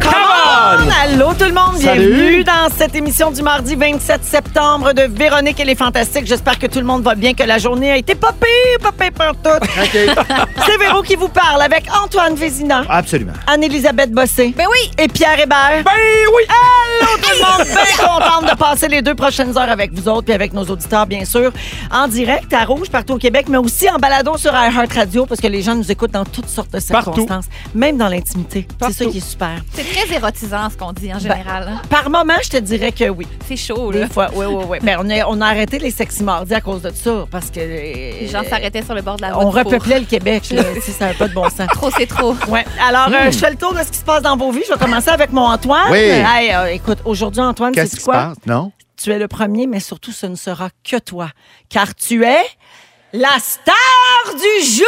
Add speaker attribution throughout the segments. Speaker 1: Come
Speaker 2: Allô tout le monde,
Speaker 1: Salut.
Speaker 2: bienvenue dans cette émission du mardi 27 septembre de Véronique et les Fantastiques. J'espère que tout le monde va bien, que la journée a été pas pire, pas pire pantoute. C'est Véro qui vous parle avec Antoine Vézina,
Speaker 1: Absolument.
Speaker 2: Anne-Elisabeth Bossé
Speaker 3: Ben oui!
Speaker 2: et Pierre Hébert.
Speaker 1: Ah. Ben oui!
Speaker 2: Allô tout le monde, bien contente de passer les deux prochaines heures avec vous autres puis avec nos auditeurs, bien sûr, en direct à Rouge, partout au Québec, mais aussi en balado sur iHeartRadio parce que les gens nous écoutent dans toutes sortes de
Speaker 1: Partout.
Speaker 2: circonstances, même dans l'intimité. C'est
Speaker 1: Partout.
Speaker 2: ça qui est super.
Speaker 3: C'est très érotisant ce qu'on dit
Speaker 1: Ben,
Speaker 3: en général. hein.
Speaker 2: Par moment, je te dirais que oui.
Speaker 3: C'est chaud, là.
Speaker 2: Des fois, oui, oui, oui. Ben, on, a, on a arrêté les sexy mardis à cause de ça, parce que... euh,
Speaker 3: Les gens s'arrêtaient sur le bord de la route.
Speaker 2: On
Speaker 3: pour-
Speaker 2: repeuplait le Québec, là, si ça n'a pas de bon sens.
Speaker 3: Trop, c'est trop.
Speaker 2: Ouais. Alors, euh, je fais le tour de ce qui se passe dans vos vies. Je vais commencer avec mon Antoine.
Speaker 1: Hmm. Oui.
Speaker 2: Hey, euh, écoute, aujourd'hui, Antoine,
Speaker 1: Qu'est-ce
Speaker 2: c'est
Speaker 1: qui se
Speaker 2: quoi?
Speaker 1: passe? Non?
Speaker 2: Tu es le premier, mais surtout, ce ne sera que toi, car tu es la star du jour!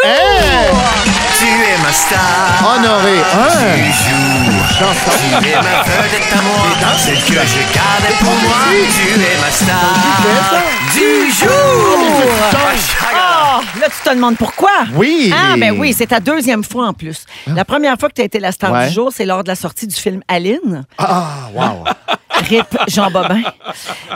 Speaker 4: Tu es ma star
Speaker 5: Ah!
Speaker 1: Honoré.
Speaker 4: du
Speaker 1: Hein?
Speaker 4: jour. Tu es ma vedette à moi, celle que je gardais pour moi. Tu es ma star du
Speaker 1: Oh,
Speaker 4: jour.
Speaker 2: Ah! là, tu te demandes pourquoi?
Speaker 1: Oui. Ah.
Speaker 2: Ah, ben oui, c'est ta deuxième fois en plus. La première fois que tu as été la star
Speaker 1: Ouais.
Speaker 2: du jour, c'est lors de la sortie du film Aline.
Speaker 1: Ah, wow.
Speaker 2: Rip Jean Bobin.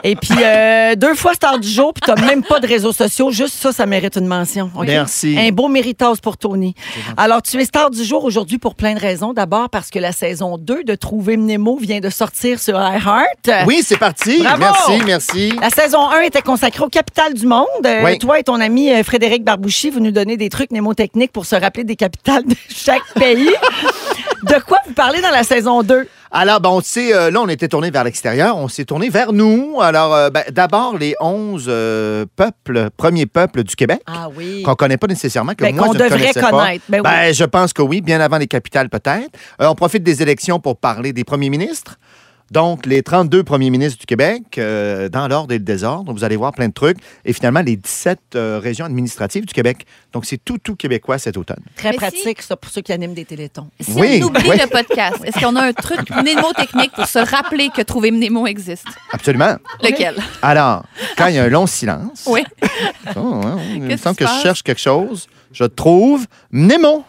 Speaker 2: Et puis, euh, deux fois star du jour, puis t'as même pas de réseaux sociaux. Juste ça, ça mérite une mention. ok?
Speaker 1: Merci.
Speaker 2: Un beau méritage pour Tony. Alors, tu es star du jour aujourd'hui pour plein de raisons. D'abord, parce que la saison 2 de Trouver Mnemo vient de sortir sur iHeart.
Speaker 1: Oui, c'est parti.
Speaker 2: Bravo.
Speaker 1: Merci, merci.
Speaker 2: La saison 1 était consacrée aux capitales du monde. Euh,
Speaker 1: Oui.
Speaker 2: Toi et ton ami euh, Frédéric Barbouchi, vous nous donnez des trucs mnémotechniques pour se rappeler des capitales de chaque pays. de quoi vous parlez dans la saison 2?
Speaker 1: Alors, bon, on s'est, euh, là, on était tourné vers l'extérieur, on s'est tourné vers nous. Alors, euh, ben, d'abord, les 11 euh, peuples, premiers peuples du Québec.
Speaker 2: Ah oui.
Speaker 1: qu'on connaît pas nécessairement, que
Speaker 2: Ben,
Speaker 1: moi,
Speaker 2: qu'on
Speaker 1: je ne
Speaker 2: devrait
Speaker 1: connaissais pas.
Speaker 2: connaître. Ben oui.
Speaker 1: je pense que oui, bien avant les capitales peut-être. Euh, on profite des élections pour parler des premiers ministres. Donc, les 32 premiers ministres du Québec, euh, dans l'ordre et le désordre, vous allez voir plein de trucs. Et finalement, les 17 euh, régions administratives du Québec. Donc, c'est tout, tout québécois cet automne.
Speaker 2: Très
Speaker 3: Mais si-
Speaker 2: pratique, ça, pour ceux qui animent des télétons.
Speaker 3: Si
Speaker 1: Oui,
Speaker 3: on oublie
Speaker 1: oui.
Speaker 3: le podcast, est-ce qu'on a un truc mnémotechnique pour se rappeler que trouver mnémo existe?
Speaker 1: Absolument.
Speaker 3: Lequel?
Speaker 1: Alors, quand il y a un long silence,
Speaker 3: Oui.
Speaker 1: oh, oh, il me
Speaker 3: Qu'est-ce
Speaker 1: semble que
Speaker 3: qui se
Speaker 1: je
Speaker 3: passe?
Speaker 1: cherche quelque chose, je trouve mnémon.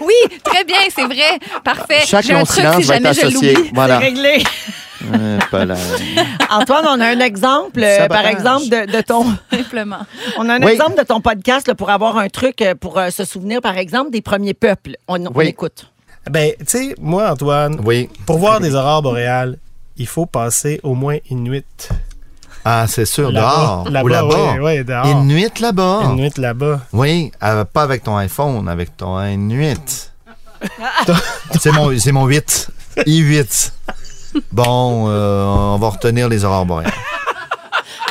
Speaker 3: Oui, très bien, c'est vrai. Parfait.
Speaker 1: Chaque
Speaker 3: Eh, J'ai un
Speaker 1: long
Speaker 3: truc
Speaker 1: silence
Speaker 3: si
Speaker 1: va être
Speaker 3: jamais je
Speaker 1: associé.
Speaker 3: l'oublie.
Speaker 1: Voilà.
Speaker 2: Réglé.
Speaker 1: Euh, pas là.
Speaker 2: Antoine, on a un exemple, euh,
Speaker 1: Sabotage.
Speaker 2: par exemple, de, de ton.
Speaker 3: Simplement.
Speaker 2: On a un
Speaker 1: Oui.
Speaker 2: exemple de ton podcast là, pour avoir un truc euh, pour euh, se souvenir, par exemple, des premiers peuples. On, on
Speaker 1: Oui.
Speaker 2: écoute.
Speaker 6: Ben, tu sais, moi, Antoine,
Speaker 1: Oui.
Speaker 6: pour voir des aurores boréales, il faut passer au moins Inuit.
Speaker 4: Ah, c'est sûr,
Speaker 6: Là-bas.
Speaker 4: dehors.
Speaker 6: Là-bas,
Speaker 4: ou là-bas.
Speaker 6: oui, oui, dehors.
Speaker 4: Une nuit là-bas.
Speaker 7: Oh.
Speaker 6: Inuit là-bas.
Speaker 4: Oui, euh, pas avec ton iPhone, avec ton Inuit. c'est mon, c'est mon 8. I8. Bon, euh, on va retenir les aurores boréales.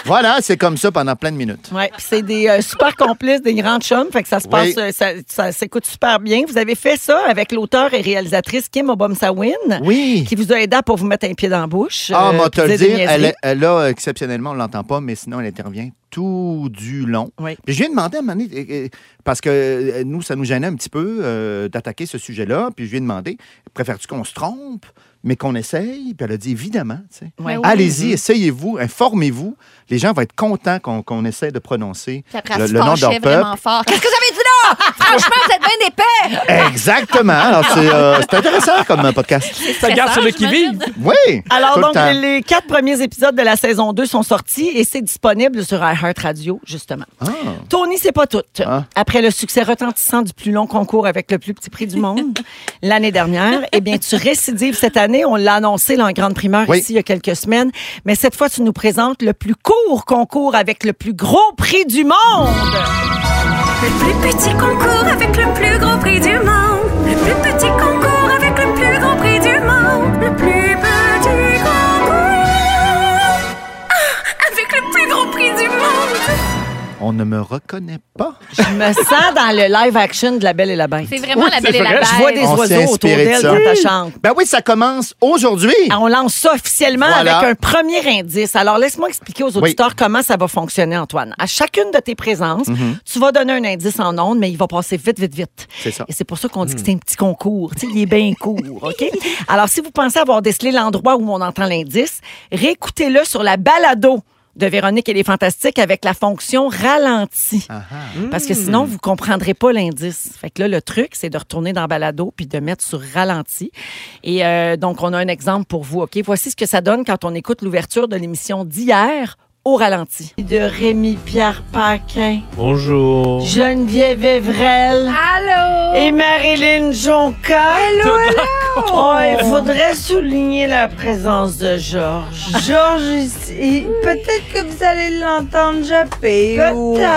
Speaker 1: Voilà, c'est comme ça pendant plein de minutes.
Speaker 2: Ouais. Puis c'est des euh, super complices, des grands chums. Fait que ça se passe,
Speaker 1: Oui.
Speaker 2: euh, ça, ça s'écoute super bien. Vous avez fait ça avec l'auteur et réalisatrice Kim Obomsawin,
Speaker 1: Oui.
Speaker 2: qui vous a aidé à pour vous mettre un pied dans la bouche.
Speaker 1: Ah,
Speaker 2: euh,
Speaker 1: moi,
Speaker 2: puis
Speaker 1: te
Speaker 2: dire
Speaker 1: le
Speaker 2: des
Speaker 1: dire, elle,
Speaker 2: niaiseries.
Speaker 1: est- elle a, exceptionnellement, on l'entend pas, mais sinon, elle intervient tout du long.
Speaker 2: Oui.
Speaker 1: Puis je lui ai demandé à un moment donné, euh, euh, parce que euh, nous, ça nous gênait un petit peu euh, d'attaquer ce sujet-là, puis je lui ai demandé, préfères-tu qu'on se trompe, mais qu'on essaye? Puis elle a dit, évidemment, tu sais.
Speaker 2: Ouais. Mm-hmm.
Speaker 1: Allez-y, essayez-vous, informez-vous. Les gens vont être contents qu'on qu'on essaie de prononcer
Speaker 3: Puis après, elle
Speaker 1: le,
Speaker 3: se
Speaker 1: le nom de
Speaker 3: penchait
Speaker 1: leur
Speaker 3: vraiment
Speaker 1: peuple.
Speaker 3: fort. Qu'est-ce que j'avais dit là? Franchement, vous êtes bien d'épais!
Speaker 1: Exactement. Alors, c'est euh, c'est intéressant comme podcast.
Speaker 8: Ça garde sur le qui
Speaker 3: j'imagine.
Speaker 8: vive.
Speaker 1: Oui.
Speaker 2: Alors,
Speaker 1: tout le
Speaker 2: donc,
Speaker 1: temps.
Speaker 2: les, les quatre premiers épisodes de la saison 2 sont sortis et c'est disponible sur iHeartRadio, justement.
Speaker 1: Ah.
Speaker 2: Tony, c'est pas tout.
Speaker 1: Ah.
Speaker 2: Après le succès retentissant du plus long concours avec le plus petit prix du monde l'année dernière, eh bien, tu récidives cette année. On l'a annoncé là, en grande primeur
Speaker 1: Oui.
Speaker 2: ici il y a quelques semaines. Mais cette fois, tu nous présentes le plus court concours avec le plus gros prix du monde.
Speaker 9: Le plus petit concours avec le plus gros prix du monde. Le plus petit concours avec le plus gros prix du monde. Le plus petit concours. Ah, avec le plus gros prix du monde.
Speaker 1: On on ne me reconnaît pas.
Speaker 2: Je me sens dans le live action de La Belle et la Bête.
Speaker 3: C'est vraiment la belle et la bête.
Speaker 2: Je vois des
Speaker 1: On s'est
Speaker 2: oiseaux autour
Speaker 1: inspiré de
Speaker 2: d'elle
Speaker 1: ça.
Speaker 2: quand elle
Speaker 1: Oui.
Speaker 2: chante.
Speaker 1: Ben oui, ça commence aujourd'hui.
Speaker 2: Ah, On lance ça officiellement
Speaker 1: Voilà.
Speaker 2: avec un premier indice. Alors, laisse-moi expliquer aux auditeurs comment ça va fonctionner, Antoine. À chacune de tes présences,
Speaker 1: Mm-hmm.
Speaker 2: tu vas donner un indice en ondes, mais il va passer vite, vite, vite.
Speaker 1: C'est ça. Hmm.
Speaker 2: Et c'est pour ça qu'on dit que c'est un petit concours. Tu sais, il est bien court, OK? Alors, si vous pensez avoir décelé l'endroit où on entend l'indice, réécoutez-le sur la balado de Véronique et les Fantastiques avec la fonction ralenti.
Speaker 1: Ah
Speaker 2: Parce que sinon, vous comprendrez pas l'indice. Fait que là, le truc, c'est de retourner dans balado puis de mettre sur ralenti. Et euh, donc, on a un exemple pour vous, OK? Voici ce que ça donne quand on écoute l'ouverture de l'émission d'hier au ralenti. De Rémi-Pierre Paquin.
Speaker 6: Bonjour.
Speaker 2: Geneviève Evrel. Allô! Et Marilyn Jonca. Allô,
Speaker 8: Oh,
Speaker 2: il faudrait souligner la présence de Georges.
Speaker 8: Georges, il- il- peut-être que vous allez l'entendre japper ou
Speaker 2: Peut-être.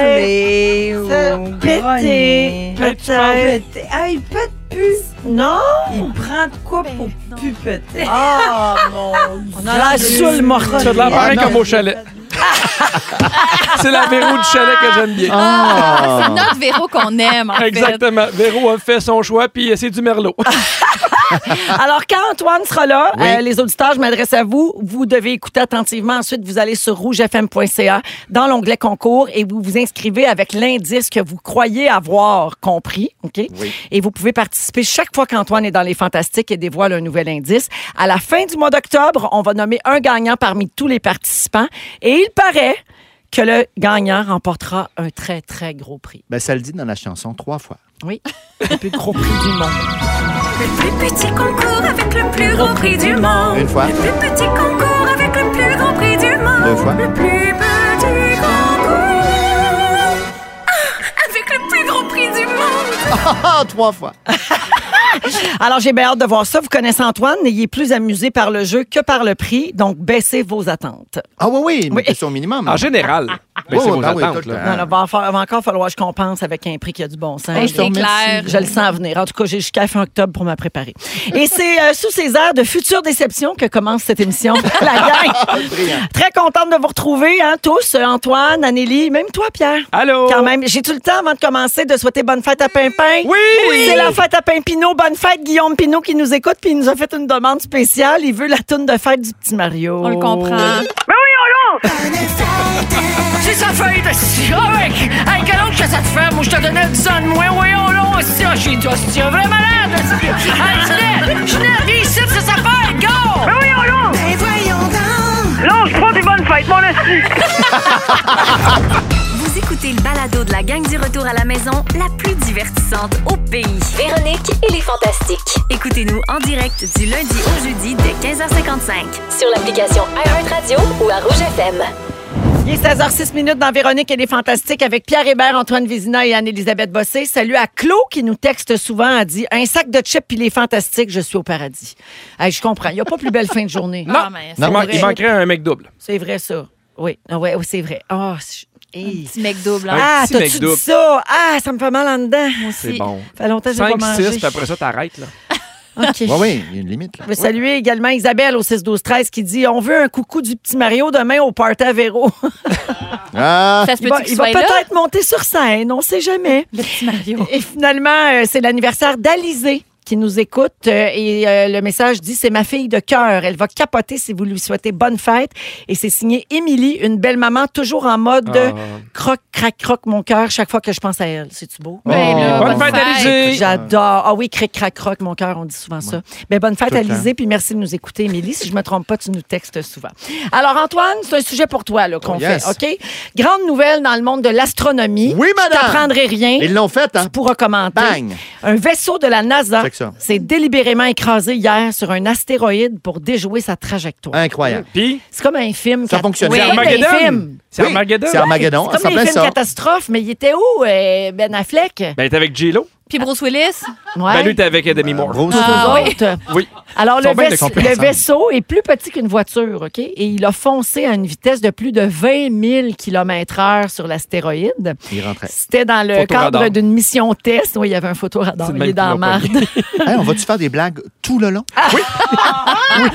Speaker 8: ronfler ou
Speaker 2: Ça-
Speaker 8: grogner.
Speaker 2: péter, peut-être.
Speaker 8: Péter. Ah, il pète plus.
Speaker 2: Non!
Speaker 8: Il prend de quoi pour plus péter.
Speaker 2: Ben Ah, mon Dieu! On a la soule mortelle.
Speaker 7: Ça a de l'air pareil comme au chalet. C'est la Véro du chalet que j'aime bien.
Speaker 3: Ah, c'est notre Véro qu'on aime, en fait.
Speaker 7: Exactement. Véro a fait son choix, puis euh, c'est du merlot.
Speaker 2: Alors, quand Antoine sera là,
Speaker 1: Oui.
Speaker 2: euh, les auditeurs, je m'adresse à vous. Vous devez écouter attentivement. Ensuite, vous allez sur rougefm.ca dans l'onglet concours et vous vous inscrivez avec l'indice que vous croyez avoir compris. OK? Et vous pouvez participer chaque fois qu'Antoine est dans les Fantastiques et dévoile un nouvel indice. À la fin du mois d'octobre, on va nommer un gagnant parmi tous les participants et il paraît que le gagnant remportera un très, très gros prix.
Speaker 1: Ben, ça le dit dans la chanson trois fois.
Speaker 2: Oui, le plus gros prix du monde.
Speaker 9: Le plus petit concours avec le plus gros prix du monde.
Speaker 1: Une fois.
Speaker 9: Le plus petit concours avec le plus gros prix du monde.
Speaker 1: Deux fois.
Speaker 9: Le plus petit concours. Ah, avec le plus gros prix du monde.
Speaker 1: Ah, trois fois.
Speaker 2: Alors, j'ai bien hâte de voir ça. Vous connaissez Antoine, n'ayez plus amusé par le jeu que par le prix, donc baissez vos attentes.
Speaker 1: Ah oui, oui, mais
Speaker 2: Oui.
Speaker 1: question minimum.
Speaker 7: En général, ben, c'est
Speaker 1: Oh,
Speaker 7: vos
Speaker 1: ben oui,
Speaker 7: attentes.
Speaker 1: tout le
Speaker 7: là.
Speaker 1: temps.
Speaker 2: Non, non, va, en faire- va encore falloir que je compense avec un prix qui a du bon sens.
Speaker 3: Hey,
Speaker 2: Je-
Speaker 3: c'est clair.
Speaker 2: Je le sens venir. En tout cas, j'ai jusqu'à fin octobre pour me préparer. Et c'est euh, sous ces airs de future déception que commence cette émission. La gang! Très contente de vous retrouver, hein, tous. Euh, Antoine, Annélie, même toi, Pierre.
Speaker 7: Allô?
Speaker 2: Quand même, j'ai tout le temps avant de commencer de souhaiter bonne fête à Pimpin.
Speaker 7: Oui!
Speaker 2: C'est la fête à Pimpinot. Bonne fête, Guillaume Pinot qui nous écoute puis il nous a fait une demande spéciale. Il veut la toune de fête du petit Mario.
Speaker 3: On le comprend.
Speaker 2: C'est sa fête, si avec! Hey, quel oncle que ça te fait? Moi, je te donnais 10 ans de moins. Voyons, là, si, je suis toi, si, vrai malade! Hey, Ginette! Ginette, viens ici, c'est sa fête, go! Mais voyons, là!
Speaker 8: Ben voyons donc.
Speaker 2: Là, je prends des bonnes fêtes, mon esprit!
Speaker 10: Vous écoutez le balado de la gang du retour à la maison, la plus divertissante au pays.
Speaker 9: Véronique et les Fantastiques.
Speaker 10: Écoutez-nous en direct du lundi au jeudi dès 15h55.
Speaker 9: Sur l'application iHeartRadio ou à Rouge FM.
Speaker 2: Il est 16h06 minutes dans Véronique et les Fantastiques avec Pierre Hébert, Antoine Vézina et Anne-Élisabeth Bossé. Salut à Claude qui nous texte souvent, a dit un sac de chips puis les Fantastiques, je suis au paradis. Hey, je comprends, il n'y a pas plus belle fin de journée.
Speaker 7: Non.
Speaker 3: Ah, mais
Speaker 7: Il,
Speaker 3: c'est
Speaker 7: man-
Speaker 3: vrai.
Speaker 7: il manquerait un mec double.
Speaker 2: C'est vrai ça. Oui, Ah ouais, oui, c'est vrai. Ah, c'est- hey.
Speaker 3: Petit mec double. hein.
Speaker 2: Ah,
Speaker 7: petit
Speaker 2: t'as-tu
Speaker 7: McDo.
Speaker 2: dit ça? Ah, ça me fait mal en dedans.
Speaker 7: C'est bon.
Speaker 2: Ça fait longtemps que j'ai pas
Speaker 7: 5,
Speaker 2: mangé.
Speaker 7: 6, puis après ça, t'arrêtes. là.
Speaker 2: OK.
Speaker 1: Oui, oui, il y a une limite. Là.
Speaker 2: Je veux saluer également Isabelle au 6-12-13 qui dit On veut un coucou du petit Mario demain au party à Véro.
Speaker 1: Ah,
Speaker 3: Ça se
Speaker 2: Il va,
Speaker 3: peut-tu qu'il
Speaker 2: il va
Speaker 3: soit là?
Speaker 2: peut-être monter sur scène, on sait jamais.
Speaker 3: Le petit Mario.
Speaker 2: Et finalement, euh, c'est l'anniversaire d'Alizé qui nous écoute euh, et euh, le message dit c'est ma fille de cœur elle va capoter si vous lui souhaitez bonne fête et c'est signé Émilie une belle maman toujours en mode
Speaker 7: Ah.
Speaker 2: de croc crac croc mon cœur chaque fois que je pense à elle c'est tu beau
Speaker 3: Ben là,
Speaker 2: Oh.
Speaker 7: Bonne fête, Alizée!
Speaker 2: J'adore. Ah oui, cric, crac, croc, mon cœur, on dit souvent ça. Mais bonne fête
Speaker 1: Tout le
Speaker 2: à Lisée, puis merci de nous écouter, Émilie. Si je me trompe pas, tu nous textes souvent. Alors, Antoine, c'est un sujet pour toi là, qu'on
Speaker 1: Oh, yes.
Speaker 2: fait, OK? Grande nouvelle dans le monde de l'astronomie.
Speaker 1: Oui, madame.
Speaker 2: Tu n'apprendrais rien.
Speaker 1: Ils l'ont fait, hein?
Speaker 2: Tu pourras commenter.
Speaker 1: Bang!
Speaker 2: Un vaisseau de la NASA
Speaker 1: Check ça.
Speaker 2: s'est délibérément écrasé hier sur un astéroïde pour déjouer sa trajectoire.
Speaker 1: Incroyable.
Speaker 7: Ah. Puis,
Speaker 2: C'est comme un film.
Speaker 1: Hein? Ça
Speaker 2: cat-
Speaker 1: fonctionne.
Speaker 2: Oui,
Speaker 1: C'est
Speaker 2: comme
Speaker 7: Armageddon.
Speaker 2: un film.
Speaker 7: c'est
Speaker 1: Oui,
Speaker 7: Armageddon. hein?
Speaker 1: C'est Armageddon,
Speaker 2: C'est
Speaker 1: ça
Speaker 2: comme un
Speaker 1: s'appelle
Speaker 2: film
Speaker 1: ça.
Speaker 2: catastrophe, mais il était où, euh, Ben Affleck?
Speaker 7: Ben, t'es avec J-Lo.
Speaker 3: Puis Bruce Willis.
Speaker 2: Ouais.
Speaker 7: Ben, lui, t'es avec Demi Moore.
Speaker 1: Bruce
Speaker 3: Ah,
Speaker 2: Eux
Speaker 3: oui.
Speaker 2: autres.
Speaker 7: Oui.
Speaker 2: Alors,
Speaker 7: Ils sont
Speaker 2: le,
Speaker 7: bien
Speaker 2: vais-
Speaker 7: décomplexants.
Speaker 2: le vaisseau est plus petit qu'une voiture, OK? Et il a foncé à une vitesse de plus de 20 000 km/h sur l'astéroïde.
Speaker 1: il rentrait.
Speaker 2: C'était dans le
Speaker 7: Photoradar.
Speaker 2: cadre d'une mission test. Oui, il y avait un photoradar.
Speaker 7: C'est le
Speaker 2: Il
Speaker 7: même
Speaker 2: est dans la
Speaker 7: qui l'a
Speaker 2: marde.
Speaker 1: Hey, on va-tu faire des blagues tout le long?
Speaker 2: Ah.
Speaker 1: Oui. oui.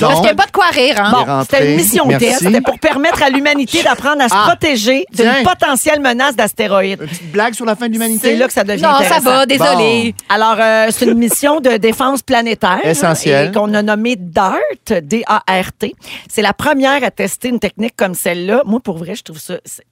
Speaker 3: Parce qu'il n'y a
Speaker 1: Donc,
Speaker 3: pas de quoi rire, hein?
Speaker 1: Bon.
Speaker 2: Bon, c'était une
Speaker 1: rentré.
Speaker 2: mission
Speaker 1: Merci.
Speaker 2: test. C'était pour permettre à l'humanité d'apprendre à se
Speaker 1: Ah.
Speaker 2: protéger d'une
Speaker 1: Tiens.
Speaker 2: potentielle menace d'astéroïdes.
Speaker 1: une petite blague sur la fin de l'humanité?
Speaker 2: C'est là que ça devient
Speaker 3: Non, ça
Speaker 2: intéressant.
Speaker 3: va, désolé.
Speaker 2: Alors, euh, c'est une mission de défense planétaire.
Speaker 1: Essentielle.
Speaker 2: Et qu'on a nommée DART, D-A-R-T. C'est la première à tester une technique comme celle-là. Moi, pour vrai, je trouve ça... c'est-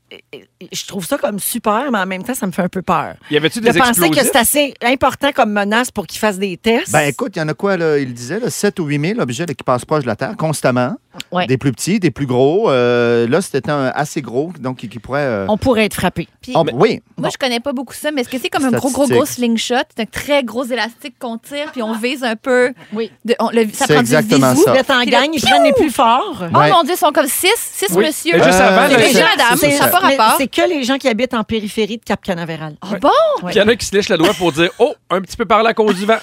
Speaker 2: Je trouve ça comme super, mais en même temps, ça me fait un peu peur.
Speaker 7: Y avait-tu
Speaker 2: De
Speaker 7: des
Speaker 2: penser que
Speaker 7: explosifs?
Speaker 2: c'est assez important comme menace pour qu'ils fassent des tests.
Speaker 1: Ben écoute, il y en a quoi, là, il disait, là, 7 ou 8 000 objets là, qui passent proche de la Terre constamment.
Speaker 2: Ouais.
Speaker 1: Des plus petits, des plus gros. Euh, là, c'était un assez gros, donc qui, qui pourrait. euh,
Speaker 2: on pourrait être frappé.
Speaker 3: Puis,
Speaker 1: on- Oui,
Speaker 3: Moi, je connais pas beaucoup ça, mais est-ce que c'est comme un gros, gros, gros slingshot? C'est un très gros élastique qu'on tire, puis on vise un peu.
Speaker 2: Oui.
Speaker 3: de- on- le- ça
Speaker 1: C'est
Speaker 3: prend
Speaker 1: exactement
Speaker 3: du
Speaker 2: Vous,
Speaker 3: visou.
Speaker 1: ça.
Speaker 2: vous êtes en
Speaker 3: Puis là,
Speaker 2: gang, ils prennent les plus forts.
Speaker 3: Oh
Speaker 1: Ouais.
Speaker 3: mon Dieu, ils sont comme six. Six
Speaker 7: Oui.
Speaker 3: monsieur.
Speaker 7: Et juste
Speaker 1: Euh,
Speaker 7: avant,
Speaker 3: C'est
Speaker 7: là,
Speaker 3: les
Speaker 1: c'est-
Speaker 3: gens, madame.
Speaker 1: c'est-
Speaker 3: Ça n'a pas
Speaker 2: Mais
Speaker 3: rapport.
Speaker 2: C'est que les gens qui habitent en périphérie de Cap-Canaveral.
Speaker 3: Ah bon?
Speaker 7: Puis il y en a qui se lèchent le doigt pour dire Oh, un petit peu par là à cause du vent.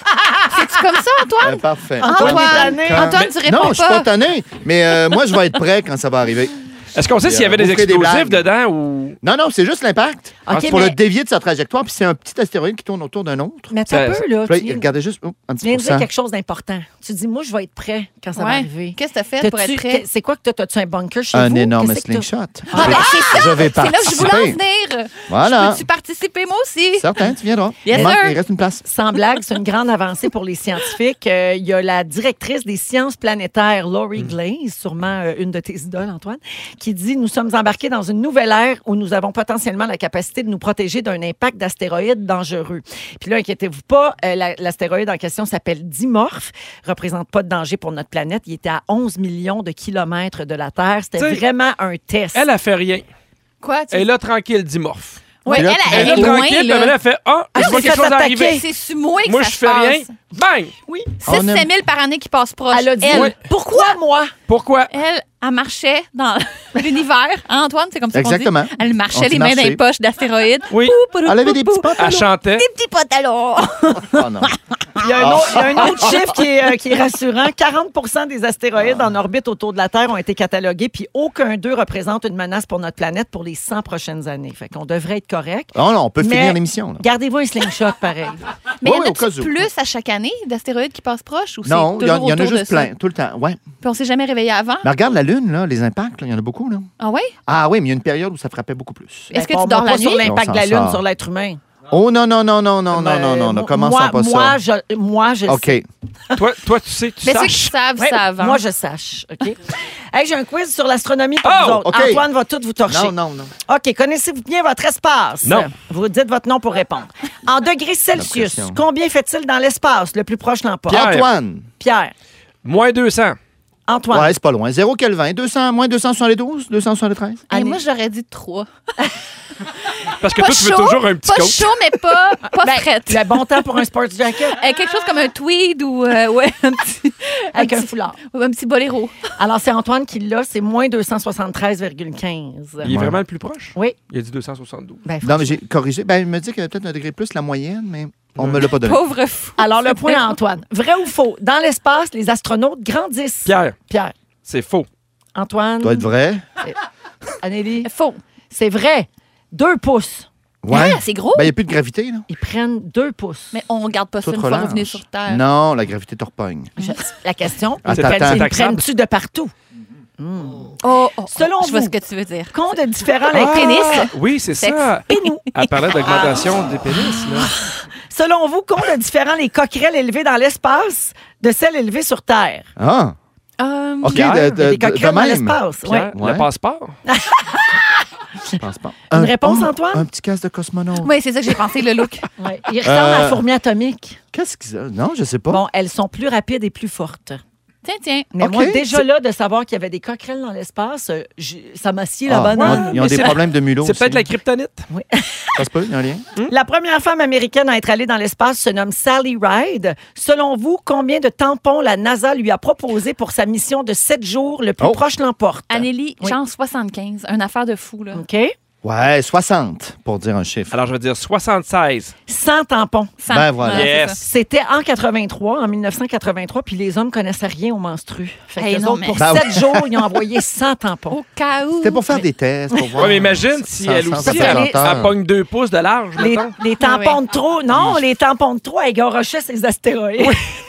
Speaker 3: C'est comme ça, Antoine?
Speaker 1: euh, parfait.
Speaker 3: Antoine,
Speaker 2: Antoine est tanné.
Speaker 3: Antoine, tu réponds
Speaker 1: non, je suis pas
Speaker 3: pas.
Speaker 1: tanné, mais euh, moi, je vais être prêt quand ça va arriver.
Speaker 7: Est-ce qu'on sait s'il y avait
Speaker 1: Vous
Speaker 7: des
Speaker 1: ferez des
Speaker 7: explosifs
Speaker 1: blagues.
Speaker 7: dedans ou.
Speaker 1: Non, non, c'est juste l'impact.
Speaker 2: Ok,
Speaker 1: pour
Speaker 2: mais-
Speaker 1: le dévier de sa trajectoire, puis c'est un petit astéroïde qui tourne autour d'un autre.
Speaker 2: Mais t'as
Speaker 7: Ça-
Speaker 2: peu, là.
Speaker 1: Puis là,
Speaker 2: tu viens-
Speaker 1: regardez juste, oh, un
Speaker 2: Tu viens
Speaker 1: petit
Speaker 2: de dire quelque chose d'important. Tu dis, moi, je vais être prêt quand ça va
Speaker 3: Ouais.
Speaker 2: arriver.
Speaker 3: Qu'est-ce que t'as fait pour
Speaker 2: T'as-tu-
Speaker 3: être prêt?
Speaker 2: que- C'est quoi que t'as? T'as-tu un bunker chez
Speaker 1: Un
Speaker 2: vous?
Speaker 1: énorme
Speaker 2: Qu'est-ce que t'as-
Speaker 1: slingshot.
Speaker 3: Ah, ben, c'est ça!
Speaker 1: je vais
Speaker 3: C'est là que je voulais en
Speaker 1: participer.
Speaker 3: venir.
Speaker 1: Voilà.
Speaker 3: Peux-tu participer, moi aussi?
Speaker 1: Certain, tu viendras.
Speaker 3: Yes,
Speaker 1: il, manque-
Speaker 3: sir.
Speaker 1: il reste une place.
Speaker 2: Sans blague, c'est une grande avancée pour les scientifiques. Euh, Il y a la directrice des sciences planétaires,
Speaker 1: Mm.
Speaker 2: Laurie Glaze, sûrement euh, une de tes idoles, Antoine, qui dit Nous sommes embarqués dans une nouvelle ère où nous avons potentiellement la capacité de nous protéger d'un impact d'astéroïdes dangereux. Puis là, inquiétez-vous pas, euh, la- l'astéroïde en question s'appelle Dimorph, représente pas de danger pour notre planète. Il était à 11 millions de kilomètres de la Terre. C'était
Speaker 7: T'sais,
Speaker 2: vraiment un test.
Speaker 7: Elle a fait rien.
Speaker 3: Quoi? Tu...
Speaker 7: Elle est là tranquille, dimorphe.
Speaker 3: Ouais, elle,
Speaker 1: là,
Speaker 3: elle,
Speaker 7: est
Speaker 3: est
Speaker 7: là
Speaker 3: loin,
Speaker 7: tranquille,
Speaker 3: là.
Speaker 7: mais elle a fait Ah,
Speaker 2: Elle
Speaker 7: je vois
Speaker 2: s'est
Speaker 7: quelque
Speaker 2: fait
Speaker 7: chose
Speaker 2: attaquer.
Speaker 7: arriver.
Speaker 3: C'est sur moi que
Speaker 7: Moi,
Speaker 3: ça
Speaker 7: je
Speaker 3: se
Speaker 7: fais rien.
Speaker 3: passe.
Speaker 7: Bang!
Speaker 1: Ah, On aime-
Speaker 3: 6-7 000 par année qui passent proche.
Speaker 2: Elle a dit
Speaker 3: elle,
Speaker 2: Pourquoi moi
Speaker 7: Pourquoi?
Speaker 3: elle, elle marchait dans l'univers. Hein, Antoine, c'est comme ça qu'on dit?
Speaker 1: Exactement.
Speaker 3: Elle
Speaker 1: On
Speaker 3: marchait
Speaker 1: dit
Speaker 3: les mains dans les
Speaker 1: marcher.
Speaker 3: poches d'astéroïdes.
Speaker 7: Oui.
Speaker 1: Elle avait des petits
Speaker 7: Elle chantait.
Speaker 3: Des petits pantalons.
Speaker 1: Oh non.
Speaker 2: Il y a
Speaker 3: Ah.
Speaker 2: un autre, il y a un autre chiffre qui est, euh, qui est rassurant. 40 des astéroïdes en orbite autour de la Terre ont été catalogués, puis aucun d'eux représente une menace pour notre planète pour les 100 prochaines années. Fait qu'on devrait être correct.
Speaker 1: Oh non, on peut
Speaker 2: Mais-
Speaker 1: finir l'émission. là.
Speaker 2: Gardez-vous un slingshot pareil.
Speaker 3: Mais
Speaker 1: Oui,
Speaker 3: il y
Speaker 1: oui,
Speaker 3: en
Speaker 1: au cas
Speaker 3: a
Speaker 1: où.
Speaker 3: plus à chaque année d'astéroïdes qui passent proches ou c'est
Speaker 1: Non, il y, en-
Speaker 3: toujours
Speaker 1: il y en a
Speaker 3: autour de
Speaker 1: juste
Speaker 3: ça?
Speaker 1: plein, tout le temps. Ouais.
Speaker 3: Puis on s'est jamais réveillé avant.
Speaker 1: Mais regarde la Lune, là, les impacts, là, il y en a beaucoup. Là.
Speaker 3: Ah ouais?
Speaker 1: Ah oui, mais il y a une période où ça frappait beaucoup plus.
Speaker 3: Est-ce que
Speaker 2: Ben,
Speaker 3: tu
Speaker 2: pas-
Speaker 3: dors
Speaker 2: pas
Speaker 3: la nuit?
Speaker 2: sur l'impact
Speaker 1: On
Speaker 2: de la
Speaker 1: s'en
Speaker 2: Lune
Speaker 1: sort.
Speaker 2: sur l'être humain.
Speaker 1: Oh non, non, non, non, non, non,
Speaker 2: Ben,
Speaker 1: non, non,
Speaker 2: moi-
Speaker 1: ne commençons
Speaker 2: moi-
Speaker 1: pas
Speaker 2: Moi,
Speaker 1: ça.
Speaker 2: je, moi, je
Speaker 1: OK.
Speaker 2: sais.
Speaker 7: Toi, toi, tu sais, tu
Speaker 3: Mais ceux qui
Speaker 7: saches.
Speaker 3: savent,
Speaker 2: Ouais,
Speaker 3: savent. hein.
Speaker 2: Moi, je sache. OK? Hey, J'ai un quiz sur l'astronomie pour
Speaker 7: Oh,
Speaker 2: vous autres.
Speaker 1: OK.
Speaker 2: Antoine va tout vous torcher.
Speaker 1: Non, non, non.
Speaker 2: OK, connaissez-vous bien votre espace?
Speaker 7: Non.
Speaker 2: Vous dites votre nom pour répondre. En degrés Celsius,
Speaker 1: pression.
Speaker 2: combien fait-il dans l'espace? Le plus proche l'emporte. Ah,
Speaker 7: Pierre.
Speaker 1: Antoine.
Speaker 2: Pierre.
Speaker 7: Moins 200.
Speaker 2: Antoine.
Speaker 1: Ouais, c'est pas loin. 0 Kelvin. 200, moins 272, 273.
Speaker 3: Et
Speaker 2: Annie.
Speaker 3: moi, j'aurais dit trois.
Speaker 7: Parce que
Speaker 3: Pas
Speaker 7: toi, tu veux
Speaker 3: chaud,
Speaker 7: toujours un petit
Speaker 3: pas
Speaker 7: coach.
Speaker 3: chaud, mais pas, pas frette.
Speaker 2: Le bon temps pour un sports jacket
Speaker 3: Euh, quelque chose comme un tweed ou euh, ouais, un, petit,
Speaker 2: avec un
Speaker 3: petit-
Speaker 2: foulard.
Speaker 3: ou un petit boléro.
Speaker 2: Alors, c'est Antoine qui l'a, c'est moins 273,15.
Speaker 7: Il est
Speaker 1: Ouais.
Speaker 7: vraiment le plus proche?
Speaker 2: Oui.
Speaker 7: Il a dit 272.
Speaker 2: Ben,
Speaker 1: Non, mais j'ai corrigé. Ben, il me dit qu'il y avait peut-être un degré plus la moyenne, mais on me l'a pas donné.
Speaker 3: Pauvre fou.
Speaker 2: Alors, le point à Antoine. Vrai ou faux? Dans l'espace, les astronautes grandissent.
Speaker 7: Pierre,
Speaker 2: Pierre.
Speaker 7: c'est faux.
Speaker 2: Antoine.
Speaker 1: Ça doit être vrai.
Speaker 2: Anneli.
Speaker 3: Faux.
Speaker 2: C'est vrai. Deux pouces.
Speaker 1: Ouais.
Speaker 3: Ah, c'est gros.
Speaker 1: Ben, il n'y a plus de gravité, là.
Speaker 2: Ils prennent deux pouces.
Speaker 3: Mais on garde pas ça
Speaker 1: Tout
Speaker 3: une fois
Speaker 1: relâche.
Speaker 3: revenu sur Terre.
Speaker 1: Non, la gravité te repogne.
Speaker 2: Je- la question,
Speaker 1: Ah, Attends,
Speaker 2: ils prennent-
Speaker 1: attends,
Speaker 2: ils
Speaker 7: attends.
Speaker 2: prennent-tu de partout?
Speaker 3: Oh, oh, oh,
Speaker 2: Selon
Speaker 3: je vois
Speaker 2: vous.
Speaker 3: ce que tu veux dire.
Speaker 2: Compte de différents
Speaker 7: Ah,
Speaker 2: lecteurs.
Speaker 7: Oui, c'est
Speaker 3: Sexe. Ah.
Speaker 7: ça. Elle parlait d'augmentation des pénis. Là.
Speaker 2: Selon vous, compte de différents les coquerelles élevées dans l'espace de celles élevées sur Terre?
Speaker 1: Ah!
Speaker 3: Euh,
Speaker 1: OK,
Speaker 7: Pierre,
Speaker 1: de,
Speaker 2: Il y a
Speaker 1: de,
Speaker 2: des
Speaker 1: de- de
Speaker 2: coquerelles dans
Speaker 1: même.
Speaker 2: l'espace. ouais.
Speaker 7: Pierre,
Speaker 1: Ouais.
Speaker 7: Le passeport?
Speaker 1: Je pense pas.
Speaker 2: Une réponse,
Speaker 1: oh,
Speaker 2: Antoine?
Speaker 1: Un petit casse de cosmonaute.
Speaker 3: Oui, c'est ça que j'ai pensé, le look.
Speaker 2: Ouais. Ils ressemblent à la
Speaker 1: Euh, oh.
Speaker 2: fourmi atomique.
Speaker 1: Qu'est-ce qu'ils ont? Non, je sais pas.
Speaker 2: Bon, elles sont plus rapides et plus fortes.
Speaker 3: Tiens, tiens.
Speaker 2: Mais
Speaker 1: OK.
Speaker 2: moi, déjà là, de savoir qu'il y avait des coquerelles dans l'espace, euh, j'ai- ça m'a scié la
Speaker 1: Ah,
Speaker 2: banane.
Speaker 1: ils ont- ils ont
Speaker 7: mais
Speaker 1: des
Speaker 7: c'est-
Speaker 1: problèmes de mulot.
Speaker 7: C'est peut-être la
Speaker 1: aussi.
Speaker 7: kryptonite.
Speaker 1: Ça se peut, il y a un lien.
Speaker 2: La première femme américaine à être allée dans l'espace se nomme Sally Ride. Selon vous, combien de tampons la NASA lui a proposé pour sa mission de sept jours, le plus
Speaker 1: Oh.
Speaker 2: proche l'emporte?
Speaker 3: Anneli,
Speaker 2: Oui.
Speaker 1: Mm.
Speaker 3: genre 75. Une affaire de fou, là.
Speaker 2: OK.
Speaker 1: Ouais, 60 pour dire un chiffre.
Speaker 7: Alors, je vais dire 76.
Speaker 2: 100 tampons.
Speaker 3: Sans-
Speaker 1: Ben voilà.
Speaker 3: c'est
Speaker 7: Yes.
Speaker 3: ça.
Speaker 2: C'était en 83, en 1983, puis les hommes connaissaient rien aux menstrues. Fait que
Speaker 3: Hey,
Speaker 2: les
Speaker 3: non,
Speaker 2: autres,
Speaker 3: mais-
Speaker 2: pour
Speaker 1: Ben
Speaker 2: 7 jours, ils ont envoyé 100 tampons.
Speaker 3: Au cas où.
Speaker 1: C'était pour faire des tests, pour voir.
Speaker 7: Ouais, mais imagine si
Speaker 1: Sans-
Speaker 7: elle
Speaker 1: sans
Speaker 7: aussi,
Speaker 1: faire
Speaker 7: elle,
Speaker 1: longtemps.
Speaker 7: elle pogne deux pouces de large,
Speaker 2: Les,
Speaker 7: mettons.
Speaker 2: les
Speaker 3: Ah
Speaker 2: tampons de trop, non, les tampons de trop, elle garochait ses astéroïdes.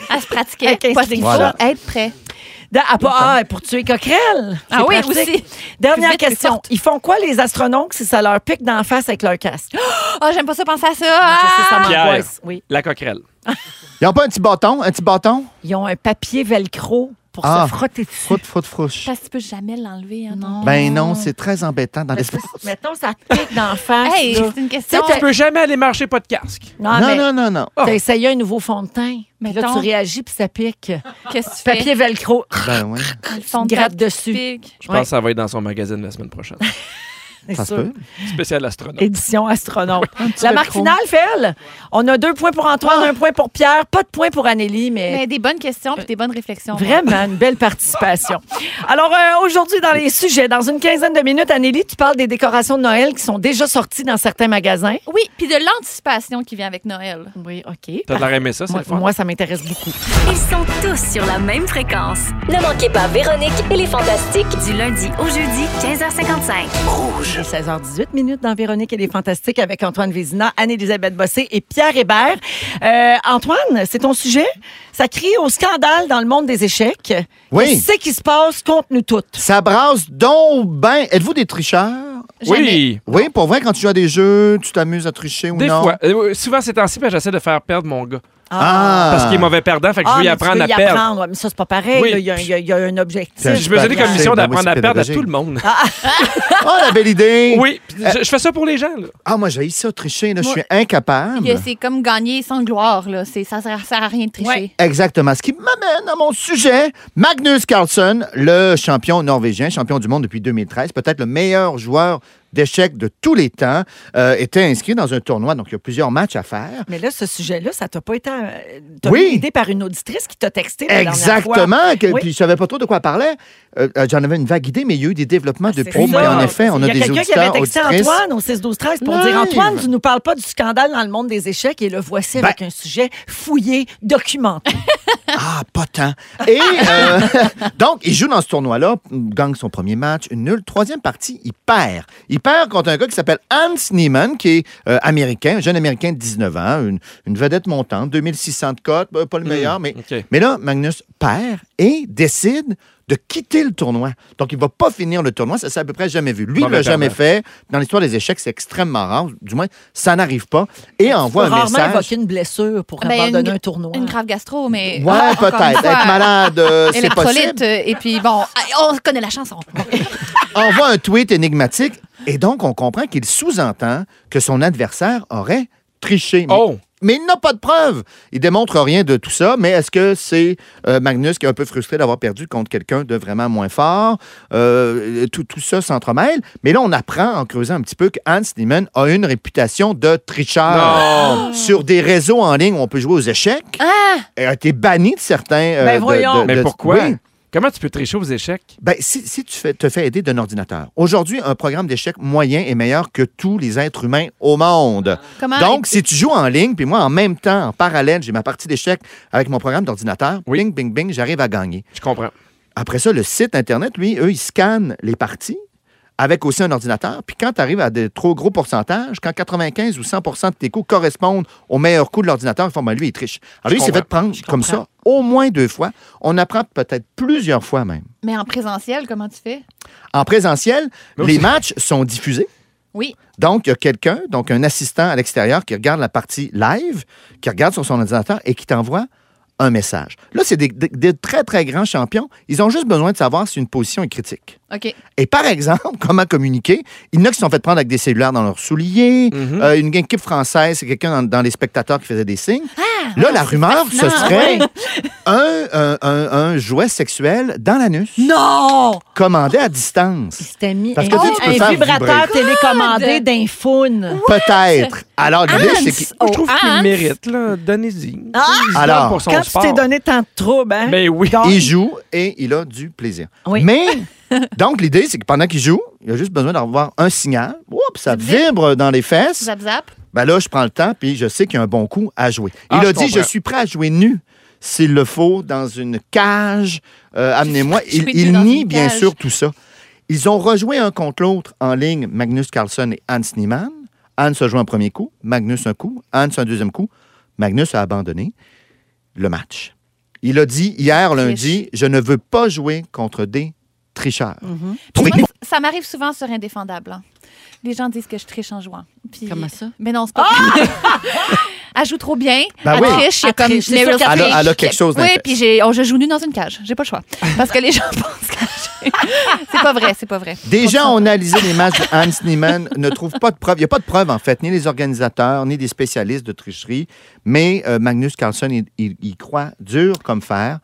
Speaker 3: À se pratiquer.
Speaker 2: Avec un
Speaker 3: Parce qu'il faut
Speaker 1: Voilà.
Speaker 3: être prêt.
Speaker 2: Dans- ah, pas- ah, pour tuer Coquerel.
Speaker 3: Ah
Speaker 2: C'est
Speaker 3: oui,
Speaker 2: pratique.
Speaker 3: aussi.
Speaker 2: Dernière
Speaker 3: Plus vite, plus
Speaker 2: question.
Speaker 3: forte.
Speaker 2: Ils font quoi, les astronautes, si ça leur pique dans la face avec leur casque?
Speaker 3: Ah, j'aime pas ça penser à ça.
Speaker 2: Je sais, ça
Speaker 3: Ah!
Speaker 7: Pierre.
Speaker 2: m'angoisse. Oui.
Speaker 7: La coquerelle.
Speaker 1: Ils n'ont pas un petit bâton? Un petit bâton?
Speaker 2: Ils ont un papier velcro pour
Speaker 1: Ah.
Speaker 2: se frotter dessus.
Speaker 1: Froute, froute, frouche.
Speaker 3: Parce que tu peux jamais l'enlever. Hein, non.
Speaker 1: Ben non, c'est très embêtant dans l'espace.
Speaker 2: Mettons, ça te pique dans la face.
Speaker 3: Hey,
Speaker 2: là.
Speaker 3: Ah, c'est une question.
Speaker 2: Tu sais,
Speaker 7: Tu peux jamais aller marcher pas de casque.
Speaker 2: Non,
Speaker 1: non,
Speaker 2: mais
Speaker 1: non, non, non.
Speaker 2: t'as essayé un nouveau fond de teint. Mais là,
Speaker 3: Mettons.
Speaker 2: tu réagis puis ça pique.
Speaker 3: Qu'est-ce que tu fais?
Speaker 2: Papier velcro.
Speaker 1: Ben oui,
Speaker 3: Le fond de
Speaker 2: gratte
Speaker 3: tête qui
Speaker 2: dessus.
Speaker 3: pique.
Speaker 7: Je pense que ça va être dans son magazine la semaine prochaine.
Speaker 2: C'est
Speaker 1: ça se
Speaker 2: sûr.
Speaker 1: peut.
Speaker 7: Spécial astronaute.
Speaker 2: Édition astronaute. La marque finale, Fel. On a deux points pour Antoine, un point pour Pierre, pas de point pour Anélie,
Speaker 3: Mais des bonnes questions puis des bonnes réflexions.
Speaker 2: Vraiment, une belle participation. Alors, euh, aujourd'hui, dans les sujets, dans une quinzaine de minutes, Anélie, tu parles des décorations de Noël qui sont déjà sorties dans certains magasins.
Speaker 3: Oui, puis de l'anticipation qui vient avec Noël.
Speaker 2: Oui, OK.
Speaker 7: T'as de l'air aimé ça, c'est
Speaker 2: Moi,
Speaker 7: le fun.
Speaker 2: moi, ça m'intéresse beaucoup.
Speaker 10: Ils sont tous sur la même fréquence.
Speaker 11: Ne manquez pas Véronique et les Fantastiques.
Speaker 10: Du lundi au jeudi, 15h55.
Speaker 2: 16h18 minutes dans Véronique et les Fantastiques avec Antoine Vézina, Anne-Élisabeth Bossé et Pierre Hébert. Euh, Antoine, c'est ton sujet. Ça crie au scandale dans le monde des échecs.
Speaker 1: Oui.
Speaker 2: C'est qui se passe contre nous toutes.
Speaker 1: Ça brasse donc ben. Êtes-vous des tricheurs?
Speaker 7: Oui.
Speaker 1: Oui, pour vrai, quand tu joues à des jeux, tu t'amuses à tricher ou
Speaker 7: Des
Speaker 1: non?
Speaker 7: fois. Euh, souvent, ces temps-ci, ben, j'essaie de faire perdre mon gars.
Speaker 1: Ah!
Speaker 7: Parce qu'il est mauvais perdant, fait que
Speaker 2: Ah,
Speaker 7: je veux y
Speaker 2: mais tu
Speaker 7: apprendre
Speaker 2: veux
Speaker 7: à
Speaker 2: y
Speaker 7: perdre.
Speaker 2: apprendre. Ouais, mais ça, c'est pas pareil.
Speaker 7: Oui.
Speaker 2: là. Il, y a, un- il y a- il y a un objectif.
Speaker 1: Tiens,
Speaker 7: Je me suis dit
Speaker 1: Ben,
Speaker 7: comme mission
Speaker 1: c'est- ben oui,
Speaker 7: d'apprendre
Speaker 1: c'est
Speaker 7: à perdre à
Speaker 1: pédagogique.
Speaker 7: tout le monde.
Speaker 1: Ah, la belle idée!
Speaker 7: Oui, puis je, je fais ça pour les gens. là.
Speaker 1: Ah, moi, j'ai ça, tricher. Là, je
Speaker 3: Moi-
Speaker 1: suis incapable.
Speaker 3: Il y a- C'est comme gagner sans gloire. Là. C'est- Ça sert sert à rien de tricher.
Speaker 2: Ouais.
Speaker 1: Exactement. Ce qui m'amène à mon sujet, Magnus Carlsen, le champion norvégien, champion du monde depuis 2013, peut-être le meilleur joueur d'échecs de tous les temps, euh, était inscrit dans un tournoi, donc il y a plusieurs matchs à faire.
Speaker 2: Mais là, ce sujet-là, ça t'a pas été. euh, T'as
Speaker 1: Oui.
Speaker 2: été aidé par une auditrice qui t'a texté. la dernière fois.
Speaker 1: Exactement. que-
Speaker 2: Oui.
Speaker 1: Puis je savais pas trop de quoi elle parlait. Euh, euh, J'en avais une vague idée, mais il y a eu des développements
Speaker 2: Ah, C'est
Speaker 1: depuis.
Speaker 2: ça.
Speaker 1: Mais en effet, on a,
Speaker 2: Il y
Speaker 1: des
Speaker 2: a quelqu'un qui avait
Speaker 1: auditeurs,
Speaker 2: texté
Speaker 1: auditrices.
Speaker 2: Antoine au 6 12 13 pour
Speaker 1: Live.
Speaker 2: dire Antoine, tu nous parles pas du scandale dans le monde des échecs et le voici
Speaker 1: Ben.
Speaker 2: avec un sujet fouillé, documenté.
Speaker 1: Ah, pas tant. Et euh, donc, il joue dans ce tournoi-là, gagne son premier match, nul. Troisième partie, il perd. Il perd contre un gars qui s'appelle Hans Niemann, qui est euh, américain, un jeune américain de 19 ans, une, une vedette montante, 2600 de cote, bah, pas le meilleur, mais,
Speaker 7: OK.
Speaker 1: mais là, Magnus perd et décide de quitter le tournoi. Donc, il va pas finir le tournoi. Ça s'est à peu près jamais vu. Lui, il
Speaker 7: Mauvais
Speaker 1: l'a jamais
Speaker 7: perdant.
Speaker 1: fait. Dans l'histoire des échecs, c'est extrêmement rare. Du moins, ça n'arrive pas. Et envoie
Speaker 2: Faut
Speaker 1: un
Speaker 2: rarement
Speaker 1: message.
Speaker 2: évoquer une blessure pour
Speaker 3: Ben,
Speaker 2: abandonner
Speaker 3: une-
Speaker 2: un tournoi.
Speaker 3: Une grave gastro, mais.
Speaker 2: Ah,
Speaker 1: Ouais, peut-être. Être malade, euh, c'est possible.
Speaker 3: Électrolyte, euh, et puis bon, ah, on connaît la chanson.
Speaker 1: envoie un tweet énigmatique et donc on comprend qu'il sous-entend que son adversaire aurait triché. Mais,
Speaker 7: Oh!
Speaker 1: mais il n'a pas de preuves. Il démontre rien de tout ça, mais est-ce que c'est euh, Magnus qui est un peu frustré d'avoir perdu contre quelqu'un de vraiment moins fort? Euh, tout, tout ça s'entremêle. Mais là, on apprend en creusant un petit peu que Hans Niemann a une réputation de tricheur. Sur des réseaux en ligne où on peut jouer aux échecs,
Speaker 3: Ah,
Speaker 1: et a été banni de certains... euh,
Speaker 2: Ben
Speaker 1: de-
Speaker 2: voyons.
Speaker 1: de-
Speaker 7: Mais
Speaker 1: de-
Speaker 7: pourquoi?
Speaker 1: Oui.
Speaker 7: Comment tu peux tricher aux échecs?
Speaker 1: Ben, si, si tu fais- te fais aider d'un ordinateur. Aujourd'hui, un programme d'échecs moyen est meilleur que tous les êtres humains au monde.
Speaker 7: Ah,
Speaker 3: Comment
Speaker 1: Donc, si tu joues en ligne, puis moi, en même temps, en parallèle, j'ai ma partie d'échecs avec mon programme d'ordinateur,
Speaker 7: Oui.
Speaker 1: bing, bing, bing, j'arrive à gagner.
Speaker 7: Je comprends.
Speaker 1: Après ça, le site Internet, lui, eux, ils scannent les parties avec aussi un ordinateur. Puis quand tu arrives à des trop gros pourcentages, quand 95 ou 100 de tes coups correspondent au meilleur coup de l'ordinateur, ils font, ben, lui, il triche. Alors, lui, il s'est
Speaker 7: comprends.
Speaker 1: fait prendre comme ça au moins deux fois. On apprend peut-être plusieurs fois même.
Speaker 3: Mais en présentiel, comment tu fais?
Speaker 1: En présentiel,
Speaker 7: Mais
Speaker 1: les
Speaker 7: aussi-
Speaker 1: matchs sont diffusés.
Speaker 3: Oui.
Speaker 1: Donc, il y a quelqu'un, donc un assistant à l'extérieur qui regarde la partie live, qui regarde sur son ordinateur et qui t'envoie un message. Là, c'est des, des- des très, très grands champions. Ils ont juste besoin de savoir si une position est critique.
Speaker 3: OK.
Speaker 1: Et par exemple, comment communiquer? Il y en a qui se sont fait prendre avec des cellulaires dans leurs souliers. Euh, une équipe française, c'est quelqu'un dans, dans les spectateurs qui faisait des signes. Là, la rumeur, ce serait un, un- un- un jouet sexuel dans l'anus,
Speaker 2: Non!
Speaker 1: commandé à distance.
Speaker 2: C'était mis
Speaker 1: Parce que,
Speaker 2: un-
Speaker 1: tu sais, tu peux
Speaker 2: un
Speaker 1: faire
Speaker 2: vibrateur
Speaker 1: vibrer.
Speaker 2: télécommandé d'un faune.
Speaker 1: Peut-être. Alors, l'idée, c'est qu'il-
Speaker 7: Moi, je trouve
Speaker 3: Oh,
Speaker 7: qu'il
Speaker 3: Hans.
Speaker 7: mérite, là. Donnez-y.
Speaker 2: Ah!
Speaker 7: Donnez-y
Speaker 1: Alors,
Speaker 7: pour son
Speaker 2: Quand tu
Speaker 7: sport.
Speaker 2: t'es donné tant de troubles, hein?
Speaker 7: Mais oui.
Speaker 2: Donc,
Speaker 1: il joue et il a du plaisir.
Speaker 2: Oui.
Speaker 1: Mais, donc, l'idée, c'est que pendant qu'il joue, il a juste besoin d'avoir un signal. Oups, puis ça vibre dans les fesses.
Speaker 3: Zap, zap.
Speaker 1: Ben là, je prends le temps, puis je sais qu'il y a un bon coup à jouer. il
Speaker 7: Ah,
Speaker 1: a
Speaker 7: je
Speaker 1: dit,
Speaker 7: comprends.
Speaker 1: je suis prêt à jouer nu. S'il le faut, dans une cage, euh, amenez-moi.
Speaker 3: Je
Speaker 1: Il,
Speaker 3: suis
Speaker 1: il
Speaker 3: nu dans
Speaker 1: nie
Speaker 3: une
Speaker 1: bien
Speaker 3: cage.
Speaker 1: sûr tout ça. Ils ont rejoué un contre l'autre en ligne, Magnus Carlsen et Hans Niemann. Hans a joué un premier coup, Magnus un coup, Hans un deuxième coup. Magnus a abandonné le match. Il a dit hier lundi, je ne veux pas jouer contre des tricheurs. Trouvez-
Speaker 3: Mhm. Moi, ça m'arrive souvent sur Indéfendable. hein. Les gens disent que je triche en jouant. Puis-
Speaker 2: Comment ça?
Speaker 3: Mais non, c'est pas. elle joue trop bien.
Speaker 1: Ah! Ben
Speaker 3: elle
Speaker 1: oui.
Speaker 3: triche. il y a
Speaker 2: Elle
Speaker 3: comme
Speaker 2: triche, c'est
Speaker 3: Meryl
Speaker 2: sûr qu'elle
Speaker 3: Streep.
Speaker 1: triche. Elle a- elle a quelque chose
Speaker 3: Oui,
Speaker 1: d'intéressant.
Speaker 3: puis j'ai- oh, je joue nu dans une cage. J'ai pas le choix. Parce que les gens pensent que j'ai- C'est pas vrai, c'est pas vrai.
Speaker 1: Des gens ont analysé les matchs de Hans Niemann, ne trouvent pas de preuves. Il n'y a pas de preuves, en fait, ni les organisateurs, ni des spécialistes de tricherie. Mais euh, Magnus Carlsen, il, il- il croit dur comme fer.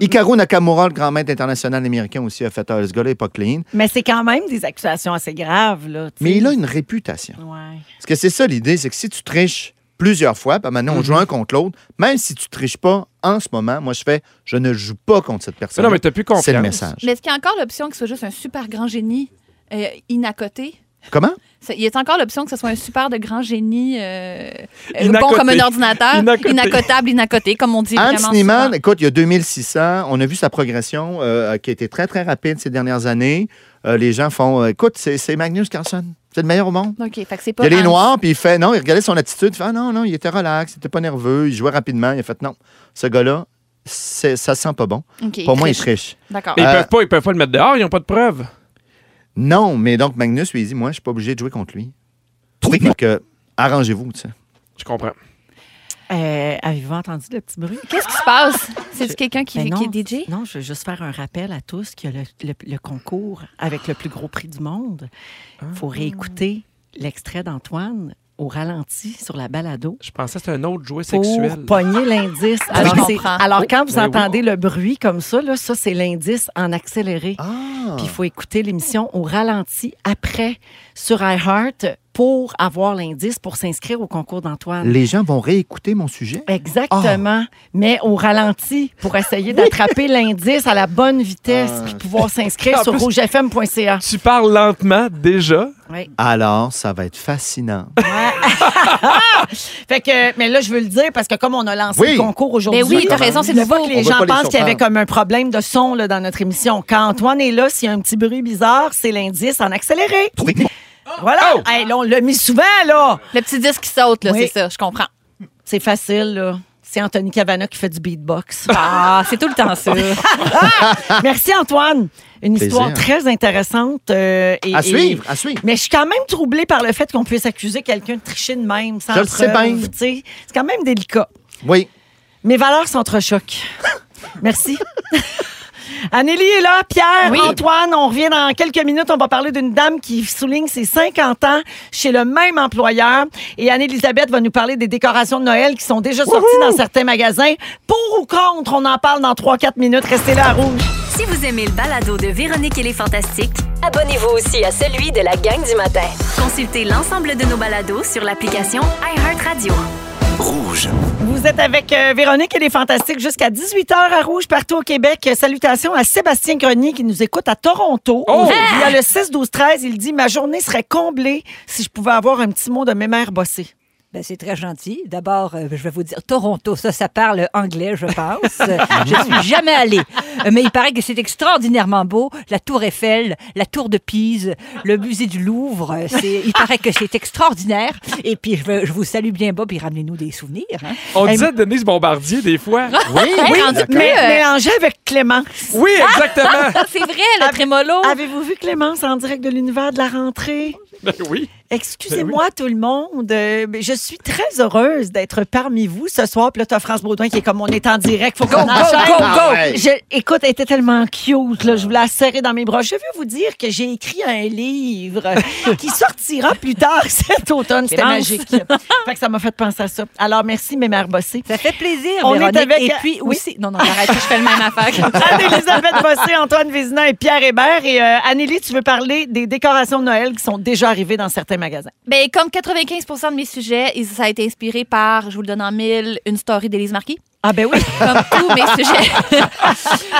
Speaker 1: Hikaru Nakamura, le grand maître international américain, aussi a fait Ah, ce gars-là n'est pas clean.
Speaker 2: Mais c'est quand même des accusations assez graves, là. tu sais.
Speaker 1: Mais il a une réputation.
Speaker 2: Ouais.
Speaker 1: Parce que c'est ça l'idée, c'est que si tu triches plusieurs fois, puis maintenant on joue un contre l'autre, même si tu triches pas en ce moment, moi je fais je ne joue pas contre cette
Speaker 7: Mais
Speaker 1: personne.
Speaker 7: non, mais t'as plus confiance.
Speaker 1: C'est le message.
Speaker 3: Mais est-ce qu'il y a encore l'option que ce soit juste un super grand génie euh, inacoté?
Speaker 1: Comment?
Speaker 3: Ça- Il y a encore l'option que ce soit un super de grand génie, euh, euh, bon
Speaker 7: Inacoté.
Speaker 3: comme un ordinateur,
Speaker 7: Inacoté.
Speaker 3: inacotable, inacoté, comme on dit.
Speaker 1: Hans
Speaker 3: vraiment
Speaker 1: Niemann,
Speaker 3: souvent.
Speaker 1: écoute, il y a 2600. On a vu sa progression euh, qui a été très, très rapide ces dernières années. Euh, les gens font euh, écoute, c'est c'est Magnus Carlsen. C'est le meilleur au monde.
Speaker 3: OK, fait que c'est
Speaker 1: Il
Speaker 3: pas
Speaker 1: y a les
Speaker 3: Hans.
Speaker 1: noirs, puis il fait non, il regardait son attitude. Il fait ah non, non, il était relax, il était pas nerveux, il jouait rapidement. Il a fait non, ce gars-là, c'est- ça sent pas bon.
Speaker 3: OK,
Speaker 1: Pour moi, il
Speaker 3: triche.
Speaker 1: triche.
Speaker 3: D'accord.
Speaker 7: Mais Ils
Speaker 1: Euh,
Speaker 7: peuvent pas, ils peuvent pas le mettre dehors, ils n'ont pas de preuves.
Speaker 1: Non, mais donc Magnus lui il dit moi, je suis pas obligé de jouer contre lui. Fait que, arrangez-vous, tu sais.
Speaker 7: Je comprends.
Speaker 2: Euh, Avez-vous entendu le petit bruit?
Speaker 3: Qu'est-ce qui se passe? C'est quelqu'un qui,
Speaker 2: Ben non,
Speaker 3: qui est DJ?
Speaker 2: Non, je veux juste faire un rappel à tous que le, le- le concours avec le plus gros prix du monde,
Speaker 3: Ah.
Speaker 2: il faut réécouter l'extrait d'Antoine au ralenti sur la balado
Speaker 7: Je pensais que c'était un autre jouet
Speaker 2: pour
Speaker 7: sexuel.
Speaker 2: pogner l'indice.
Speaker 3: Ah, je
Speaker 2: c'est-
Speaker 3: comprends.
Speaker 2: alors quand vous
Speaker 7: Ben oui.
Speaker 2: entendez le bruit comme ça, là, ça c'est l'indice en accéléré.
Speaker 1: Ah!
Speaker 2: Puis il faut écouter l'émission au ralenti après sur iHeart pour avoir l'indice pour s'inscrire au concours d'Antoine.
Speaker 1: Les gens vont réécouter mon sujet.
Speaker 2: Exactement, mais au ralenti pour essayer d'attraper l'indice à la bonne vitesse
Speaker 1: Ah.
Speaker 2: puis pouvoir s'inscrire
Speaker 7: En
Speaker 2: sur
Speaker 7: plus-
Speaker 2: rougefm.ca.
Speaker 7: Tu parles lentement déjà.
Speaker 2: Oui.
Speaker 1: Alors, ça va être fascinant.
Speaker 2: Fait que, mais là, je veux le dire parce que comme on a lancé
Speaker 1: Oui.
Speaker 2: le concours aujourd'hui,
Speaker 3: Mais oui, t'as
Speaker 1: Exactement.
Speaker 3: raison, c'est
Speaker 2: il ne faut pas
Speaker 3: nouveau.
Speaker 2: que les
Speaker 1: On veut
Speaker 2: gens
Speaker 1: pas les
Speaker 2: pensent qu'il y avait
Speaker 1: surprendre.
Speaker 2: comme un problème de son là, dans notre émission. Quand Antoine est là, s'il y a un petit bruit bizarre, c'est l'indice en accéléré. Voilà.
Speaker 7: Oh!
Speaker 2: Hey, là, on l'a mis souvent, là.
Speaker 3: Le petit disque qui saute, là,
Speaker 2: Oui.
Speaker 3: c'est ça, je comprends.
Speaker 2: C'est facile, là. C'est Anthony Cavana qui fait du beatbox.
Speaker 3: Ah, c'est tout le temps ça.
Speaker 2: Merci, Antoine. Une
Speaker 1: Plaisir.
Speaker 2: histoire très intéressante. euh, et,
Speaker 1: À
Speaker 2: et-
Speaker 1: suivre, à suivre.
Speaker 2: Mais je suis quand même troublée par le fait qu'on puisse accuser quelqu'un de tricher de même, sans
Speaker 1: Je le sais
Speaker 2: preuve,
Speaker 1: bien.
Speaker 2: tu sais. C'est quand même délicat.
Speaker 1: Oui.
Speaker 2: Mes valeurs s'entrechoquent. Merci. Anneli est là, Pierre,
Speaker 3: Oui.
Speaker 2: Antoine, on revient dans quelques minutes. On va parler d'une dame qui souligne ses 50 ans chez le même employeur. Et Anne-Elisabeth va nous parler des décorations de Noël qui sont déjà sorties dans certains magasins. Pour ou contre, on en parle dans 3-4 minutes. Restez là à rouge.
Speaker 10: Si vous aimez le balado de Véronique et les Fantastiques,
Speaker 11: Abonnez-vous aussi à celui de la gang du matin.
Speaker 10: consultez l'ensemble de nos balados sur l'application iHeartRadio.
Speaker 2: Vous êtes avec euh, Véronique et les Fantastiques jusqu'à 18h à Rouge, partout au Québec. Euh, Salutations à Sébastien Grenier qui nous écoute à Toronto.
Speaker 7: Oh!
Speaker 2: Il y a le 6-12-13, il dit « Ma journée serait comblée si je pouvais avoir un petit mot de mes mères bossées.
Speaker 12: Ben, c'est très gentil. D'abord, euh, je vais vous dire Toronto, ça, ça parle anglais, je pense. Euh,
Speaker 2: Ah
Speaker 12: je suis jamais allée. Euh, Mais il paraît que c'est extraordinairement beau. La Tour Eiffel, la Tour de Pise, le musée du Louvre. euh, c'est- Il paraît que c'est extraordinaire. Et puis, je, veux- je vous salue bien bas, puis ramenez-nous des souvenirs. hein.
Speaker 7: On disait Denise Bombardier des fois.
Speaker 1: Oui,
Speaker 3: Hey,
Speaker 1: oui.
Speaker 3: rendu
Speaker 1: d'accord.
Speaker 3: plus,
Speaker 2: Mais
Speaker 3: euh,
Speaker 2: mélangé avec Clémence.
Speaker 7: Oui, exactement.
Speaker 3: c'est vrai, le trémolo.
Speaker 2: Avez-vous vu Clémence en direct de l'univers de la rentrée?
Speaker 7: Ben oui. Ben
Speaker 2: Excusez-moi tout le monde, Euh, mais je suis très heureuse d'être parmi vous ce soir. Puis là, t'as France Baudouin qui est comme on est en direct, faut qu'on enchaîne.
Speaker 1: Ah, ouais.
Speaker 2: Je- écoute, elle était tellement cute, là, je voulais la serrer dans mes bras. Je veux vous dire que j'ai écrit un livre qui sortira plus tard cet automne. C'était
Speaker 3: Clémence.
Speaker 2: magique. fait que ça m'a fait penser à ça. Alors, merci, mes mères bossées.
Speaker 12: Ça fait plaisir,
Speaker 2: On est
Speaker 12: Véronique.
Speaker 2: avec-
Speaker 12: Et puis
Speaker 2: oui.
Speaker 12: aussi... Non, non,
Speaker 3: Arrête, je fais le même affaire.
Speaker 2: Anne-Elisabeth Bossé, Antoine Vézina et Pierre Hébert. Et euh, Anneli, tu veux parler des décorations de Noël qui sont déjà arrivées dans certains magasins.
Speaker 3: Ben, comme 95 de mes sujets, ils- ça a été inspiré par, je vous le donne en mille, une story d'Élise Marquis.
Speaker 2: Ah ben oui.
Speaker 3: Comme tous mes sujets.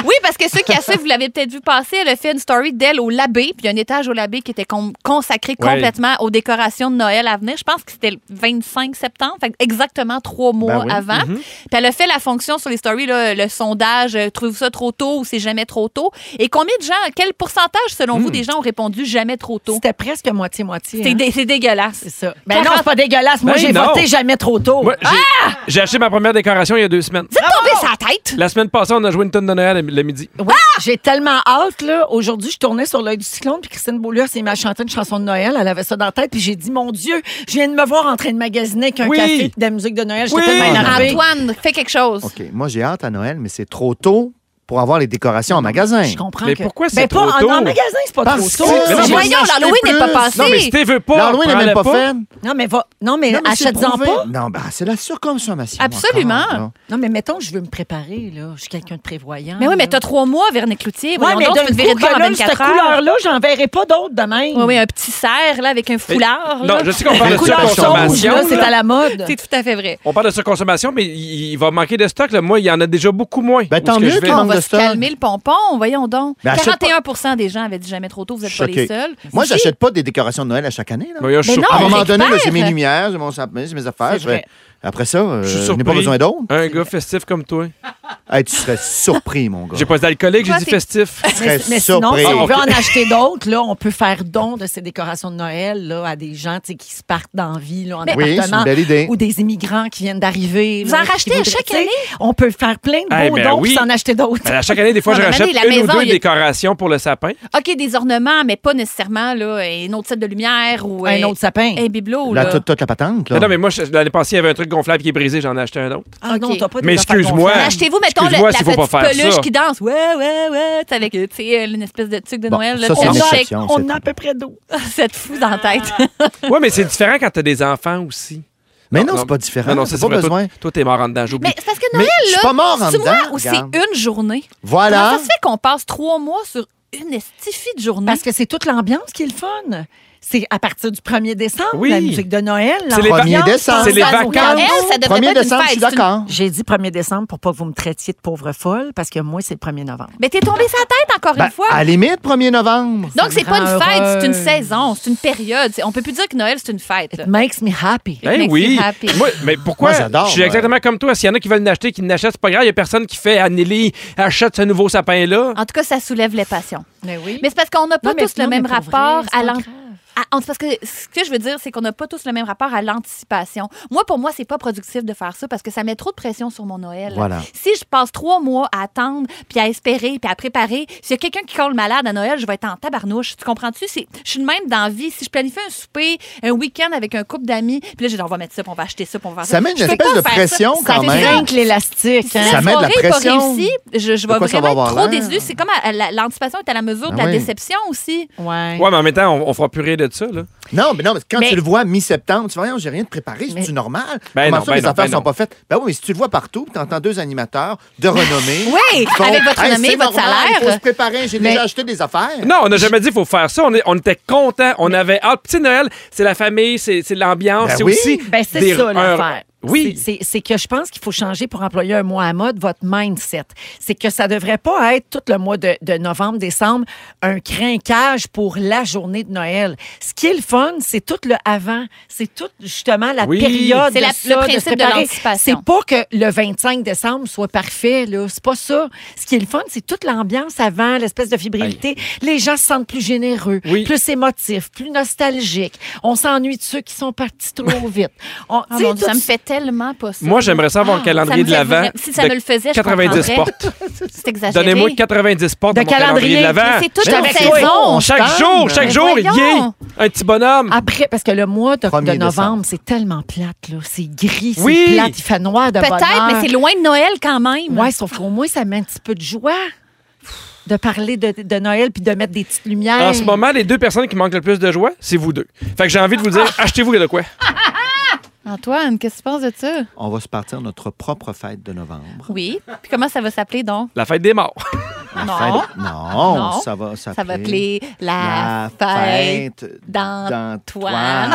Speaker 3: oui, parce que ceux qui la suivent, vous l'avez peut-être vu passer, elle a fait une story d'elle au Labé, puis il y a un étage au Labé qui était con- consacré
Speaker 7: Ouais.
Speaker 3: complètement aux décorations de Noël à venir. Je pense que c'était le 25 septembre, fait que exactement trois mois
Speaker 7: Ben oui.
Speaker 3: avant.
Speaker 7: Mhm.
Speaker 3: Puis elle a fait la fonction sur les stories, là, le sondage, euh, trouvez-vous ça trop tôt ou c'est jamais trop tôt. Et combien de gens, quel pourcentage selon
Speaker 7: Hmm.
Speaker 3: vous des gens ont répondu jamais trop tôt?
Speaker 2: C'était presque moitié-moitié.
Speaker 3: C'est
Speaker 2: hein?
Speaker 3: dé- c'est dégueulasse.
Speaker 2: C'est ça. Ben non, c'est pas dégueulasse. Moi,
Speaker 7: Ben
Speaker 2: j'ai
Speaker 7: non.
Speaker 2: voté jamais trop tôt. Ah,
Speaker 7: Moi, j'ai-
Speaker 3: Ah!
Speaker 7: J'ai acheté ma première décoration il y a deux semaines.
Speaker 3: Vous êtes tombé sur la tête?
Speaker 7: La semaine passée, on a joué une tonne de Noël le midi.
Speaker 2: Ouais,
Speaker 3: Ah!
Speaker 2: j'ai tellement hâte, là. Aujourd'hui, je tournais sur l'œil du cyclone, puis Christine Beaulieu s'est mise à chanter une chanson de Noël. Elle avait ça dans la tête, puis j'ai dit, mon Dieu, je viens de me voir en train de magasiner avec un
Speaker 7: Oui.
Speaker 2: café de la musique de Noël. J'étais
Speaker 7: Oui. Ah,
Speaker 2: tellement énervée.
Speaker 3: Antoine, fais quelque chose.
Speaker 1: OK, moi, j'ai hâte à Noël, mais c'est trop tôt pour avoir les décorations en magasin.
Speaker 2: Je comprends
Speaker 7: Mais
Speaker 2: que-
Speaker 7: pourquoi c'est
Speaker 2: Ben, pas
Speaker 7: trop
Speaker 2: en-
Speaker 7: tôt?
Speaker 2: En magasin, c'est pas
Speaker 1: Parce
Speaker 2: trop tôt.
Speaker 1: que- Mais non, mais-
Speaker 3: Voyons, l'Halloween n'est pas passé.
Speaker 7: Non, mais si t'es veux pas.
Speaker 1: L'Halloween n'est
Speaker 7: prends-le
Speaker 1: même pas fait.
Speaker 2: Non, mais va. Non, mais,
Speaker 1: Non, mais c'est
Speaker 2: achète-en
Speaker 1: prouvé.
Speaker 2: pas.
Speaker 1: Non, ben, c'est la surconsommation.
Speaker 3: Absolument.
Speaker 1: encore, là.
Speaker 2: Non, mais mettons, je veux me préparer, là. Je suis quelqu'un de prévoyant.
Speaker 3: Mais oui, mais
Speaker 2: là.
Speaker 3: t'as trois mois, Véronique Cloutier.
Speaker 2: Ouais,
Speaker 3: Voyons
Speaker 2: mais
Speaker 3: donc,
Speaker 2: d'un
Speaker 3: tu peux te virer
Speaker 2: coup,
Speaker 3: de bord en
Speaker 2: que là, cette
Speaker 3: 24 heures.
Speaker 2: couleur-là, j'en verrai pas d'autres demain.
Speaker 3: Oui, oui, un petit cerf, là, avec un foulard.
Speaker 7: Non,
Speaker 3: là.
Speaker 7: je sais qu'on parle de
Speaker 2: couleur
Speaker 7: surconsommation.
Speaker 2: là, c'est
Speaker 7: là.
Speaker 2: à la mode.
Speaker 3: C'est tout à fait vrai.
Speaker 7: On parle de surconsommation, mais il il va manquer de stock. là. Moi, il y en a déjà beaucoup moins.
Speaker 1: Ben,
Speaker 7: Où
Speaker 1: tant
Speaker 7: est-ce que
Speaker 1: mieux,
Speaker 7: je vais?
Speaker 1: toi.
Speaker 3: Ah, On
Speaker 1: Manque de
Speaker 3: va se
Speaker 1: stock.
Speaker 3: calmer le pompon, voyons donc.
Speaker 1: Mais achète
Speaker 3: 41 des gens avaient dit jamais trop tôt, vous n'êtes pas les
Speaker 1: Choqué.
Speaker 3: seuls.
Speaker 1: Moi,
Speaker 3: Si.
Speaker 1: j'achète pas des décorations de Noël à chaque année. là.
Speaker 7: Voyons, je suis
Speaker 3: Mais
Speaker 1: à
Speaker 7: surpris.
Speaker 1: un
Speaker 3: non,
Speaker 1: moment donné, là, j'ai
Speaker 3: récupère.
Speaker 1: mes lumières, j'ai mon sapin, j'ai mes affaires.
Speaker 2: C'est
Speaker 1: je vais-
Speaker 2: vrai.
Speaker 1: Après ça, euh,
Speaker 7: Je suis
Speaker 1: je
Speaker 7: surpris.
Speaker 1: n'ai pas besoin d'autres.
Speaker 7: Un gars festif comme toi.
Speaker 1: Hey, tu serais surpris, mon gars.
Speaker 7: J'ai pas d'alcoolique, j'ai
Speaker 3: Toi,
Speaker 7: dit
Speaker 3: t'es-
Speaker 7: festif.
Speaker 1: Tu
Speaker 2: Mais,
Speaker 1: serais
Speaker 2: mais sinon, si
Speaker 1: surpris.
Speaker 2: on veut
Speaker 7: Ah, ok.
Speaker 2: en acheter d'autres, là, on peut faire don de ces décorations de Noël là, à des gens tu sais, qui se partent d'envie là, en
Speaker 1: Oui, c'est
Speaker 2: appartement
Speaker 1: une belle idée.
Speaker 2: ou des immigrants qui viennent d'arriver.
Speaker 3: Vous
Speaker 2: là,
Speaker 3: en
Speaker 2: qui
Speaker 3: rachetez à
Speaker 2: voudraient-
Speaker 3: chaque
Speaker 2: tu sais,
Speaker 3: année?
Speaker 2: On peut faire plein de
Speaker 7: Eh
Speaker 2: beaux
Speaker 7: ben
Speaker 2: dons
Speaker 7: oui.
Speaker 2: puis s'en acheter d'autres.
Speaker 7: Ben, À chaque année, des fois,
Speaker 3: Non,
Speaker 7: je
Speaker 3: mais
Speaker 7: rachète
Speaker 3: la
Speaker 7: une ou
Speaker 3: maison,
Speaker 7: deux
Speaker 3: il y a-
Speaker 7: décorations pour le sapin.
Speaker 3: OK, des ornements, mais pas nécessairement là, un autre set de lumière ou euh,
Speaker 2: Un autre sapin.
Speaker 3: un bibelot.
Speaker 1: Là,
Speaker 3: là.
Speaker 1: toute, toute la patente. Là.
Speaker 7: Non, non, mais moi, je- l'année passée, il y avait un truc gonflable qui est brisé, j'en ai acheté un autre.
Speaker 2: Ah non,
Speaker 3: Ok.
Speaker 2: t'as pas des
Speaker 7: Mais
Speaker 2: affaires
Speaker 7: excuse-moi.
Speaker 3: Mais
Speaker 2: gonflables.
Speaker 3: Achetez-vous, mettons, le-
Speaker 7: Excuse-moi
Speaker 3: la
Speaker 7: s'il faut
Speaker 3: petite
Speaker 7: pas faire
Speaker 3: peluche
Speaker 7: ça.
Speaker 3: qui danse. Ouais, ouais, ouais. t'sais, Avec tu sais, une espèce de tuque de
Speaker 1: Bon,
Speaker 3: Noël.
Speaker 1: ça,
Speaker 3: là,
Speaker 1: c'est
Speaker 3: on
Speaker 1: une
Speaker 3: check
Speaker 1: exception,
Speaker 2: On
Speaker 1: c'est
Speaker 2: en a à
Speaker 1: tout.
Speaker 2: peu près d'eau.
Speaker 3: cette fouse en tête.
Speaker 7: Ouais, mais c'est différent quand t'as des enfants aussi.
Speaker 1: Mais non, c'est pas différent.
Speaker 7: Non, non,
Speaker 1: T'as
Speaker 7: ça,
Speaker 1: pas
Speaker 7: c'est vrai. Toi,
Speaker 1: besoin.
Speaker 7: toi, t'es mort en dedans, j'oublie.
Speaker 3: mais c'est parce que
Speaker 1: Mais
Speaker 3: Noël,
Speaker 1: je suis
Speaker 3: là,
Speaker 1: pas mort en
Speaker 3: c'est moi
Speaker 1: dedans,
Speaker 3: ou c'est
Speaker 1: regarde.
Speaker 3: une journée.
Speaker 1: Voilà.
Speaker 3: Comment ça se fait qu'on passe trois mois sur une estifie de journée?
Speaker 2: Parce que c'est toute l'ambiance qui est le fun. C'est à partir du 1er décembre,
Speaker 7: Oui.
Speaker 2: la musique de Noël.
Speaker 7: C'est les
Speaker 2: l'ambiance,
Speaker 7: vacances.
Speaker 1: 1er décembre.
Speaker 7: C'est les
Speaker 2: ça,
Speaker 7: vacances.
Speaker 2: cadeau.
Speaker 3: Noël, ça
Speaker 1: 1er
Speaker 3: devrait pas être une
Speaker 1: décembre, je
Speaker 3: fête,
Speaker 1: suis
Speaker 3: c'est une-
Speaker 1: d'accord.
Speaker 2: J'ai dit 1er décembre pour pas que vous me traitiez de pauvre folle, parce que moi, c'est le 1er novembre.
Speaker 3: Mais t'es tombé sa tête encore
Speaker 1: Ben,
Speaker 3: une fois.
Speaker 1: à la limite, 1er novembre.
Speaker 2: Ça
Speaker 3: Donc, c'est
Speaker 2: me
Speaker 3: pas une
Speaker 2: rend
Speaker 3: fête, c'est une
Speaker 2: heureuse.
Speaker 3: saison, c'est une période. C'est- On peut plus dire que Noël, c'est une fête. là.
Speaker 2: It makes me happy.
Speaker 7: Ben
Speaker 3: Makes
Speaker 7: oui.
Speaker 3: you happy.
Speaker 7: Moi, mais pourquoi?
Speaker 1: Moi, j'adore,
Speaker 7: Je suis
Speaker 1: ouais.
Speaker 7: exactement comme toi. S'il y en a qui veulent l'acheter, qui n'achètent, c'est pas grave. Il y a personne qui fait Anneli, achète ce nouveau sapin-là.
Speaker 3: En tout cas, ça soulève les passions.
Speaker 2: Mais oui.
Speaker 3: Mais c'est parce qu'on n'a pas
Speaker 2: Non, mais-
Speaker 3: tous le
Speaker 2: non, mais
Speaker 3: même
Speaker 2: pour vrai,
Speaker 3: rapport
Speaker 2: c'est
Speaker 3: à
Speaker 2: pas
Speaker 3: l'an-
Speaker 2: grave.
Speaker 3: à- en- Parce que ce que je veux dire, c'est qu'on n'a pas tous le même rapport à l'anticipation. Moi, pour moi, c'est pas productif de faire ça parce que ça met trop de pression sur mon Noël.
Speaker 1: Voilà.
Speaker 3: Si je passe trois mois à attendre, puis à espérer, puis à préparer, s'il y a quelqu'un qui colle malade à Noël, je vais être en tabarnouche. Tu comprends-tu? C'est- Je suis de même dans la vie. Si je planifie un souper, un week-end avec un couple d'amis, puis là, je dis, on va mettre ça, puis on va acheter ça, puis on va faire
Speaker 1: Ça met une
Speaker 3: Je peux
Speaker 1: espèce
Speaker 3: pas
Speaker 1: de
Speaker 3: faire ça.
Speaker 1: pression
Speaker 3: Ça
Speaker 1: quand
Speaker 3: fait
Speaker 1: même.
Speaker 3: ça.
Speaker 2: Crinque l'élastique.
Speaker 3: Si
Speaker 2: hein?
Speaker 3: la
Speaker 1: Ça met de la
Speaker 3: soirée est Pas
Speaker 1: pression.
Speaker 3: réussie, je, je
Speaker 1: De
Speaker 3: vais
Speaker 1: quoi ça
Speaker 3: vraiment
Speaker 1: va
Speaker 3: être trop
Speaker 1: avoir l'air?
Speaker 3: déçue. C'est comme à la- l'anticipation est à la mesure de
Speaker 1: Ah
Speaker 3: la
Speaker 1: oui.
Speaker 3: déception aussi.
Speaker 2: Ouais.
Speaker 7: Ouais, mais en même temps, on, on fera plus rien de ça, là.
Speaker 1: Non, mais non, mais quand
Speaker 3: Mais-
Speaker 1: tu le vois mi-septembre, tu vois, voyons, j'ai rien de préparé, c'est-tu normal?
Speaker 7: Ben
Speaker 1: Comment
Speaker 7: non,
Speaker 1: ça,
Speaker 7: ben
Speaker 1: les
Speaker 7: non,
Speaker 1: affaires
Speaker 7: ben
Speaker 1: sont
Speaker 7: non.
Speaker 1: pas faites? Ben oui, mais si tu le vois partout, tu entends deux animateurs de renommée.
Speaker 3: Oui,
Speaker 1: qui font,
Speaker 3: avec votre
Speaker 1: Hey,
Speaker 3: renommée,
Speaker 1: c'est
Speaker 3: votre
Speaker 1: normal, Il faut
Speaker 3: salaire.
Speaker 1: se préparer, j'ai
Speaker 2: Mais-
Speaker 1: déjà acheté des affaires.
Speaker 7: Non, on n'a jamais dit qu'il faut faire ça. On, est- on était contents. On avait hâte. Petit Noël, c'est la famille, c'est c'est l'ambiance.
Speaker 1: Ben
Speaker 7: c'est
Speaker 1: oui.
Speaker 7: aussi.
Speaker 2: Ben, c'est
Speaker 7: des-
Speaker 2: ça
Speaker 7: un-
Speaker 2: l'affaire.
Speaker 7: Oui.
Speaker 2: C'est- C'est c'est que je pense qu'il faut changer pour employer un mot à mode votre mindset. C'est que ça devrait pas être tout le mois de, de novembre, décembre, un crinquage pour la journée de Noël. Ce qui est le fun, c'est tout le avant. C'est tout, justement, la
Speaker 7: Oui.
Speaker 2: période.
Speaker 3: C'est
Speaker 2: de
Speaker 3: la-
Speaker 2: ça, de
Speaker 3: le
Speaker 2: se
Speaker 3: principe de
Speaker 2: préparer.
Speaker 3: l'anticipation.
Speaker 2: C'est pas que le 25 décembre soit parfait, là. C'est pas ça. Ce qui est le fun, c'est toute l'ambiance avant, l'espèce de fébrilité. Les gens se sentent plus généreux,
Speaker 7: Oui.
Speaker 2: plus émotifs, plus nostalgiques. On s'ennuie de ceux qui sont partis trop vite. On,
Speaker 3: Ah,
Speaker 2: tu sais,
Speaker 3: mon Dieu,
Speaker 2: tout
Speaker 3: ça me fait tellement pas ça.
Speaker 7: Moi, j'aimerais ça avoir
Speaker 3: Ah,
Speaker 7: le calendrier
Speaker 3: ça me
Speaker 7: de l'avant.
Speaker 3: fait- Si ça me le faisait, je
Speaker 7: 90
Speaker 3: comprendrais.
Speaker 7: portes.
Speaker 3: C'est exagéré.
Speaker 7: Donnez-moi 90 portes
Speaker 2: De
Speaker 7: dans mon calendrier de
Speaker 2: calendrier,
Speaker 7: l'avant.
Speaker 3: Mais C'est toute
Speaker 1: Mais
Speaker 3: la
Speaker 1: non,
Speaker 2: c'est-
Speaker 3: saison.
Speaker 7: Chaque
Speaker 1: Stan.
Speaker 7: jour, chaque
Speaker 3: Mais
Speaker 7: jour,
Speaker 3: voyons. Ah,
Speaker 7: yeah, un petit bonhomme.
Speaker 2: Après, parce que le mois de, de
Speaker 1: 1er
Speaker 2: novembre,
Speaker 1: décembre.
Speaker 2: c'est tellement plate, là. C'est gris, c'est
Speaker 7: Oui.
Speaker 2: plate, il fait noir de
Speaker 3: Peut-être, mais c'est loin de Noël quand même.
Speaker 2: Ouais, sauf qu'au moins, ça met un petit peu de joie de parler de, de Noël puis de mettre des petites lumières.
Speaker 3: ben.
Speaker 7: En ce moment, les deux personnes qui manquent le plus de joie, c'est vous deux. Fait que j'ai envie de vous
Speaker 3: Ah.
Speaker 7: dire, achetez-vous de quoi.
Speaker 3: Antoine, qu'est-ce que tu penses de ça?
Speaker 1: On va se partir notre propre fête de novembre.
Speaker 3: Oui. Puis comment ça va s'appeler donc?
Speaker 7: La fête des morts.
Speaker 1: La
Speaker 3: Non.
Speaker 1: fête- Non,
Speaker 3: Non.
Speaker 1: ça va
Speaker 3: Ça
Speaker 1: s'appeler...
Speaker 3: va appeler la, fête, d'Antoine.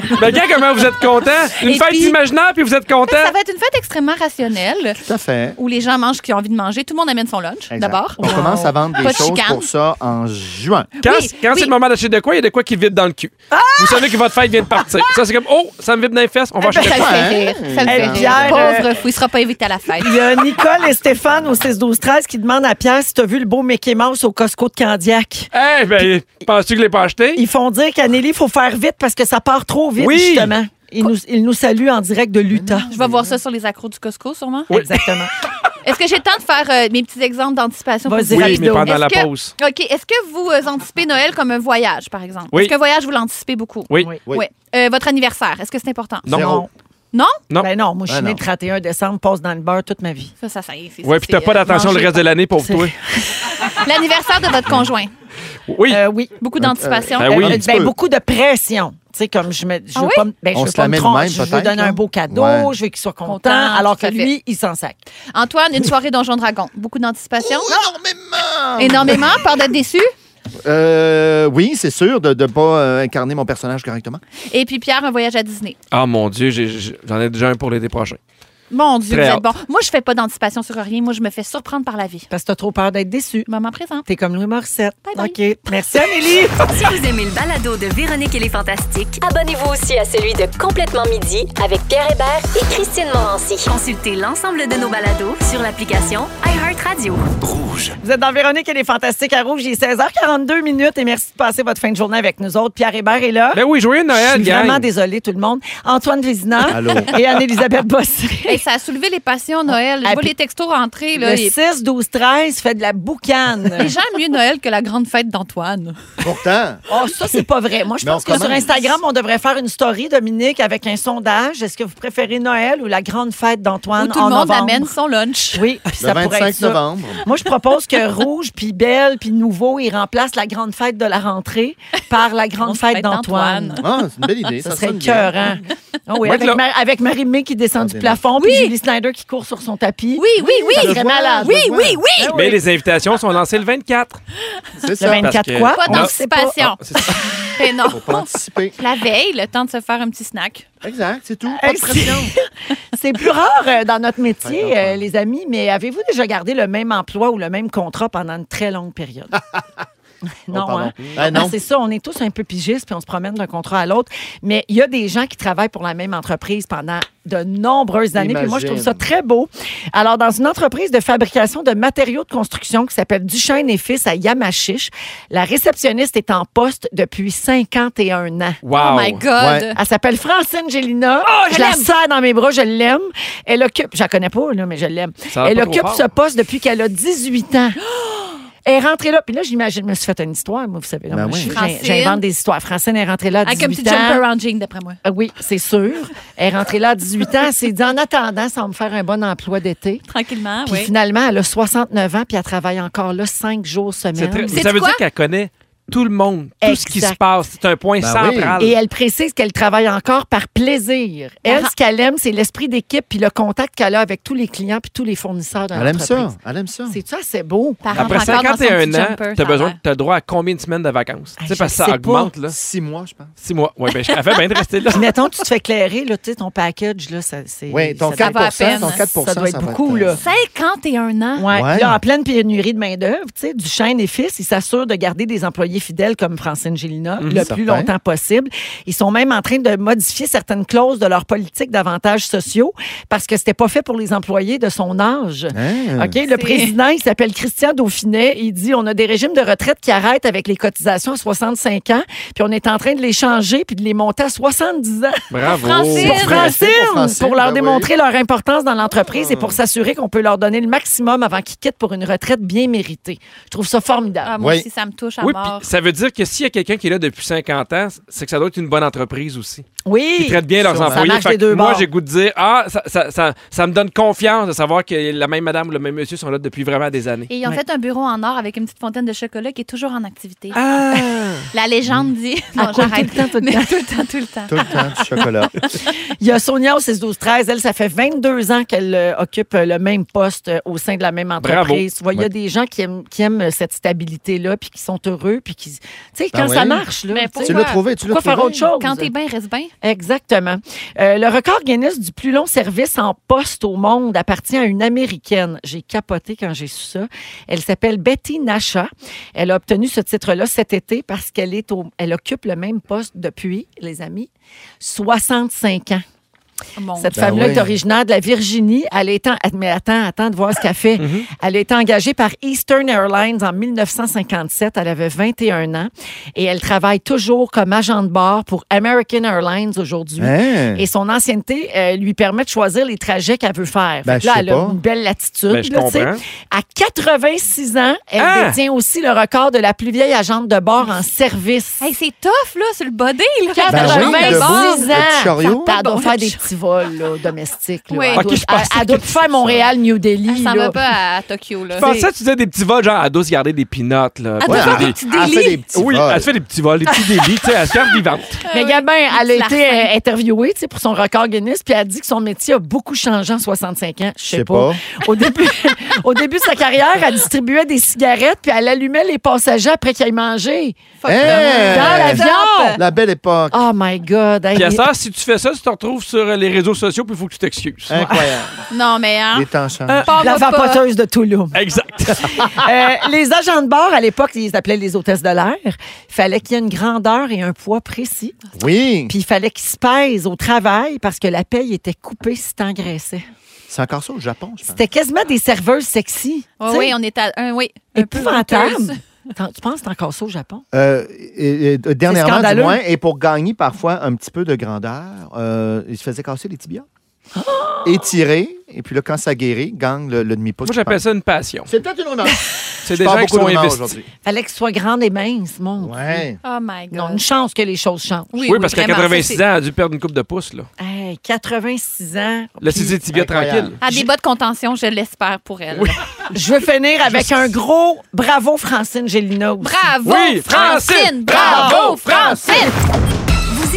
Speaker 7: ben, regarde comment vous êtes content. Une
Speaker 3: Et
Speaker 7: fête
Speaker 3: puis-
Speaker 7: imaginaire, puis vous êtes content.
Speaker 3: Ça va être une fête extrêmement rationnelle
Speaker 1: Tout à fait.
Speaker 3: où les gens mangent ce qu'ils ont envie de manger. Tout le monde amène son lunch,
Speaker 1: Exact.
Speaker 3: d'abord.
Speaker 1: On commence à vendre des
Speaker 3: Pas de
Speaker 1: choses
Speaker 3: chicane.
Speaker 1: pour ça en juin.
Speaker 7: Quand,
Speaker 3: Oui, oui.
Speaker 7: quand
Speaker 3: Ah!
Speaker 7: c'est le moment d'acheter de quoi, il y a de quoi qui vibre dans le cul. Vous savez que votre fête vient de partir. Ça, c'est comme, oh, ça me vibre dans les fesses, on va
Speaker 3: Ça le
Speaker 7: acheter de quoi.
Speaker 3: fait
Speaker 1: Ouais.
Speaker 3: rire. Ça le
Speaker 2: Eh,
Speaker 3: fait rire.
Speaker 2: Pierre,
Speaker 3: Pauvre fou, il sera pas invité à la fête.
Speaker 2: Il y a Nicole et Stéphane au 6-12-13 qui demandent à Pierre si t'as vu le beau Mickey Mouse au Costco de Candiac.
Speaker 7: Eh, ben, penses-tu que je l'ai pas acheté?
Speaker 2: Ils font dire qu'Anneli, il faut faire vite parce que ça part trop vite,
Speaker 7: Oui.
Speaker 2: justement. Ils nous, ils nous saluent en direct de l'Utah.
Speaker 3: Je vais voir ça sur les accros du Costco, sûrement.
Speaker 7: Oui.
Speaker 2: Exactement.
Speaker 3: Est-ce que j'ai le temps de faire euh, mes petits exemples d'anticipation? pour
Speaker 2: Vas-y,
Speaker 3: vous?
Speaker 7: Oui, mais
Speaker 2: rapido.
Speaker 7: pendant la
Speaker 3: Est-ce que-
Speaker 7: pause.
Speaker 3: OK. Est-ce que vous euh, anticipez Noël comme un voyage, par exemple?
Speaker 7: Oui.
Speaker 3: Est-ce qu'un voyage, vous l'anticipez beaucoup?
Speaker 7: Oui.
Speaker 1: Oui.
Speaker 3: Ouais. Euh, votre anniversaire, est-ce que c'est important?
Speaker 7: Non.
Speaker 1: Zéro.
Speaker 3: Non?
Speaker 7: Non.
Speaker 2: Ben non, moi, je suis
Speaker 1: Ben
Speaker 2: née
Speaker 1: non.
Speaker 2: le 31 décembre, passe dans le beurre toute ma vie.
Speaker 3: Ça, ça, ça, c'est-
Speaker 7: Ouais,
Speaker 3: ça,
Speaker 7: puis t'as
Speaker 3: c'est,
Speaker 7: pas
Speaker 3: euh,
Speaker 7: d'attention le
Speaker 3: manger
Speaker 7: reste de l'année pour
Speaker 2: C'est-
Speaker 7: toi.
Speaker 3: pas. L'anniversaire de votre conjoint.
Speaker 7: Oui.
Speaker 2: Euh, oui.
Speaker 3: Beaucoup d'anticipation.
Speaker 7: Ben oui.
Speaker 2: Euh,
Speaker 1: Ah un petit peu.
Speaker 2: beaucoup de pression. Tu sais, comme je me. Je
Speaker 3: Ah
Speaker 2: veux
Speaker 3: oui?
Speaker 2: pas, me- ben,
Speaker 1: On
Speaker 2: je veux
Speaker 1: se
Speaker 2: pas
Speaker 1: la
Speaker 2: me
Speaker 1: met de
Speaker 2: tromper.
Speaker 1: même,
Speaker 2: Je veux
Speaker 1: peut-être,
Speaker 2: donner un
Speaker 1: là.
Speaker 2: beau cadeau,
Speaker 1: Ouais.
Speaker 2: je veux qu'il soit content,
Speaker 3: Content,
Speaker 2: alors
Speaker 3: tout
Speaker 2: que
Speaker 3: à fait.
Speaker 2: lui, il s'en sac.
Speaker 3: Antoine, une soirée Donjon Dragon. Beaucoup d'anticipation.
Speaker 1: Énormément!
Speaker 3: Énormément, peur d'être déçu.
Speaker 1: Euh, oui, c'est sûr, de ne pas euh, incarner mon personnage correctement.
Speaker 3: Et puis Pierre, un voyage à Disney.
Speaker 7: Ah, mon Dieu, j'ai- j'ai- j'en ai déjà un pour l'été prochain.
Speaker 3: Mon Dieu,
Speaker 7: Très
Speaker 3: vous
Speaker 7: hâte.
Speaker 3: êtes bon. Moi, je fais pas d'anticipation sur rien. Moi, je me fais surprendre par la vie.
Speaker 2: Parce que t'as trop peur d'être déçu.
Speaker 3: Maman présente.
Speaker 2: T'es comme Louis Morissette.
Speaker 3: Bye bye.
Speaker 2: OK. Merci, Amélie.
Speaker 10: Si vous aimez le balado de Véronique et les Fantastiques,
Speaker 11: Abonnez-vous aussi à celui de Complètement Midi avec Pierre Hébert et Christine Morancy.
Speaker 10: consultez l'ensemble de nos balados sur l'application iHeartRadio.
Speaker 2: Vous êtes dans Véronique et les Fantastiques à Rouge. Il est 16h42 minutes et merci de passer votre fin de journée avec nous autres. Pierre Hébert est là.
Speaker 7: Ben oui, joyeux
Speaker 2: je
Speaker 7: Noël,
Speaker 2: suis
Speaker 7: gang.
Speaker 2: vraiment désolée, tout le monde. Antoine Vézina
Speaker 1: Allô.
Speaker 2: et Anne-Élisabeth Bossé.
Speaker 3: Et ça a soulevé les passions, Noël. Je
Speaker 2: Ah,
Speaker 3: vois
Speaker 2: puis-
Speaker 3: les textos rentrer. Là,
Speaker 2: Le
Speaker 3: Et-
Speaker 2: 6, 12, 13 fait de la boucane.
Speaker 3: Les gens aiment mieux Noël que la grande fête d'Antoine.
Speaker 1: Pourtant,
Speaker 2: Oh, ça, c'est pas vrai. Moi, je
Speaker 1: Mais
Speaker 2: pense
Speaker 1: on
Speaker 2: que sur
Speaker 1: commence.
Speaker 2: Instagram, on devrait faire une story, Dominique, avec un sondage. Est-ce que vous préférez Noël ou la grande fête
Speaker 3: Où
Speaker 2: d'Antoine
Speaker 3: tout
Speaker 2: en
Speaker 3: le monde
Speaker 2: novembre?
Speaker 3: amène son lunch.
Speaker 2: Oui, puis
Speaker 1: le
Speaker 2: ça pourrait être
Speaker 1: 25
Speaker 2: ça.
Speaker 1: novembre.
Speaker 2: Moi, je propose que Rouge, puis Belle, puis Nouveau, ils remplacent la grande fête de la rentrée par la grande fête d'Antoine.
Speaker 1: Ah, c'est une belle idée.
Speaker 2: Ça,
Speaker 1: Ça,
Speaker 2: serait
Speaker 1: sonne bien.
Speaker 2: écœurant. Ah oui,
Speaker 7: Moi,
Speaker 2: avec,
Speaker 7: que là-
Speaker 2: Mar- avec Marie-Mé qui descend du
Speaker 1: Attendez,
Speaker 2: plafond, puis Julie Snyder qui court sur son tapis.
Speaker 3: Oui, oui, oui.
Speaker 1: Je le vois, je le
Speaker 3: Oui,
Speaker 1: vois.
Speaker 3: oui, oui.
Speaker 7: Mais Ben les invitations sont lancées le 24.
Speaker 1: C'est
Speaker 2: Le
Speaker 1: ça.
Speaker 2: 24
Speaker 7: que-
Speaker 2: quoi?
Speaker 3: Pas
Speaker 7: On a-
Speaker 2: Ah,
Speaker 3: d'anticipation.
Speaker 7: c'est ça.
Speaker 3: Mais non.
Speaker 1: Faut pas anticiper.
Speaker 3: La veille, le temps de se faire un petit snack.
Speaker 1: Exact, c'est tout. Pas de
Speaker 2: Hey,
Speaker 1: pression.
Speaker 2: C'est plus rare euh, dans notre métier,
Speaker 1: Ouais,
Speaker 2: euh, les amis, mais avez-vous déjà gardé le même emploi ou le même contrat pendant une très longue période? non,
Speaker 1: Oh, pardon.
Speaker 2: hein?
Speaker 1: Ah, non.
Speaker 2: Ah, c'est ça, on est tous un peu pigistes, puis on se promène d'un contrat à l'autre. Mais il y a des gens qui travaillent pour la même entreprise pendant de nombreuses années, puis moi, je trouve ça
Speaker 1: Imagine.
Speaker 2: très beau. Alors, dans une entreprise de fabrication de matériaux de construction qui s'appelle Duchesne et Fils à Yamachiche, la réceptionniste est en poste depuis 51 ans.
Speaker 7: Wow.
Speaker 3: Oh my God.
Speaker 1: Ouais.
Speaker 2: Elle s'appelle Francine Gélina.
Speaker 3: Oh, je
Speaker 2: je la
Speaker 3: l'aime.
Speaker 2: serre dans mes bras, je l'aime. Elle occupe, je la connais pas, là, mais je l'aime.
Speaker 7: Ça va
Speaker 2: Elle
Speaker 7: pas trop
Speaker 2: occupe
Speaker 7: fort.
Speaker 2: ce poste depuis qu'elle a 18 ans. Elle est rentrée là, puis là, j'imagine, je me suis fait une histoire, moi, vous savez. là,
Speaker 1: Ben
Speaker 2: moi,
Speaker 1: oui.
Speaker 2: je- j'in-
Speaker 3: Francine.
Speaker 2: J'invente des histoires. Francine est rentrée là à
Speaker 3: Avec un
Speaker 2: 18
Speaker 3: petit
Speaker 2: ans.
Speaker 3: jumper around jean, d'après moi.
Speaker 2: Ah Oui, c'est sûr. Elle est rentrée là à 18 ans. Elle s'est dit, en attendant, ça va me faire un bon emploi d'été.
Speaker 3: Tranquillement,
Speaker 2: Puis
Speaker 3: Ah oui.
Speaker 2: finalement, elle a 69 ans, puis elle travaille encore là 5 jours
Speaker 7: C'est
Speaker 2: semaine.
Speaker 7: très-
Speaker 3: Sais-tu
Speaker 7: Ça veut
Speaker 3: quoi?
Speaker 7: dire qu'elle connaît tout le monde, tout ce qui se
Speaker 2: Exact.
Speaker 7: passe. C'est un point
Speaker 1: Ben oui.
Speaker 7: central.
Speaker 2: Et elle précise qu'elle travaille encore par plaisir. Elle, ce qu'elle aime, c'est l'esprit d'équipe puis le contact qu'elle a avec tous les clients puis tous les fournisseurs dans
Speaker 1: Elle aime
Speaker 2: l'entreprise.
Speaker 1: ça. Elle aime ça.
Speaker 2: C'est ça, c'est beau.
Speaker 3: Par
Speaker 7: Après
Speaker 3: rentre encore dans son
Speaker 7: 51
Speaker 3: petit
Speaker 7: ans,
Speaker 3: jumper,
Speaker 7: t'as
Speaker 3: ça a
Speaker 7: besoin,
Speaker 3: l'air.
Speaker 7: t'as droit à combien de semaines de vacances?
Speaker 2: Ah,
Speaker 7: Tu sais,
Speaker 2: je
Speaker 7: parce que
Speaker 2: sais
Speaker 7: ça
Speaker 2: pas.
Speaker 7: augmente, là.
Speaker 1: Six mois, je pense.
Speaker 7: Six mois. Oui, ben, elle fait bien de rester là.
Speaker 2: Puis mettons, tu te fais éclairer, là, tu sais, ton package, là, ça, c'est...
Speaker 1: Oui, ton
Speaker 2: ça doit-
Speaker 1: 4
Speaker 3: va à peine.
Speaker 1: ton 4
Speaker 2: Ça doit être beaucoup, là.
Speaker 3: 51 ans.
Speaker 2: Ouais.
Speaker 1: euh, Ouais.
Speaker 2: Puis Là, en pleine pénurie de main-d'œuvre, tu sais, Duchesne et Fils, ils s'assurent de garder des employés fidèles comme Francine Gélina le
Speaker 1: Mhm. Certain.
Speaker 2: plus longtemps possible. Ils sont même en train de modifier certaines clauses de leur politique d'avantages sociaux parce que c'était pas fait pour les employés de son âge.
Speaker 1: Hein?
Speaker 2: OK, le président, il s'appelle Christian Dauphinet. Il dit on a des régimes de retraite qui arrêtent avec les cotisations à 65 ans, puis on est en train de les changer puis de les monter à 70 ans.
Speaker 7: Bravo.
Speaker 3: Francine.
Speaker 2: Pour Francine,
Speaker 1: pour
Speaker 2: pour,
Speaker 1: Francine,
Speaker 2: leur
Speaker 1: ben oui. Hum.
Speaker 2: démontrer leur importance dans l'entreprise et pour s'assurer qu'on peut leur donner le maximum avant qu'ils quittent pour une retraite bien méritée. Je trouve ça formidable.
Speaker 3: Ah, moi
Speaker 1: Oui.
Speaker 3: aussi, ça me touche à
Speaker 7: Oui, puis
Speaker 3: mort.
Speaker 7: Ça veut dire que s'il y a quelqu'un qui est là depuis 50 ans, c'est que ça doit être une bonne entreprise aussi.
Speaker 2: Oui.
Speaker 7: Qui traite bien leurs
Speaker 2: Sûrement. Ça
Speaker 7: employés.
Speaker 2: marche
Speaker 7: Fait
Speaker 2: des
Speaker 7: que
Speaker 2: deux
Speaker 7: moi,
Speaker 2: bords.
Speaker 7: j'ai goût de dire Ah, ça, ça- ça- ça me donne confiance de savoir que la même madame ou le même monsieur sont là depuis vraiment des années.
Speaker 3: Et ils ont fait un bureau en or avec une petite fontaine de chocolat qui est toujours en activité.
Speaker 7: Ah!
Speaker 3: La légende dit.
Speaker 2: À
Speaker 3: Non,
Speaker 2: quoi,
Speaker 3: j'arrête.
Speaker 2: tout le temps, tout le
Speaker 3: Mais
Speaker 2: temps.
Speaker 3: tout le temps, tout le temps.
Speaker 1: Tout le temps du chocolat.
Speaker 2: Il y a Sonia au 6 12 13 Elle, ça fait 22 ans qu'elle euh, occupe euh, le même poste euh, au sein de la même entreprise.
Speaker 7: Bravo.
Speaker 2: Tu vois, il y a
Speaker 7: Ouais.
Speaker 2: des gens qui aiment, qui aiment euh, cette stabilité-là, puis qui sont heureux, puis qui. Tu sais,
Speaker 1: Ben
Speaker 2: quand ça
Speaker 1: oui.
Speaker 2: marche, là.
Speaker 3: Mais
Speaker 2: tu sais,
Speaker 1: Tu l'as trouvé, tu l'as
Speaker 2: pourquoi
Speaker 1: trouvé.
Speaker 2: faire autre chose?
Speaker 3: Quand t'es bien, reste bien.
Speaker 2: Exactement. Euh, le record Guinness du plus long service en poste au monde appartient à une Américaine. J'ai capoté quand j'ai su ça. Elle s'appelle Betty Nasha. Elle a obtenu ce titre-là cet été parce qu'elle est au- elle occupe le même poste depuis, les amis, 65 ans.
Speaker 3: Mon
Speaker 2: Cette
Speaker 4: Ben
Speaker 2: femme-là
Speaker 4: oui.
Speaker 2: est originaire de la Virginie. Elle est en- Mais attends, attends de voir ce qu'elle fait. Elle a été engagée par Eastern Airlines en 1957. Elle avait 21 ans. Et elle travaille toujours comme agent de bord pour American Airlines aujourd'hui.
Speaker 1: Hein?
Speaker 2: Et son ancienneté euh, lui permet de choisir les trajets qu'elle veut faire. Fait
Speaker 1: Ben,
Speaker 2: que là,
Speaker 1: je sais
Speaker 2: elle a
Speaker 1: pas.
Speaker 2: une belle latitude.
Speaker 7: Ben, je
Speaker 2: là, tu sais.
Speaker 7: comprends.
Speaker 2: à 86 ans, elle
Speaker 7: Ah!
Speaker 2: détient aussi le record de la plus vieille agente de bord en service.
Speaker 3: Hey, c'est tough, là, sur le body, là.
Speaker 1: Ben oui,
Speaker 2: 86
Speaker 1: debout,
Speaker 2: ans.
Speaker 1: le petit chariot.
Speaker 2: Elle doit
Speaker 3: Bon,
Speaker 2: faire
Speaker 3: le
Speaker 2: des
Speaker 3: char-
Speaker 2: petits vols là, domestiques. là.
Speaker 3: Oui.
Speaker 2: Elle
Speaker 3: Ok,
Speaker 2: doit,
Speaker 7: je pensais
Speaker 2: elle- elle doit plus faire Montréal, New Delhi.
Speaker 3: Elle s'en
Speaker 2: là.
Speaker 3: va pas à, à Tokyo, là.
Speaker 7: Je pensais que tu disais des petits vols, genre, elle doit se garder des pinottes, là.
Speaker 2: Ah,
Speaker 3: Elle
Speaker 7: Puis
Speaker 3: doit
Speaker 7: des-
Speaker 3: faire
Speaker 7: des-
Speaker 3: des petits
Speaker 1: Elle fait des
Speaker 3: délits.
Speaker 1: petits
Speaker 7: Oui,
Speaker 1: vols.
Speaker 7: elle se fait des petits vols, des petits délits, tu sais, elle se garde vivante.
Speaker 2: Mais
Speaker 3: oui,
Speaker 2: Gabin, elle a
Speaker 3: petits
Speaker 2: été euh, interviewée tu sais, pour son record Guinness, puis elle dit que son métier a beaucoup changé en 65 ans. Je
Speaker 1: Je
Speaker 2: sais pas. Au début, au début de sa carrière, elle distribuait des cigarettes, puis elle allumait les passagers après qu'ils aient mangé.
Speaker 3: Euh,
Speaker 1: Hey!
Speaker 2: Dans
Speaker 3: Stop!
Speaker 2: l'avion!
Speaker 1: La belle époque.
Speaker 2: Oh my God! hey,
Speaker 7: Puis à ça, si tu fais ça, tu te retrouves sur euh, les réseaux sociaux, puis il faut que tu t'excuses.
Speaker 1: Hein? Incroyable.
Speaker 3: Non, mais hein.
Speaker 1: Les temps changent.
Speaker 3: parle-moi
Speaker 2: Euh, la
Speaker 3: pas.
Speaker 2: vapoteuse de Toulouse.
Speaker 7: Exact.
Speaker 1: Ah,
Speaker 2: Euh, les agents de bord, à l'époque, ils appelaient les hôtesses de l'air. Il fallait qu'il y ait une grandeur et un poids précis.
Speaker 1: Oui.
Speaker 2: Puis il fallait qu'ils se pèsent au travail parce que la paye était coupée si t'engraissais.
Speaker 1: C'est encore ça au Japon, je pense.
Speaker 2: C'était quasiment des serveuses sexy.
Speaker 3: Ouais,
Speaker 2: tu sais.
Speaker 3: oui, on est à un, oui. un peu honteuse.
Speaker 2: épouvantable. T'en- Tu penses que c'est encore ça au Japon?
Speaker 1: Euh, et- et- dernièrement, du
Speaker 2: scandaleux.
Speaker 1: moins, et pour gagner parfois un petit peu de grandeur, euh, il se faisait casser les tibias. Étirer, et puis là, quand ça guérit, gagne le, le demi-pouce.
Speaker 7: Moi, j'appelle ça une passion.
Speaker 1: C'est peut-être une honneur.
Speaker 7: C'est des gens qui sont investis.
Speaker 2: Fallait que ce soit grande et mince, mon. Dieu.
Speaker 1: Ouais.
Speaker 3: Oh my God.
Speaker 2: Non, une chance que les choses changent.
Speaker 7: Oui, parce qu'à
Speaker 3: vraiment, ça,
Speaker 7: 86 ans,
Speaker 3: c'est-
Speaker 7: elle a dû perdre une coupe de pouce. Là,
Speaker 2: Hey, 86 ans.
Speaker 7: là c'est des tibias
Speaker 1: Incroyable.
Speaker 7: tranquilles.
Speaker 3: À des bas de contention, je l'espère pour elle.
Speaker 2: Je veux finir avec un gros bravo, Francine Gélina. aussi.
Speaker 3: Bravo,
Speaker 7: Oui, Francine!
Speaker 3: Francine! Bravo, Francine!
Speaker 10: Vous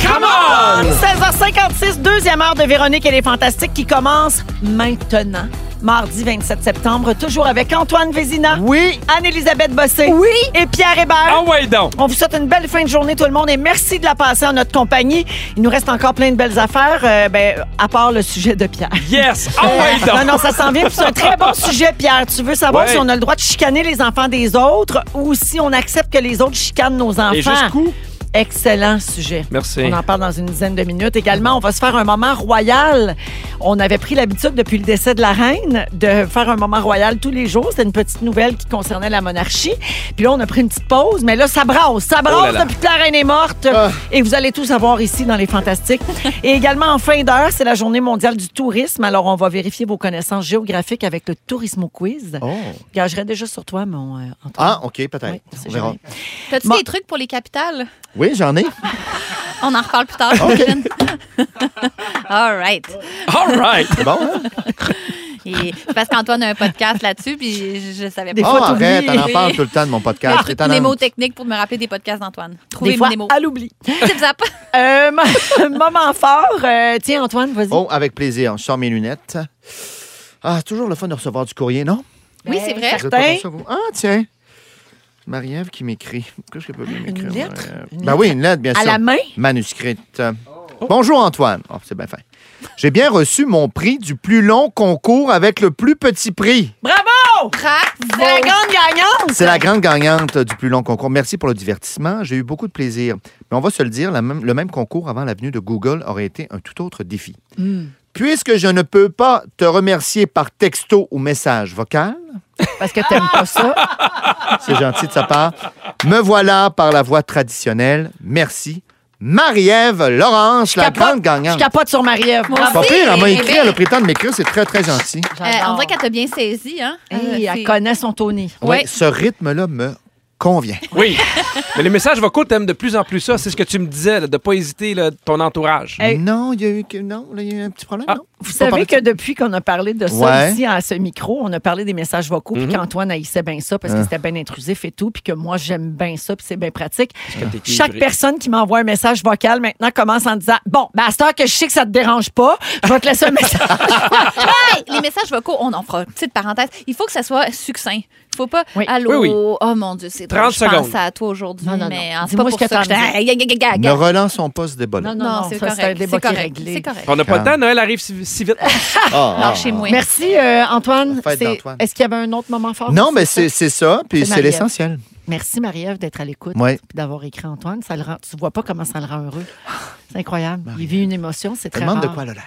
Speaker 7: Come on!
Speaker 2: 16h56, deuxième heure de Véronique et les Fantastiques qui commence maintenant, mardi 27 septembre, toujours avec Antoine Vézina,
Speaker 1: Oui.
Speaker 2: Anne-Élisabeth Bossé oui. et Pierre Hébert.
Speaker 7: Ah ouais donc!
Speaker 2: On vous souhaite une belle fin de journée, tout le monde, et merci de la passer en notre compagnie. Il nous reste encore plein de belles affaires, euh, ben, à part le sujet de Pierre.
Speaker 7: Yes! Ah ouais donc!
Speaker 2: Non, non, ça s'en vient. puis C'est un très bon sujet, Pierre. Tu veux savoir
Speaker 7: Ouais.
Speaker 2: si on a le droit de chicaner les enfants des autres ou si on accepte que les autres chicanent nos enfants.
Speaker 7: Et jusqu'où?
Speaker 2: Excellent sujet.
Speaker 7: Merci.
Speaker 2: On en parle dans une dizaine de minutes. Également, on va se faire un moment royal. On avait pris l'habitude depuis le décès de la reine de faire un moment royal tous les jours. C'était une petite nouvelle qui concernait la monarchie. Puis là, on a pris une petite pause, mais là, ça brasse. Ça brasse
Speaker 7: Oh là là.
Speaker 2: depuis que la reine est morte.
Speaker 1: Ah.
Speaker 2: Et vous allez tout savoir ici dans Les Fantastiques. Et également, en fin d'heure, c'est la journée mondiale du tourisme. Alors, on va vérifier vos connaissances géographiques avec le Tourisme au Quiz.
Speaker 1: Oh.
Speaker 2: Gagerais déjà sur toi, mon euh, Antoine.
Speaker 1: Ah, OK, peut-être.
Speaker 2: Oui,
Speaker 1: On
Speaker 2: c'est
Speaker 1: verra.
Speaker 2: jamais.
Speaker 3: T'as-tu
Speaker 2: Bon.
Speaker 3: des trucs pour les capitales?
Speaker 1: Oui, j'en ai.
Speaker 3: On en reparle plus tard. j'imagine. All right.
Speaker 7: All right!
Speaker 1: C'est bon, hein?
Speaker 3: Et c'est parce qu'Antoine a un podcast là-dessus, puis je- je, savais
Speaker 2: Des
Speaker 3: pas.
Speaker 1: Oh,
Speaker 2: fois, t'oublies.
Speaker 1: arrête, on en
Speaker 3: Oui.
Speaker 1: parle tout le temps de mon podcast.
Speaker 3: Des
Speaker 1: C'est
Speaker 3: trucs
Speaker 1: étonnant.
Speaker 3: mnémotechniques pour me rappeler des podcasts d'Antoine. Trouvez
Speaker 2: Des fois,
Speaker 3: mes mots.
Speaker 2: à l'oubli.
Speaker 3: C'est bizarre.
Speaker 2: Euh, mo- moment fort. Euh, tiens, Antoine, vas-y.
Speaker 1: Oh, avec plaisir. Je sors mes lunettes. Ah, c'est toujours le fun de recevoir du courrier, non?
Speaker 3: Oui, c'est vrai.
Speaker 1: Vous êtes pas
Speaker 2: Certain.
Speaker 1: comme ça, vous? Ah, tiens. Marie-Ève qui m'écrit. Qu'est-ce qu'elle peut bien m'écrire?
Speaker 2: lettre?
Speaker 1: Marie-Ève?
Speaker 2: Une
Speaker 1: Ben oui, une lettre, bien
Speaker 2: À
Speaker 1: sûr.
Speaker 2: la main?
Speaker 1: Manuscrite. Bonjour, Antoine. Oh, c'est bien fin. J'ai bien reçu mon prix du plus long concours avec le plus petit prix.
Speaker 2: Bravo!
Speaker 3: Crac,
Speaker 2: C'est la grande gagnante!
Speaker 1: C'est la grande gagnante du plus long concours. Merci pour le divertissement. J'ai eu beaucoup de plaisir. Mais on va se le dire, la même- le même concours avant la venue de Google aurait été un tout autre défi.
Speaker 2: Hmm.
Speaker 1: Puisque je ne peux pas te remercier par texto ou message vocal,
Speaker 2: Parce que t'aimes pas ça.
Speaker 1: c'est gentil de sa part, me voilà par la voie traditionnelle. Merci. Marie-Ève Laurence, la grande
Speaker 2: Je
Speaker 1: gagnante.
Speaker 2: capote sur Marie-Ève. Ah,
Speaker 3: Moi
Speaker 1: Pas
Speaker 3: aussi.
Speaker 1: pire, elle m'a
Speaker 3: Eh
Speaker 1: écrit,
Speaker 3: ben-
Speaker 1: elle a pris le temps de m'écrire, c'est très, très gentil.
Speaker 3: Euh, on dirait qu'elle t'a bien saisi, hein?
Speaker 2: Hey,
Speaker 3: Euh,
Speaker 2: elle
Speaker 3: c'est-
Speaker 2: connaît son Tony.
Speaker 3: Ouais.
Speaker 1: Ouais, Ce rythme-là me convient.
Speaker 7: Oui. Mais les messages vocaux, t'aimes de plus en plus ça. C'est ce que tu me disais, là, de pas hésiter là, ton entourage.
Speaker 1: Euh,
Speaker 2: Hey.
Speaker 1: Non, il y a eu que- non, là, il y a eu un petit problème, non?
Speaker 2: Vous
Speaker 1: Faut pas
Speaker 2: savez
Speaker 1: parler
Speaker 2: que depuis qu'on a parlé de ça
Speaker 1: Ouais. Mm-hmm.
Speaker 2: ici à ce micro, on a parlé des messages vocaux, puis qu'Antoine haïssait bien ça parce que
Speaker 1: Ah.
Speaker 2: c'était bien intrusif et tout, puis que moi j'aime bien ça, puis c'est bien pratique.
Speaker 7: que t'es équilibré.
Speaker 2: Chaque personne qui m'envoie un message vocal maintenant commence en disant Bon, ben à cette heure que je sais que ça te dérange pas, je vais te laisser un message.
Speaker 3: Hey, les messages vocaux, on en fera une petite parenthèse. Il faut que ça soit succinct. Il faut pas.
Speaker 2: Oui.
Speaker 3: Allô?
Speaker 7: Oui, oui.
Speaker 3: Oh mon Dieu, c'est
Speaker 7: 30
Speaker 3: drôle, Je pense
Speaker 7: secondes.
Speaker 3: à toi aujourd'hui,
Speaker 2: Non, non, non.
Speaker 3: mais ah, c'est
Speaker 2: Dis-moi
Speaker 3: pas
Speaker 2: ce
Speaker 3: pour
Speaker 2: que
Speaker 3: ça que je
Speaker 2: t'en
Speaker 3: dis. Hey, hey, hey, hey, hey,
Speaker 1: Ne
Speaker 3: hey.
Speaker 1: relançons pas ce débat-là.
Speaker 2: non,
Speaker 3: Non, c'est
Speaker 2: ça, c'est un
Speaker 3: correct.
Speaker 2: débat
Speaker 3: C'est
Speaker 2: qui est
Speaker 3: correct.
Speaker 2: réglé.
Speaker 3: C'est correct.
Speaker 7: On n'a pas le
Speaker 1: Ah.
Speaker 7: temps, Noël arrive si, si vite.
Speaker 1: Ah, ah,
Speaker 3: Non, chez
Speaker 1: ah.
Speaker 3: moi.
Speaker 2: Merci euh, Antoine.
Speaker 1: Fête
Speaker 2: C'est-
Speaker 1: d'Antoine.
Speaker 2: Est-ce qu'il y avait un autre moment fort?
Speaker 1: Non, mais c'est c'est ça, puis
Speaker 2: C'est
Speaker 1: c'est
Speaker 2: Marie-Ève.
Speaker 1: l'essentiel.
Speaker 2: Merci Marie-Ève d'être à l'écoute
Speaker 1: Ouais.
Speaker 2: puis d'avoir écrit Antoine. Ça le rend, tu vois pas comment ça le rend heureux. C'est incroyable. Il vit une émotion, c'est
Speaker 1: Je
Speaker 2: très
Speaker 1: demande de
Speaker 2: rare.
Speaker 1: quoi le l'air.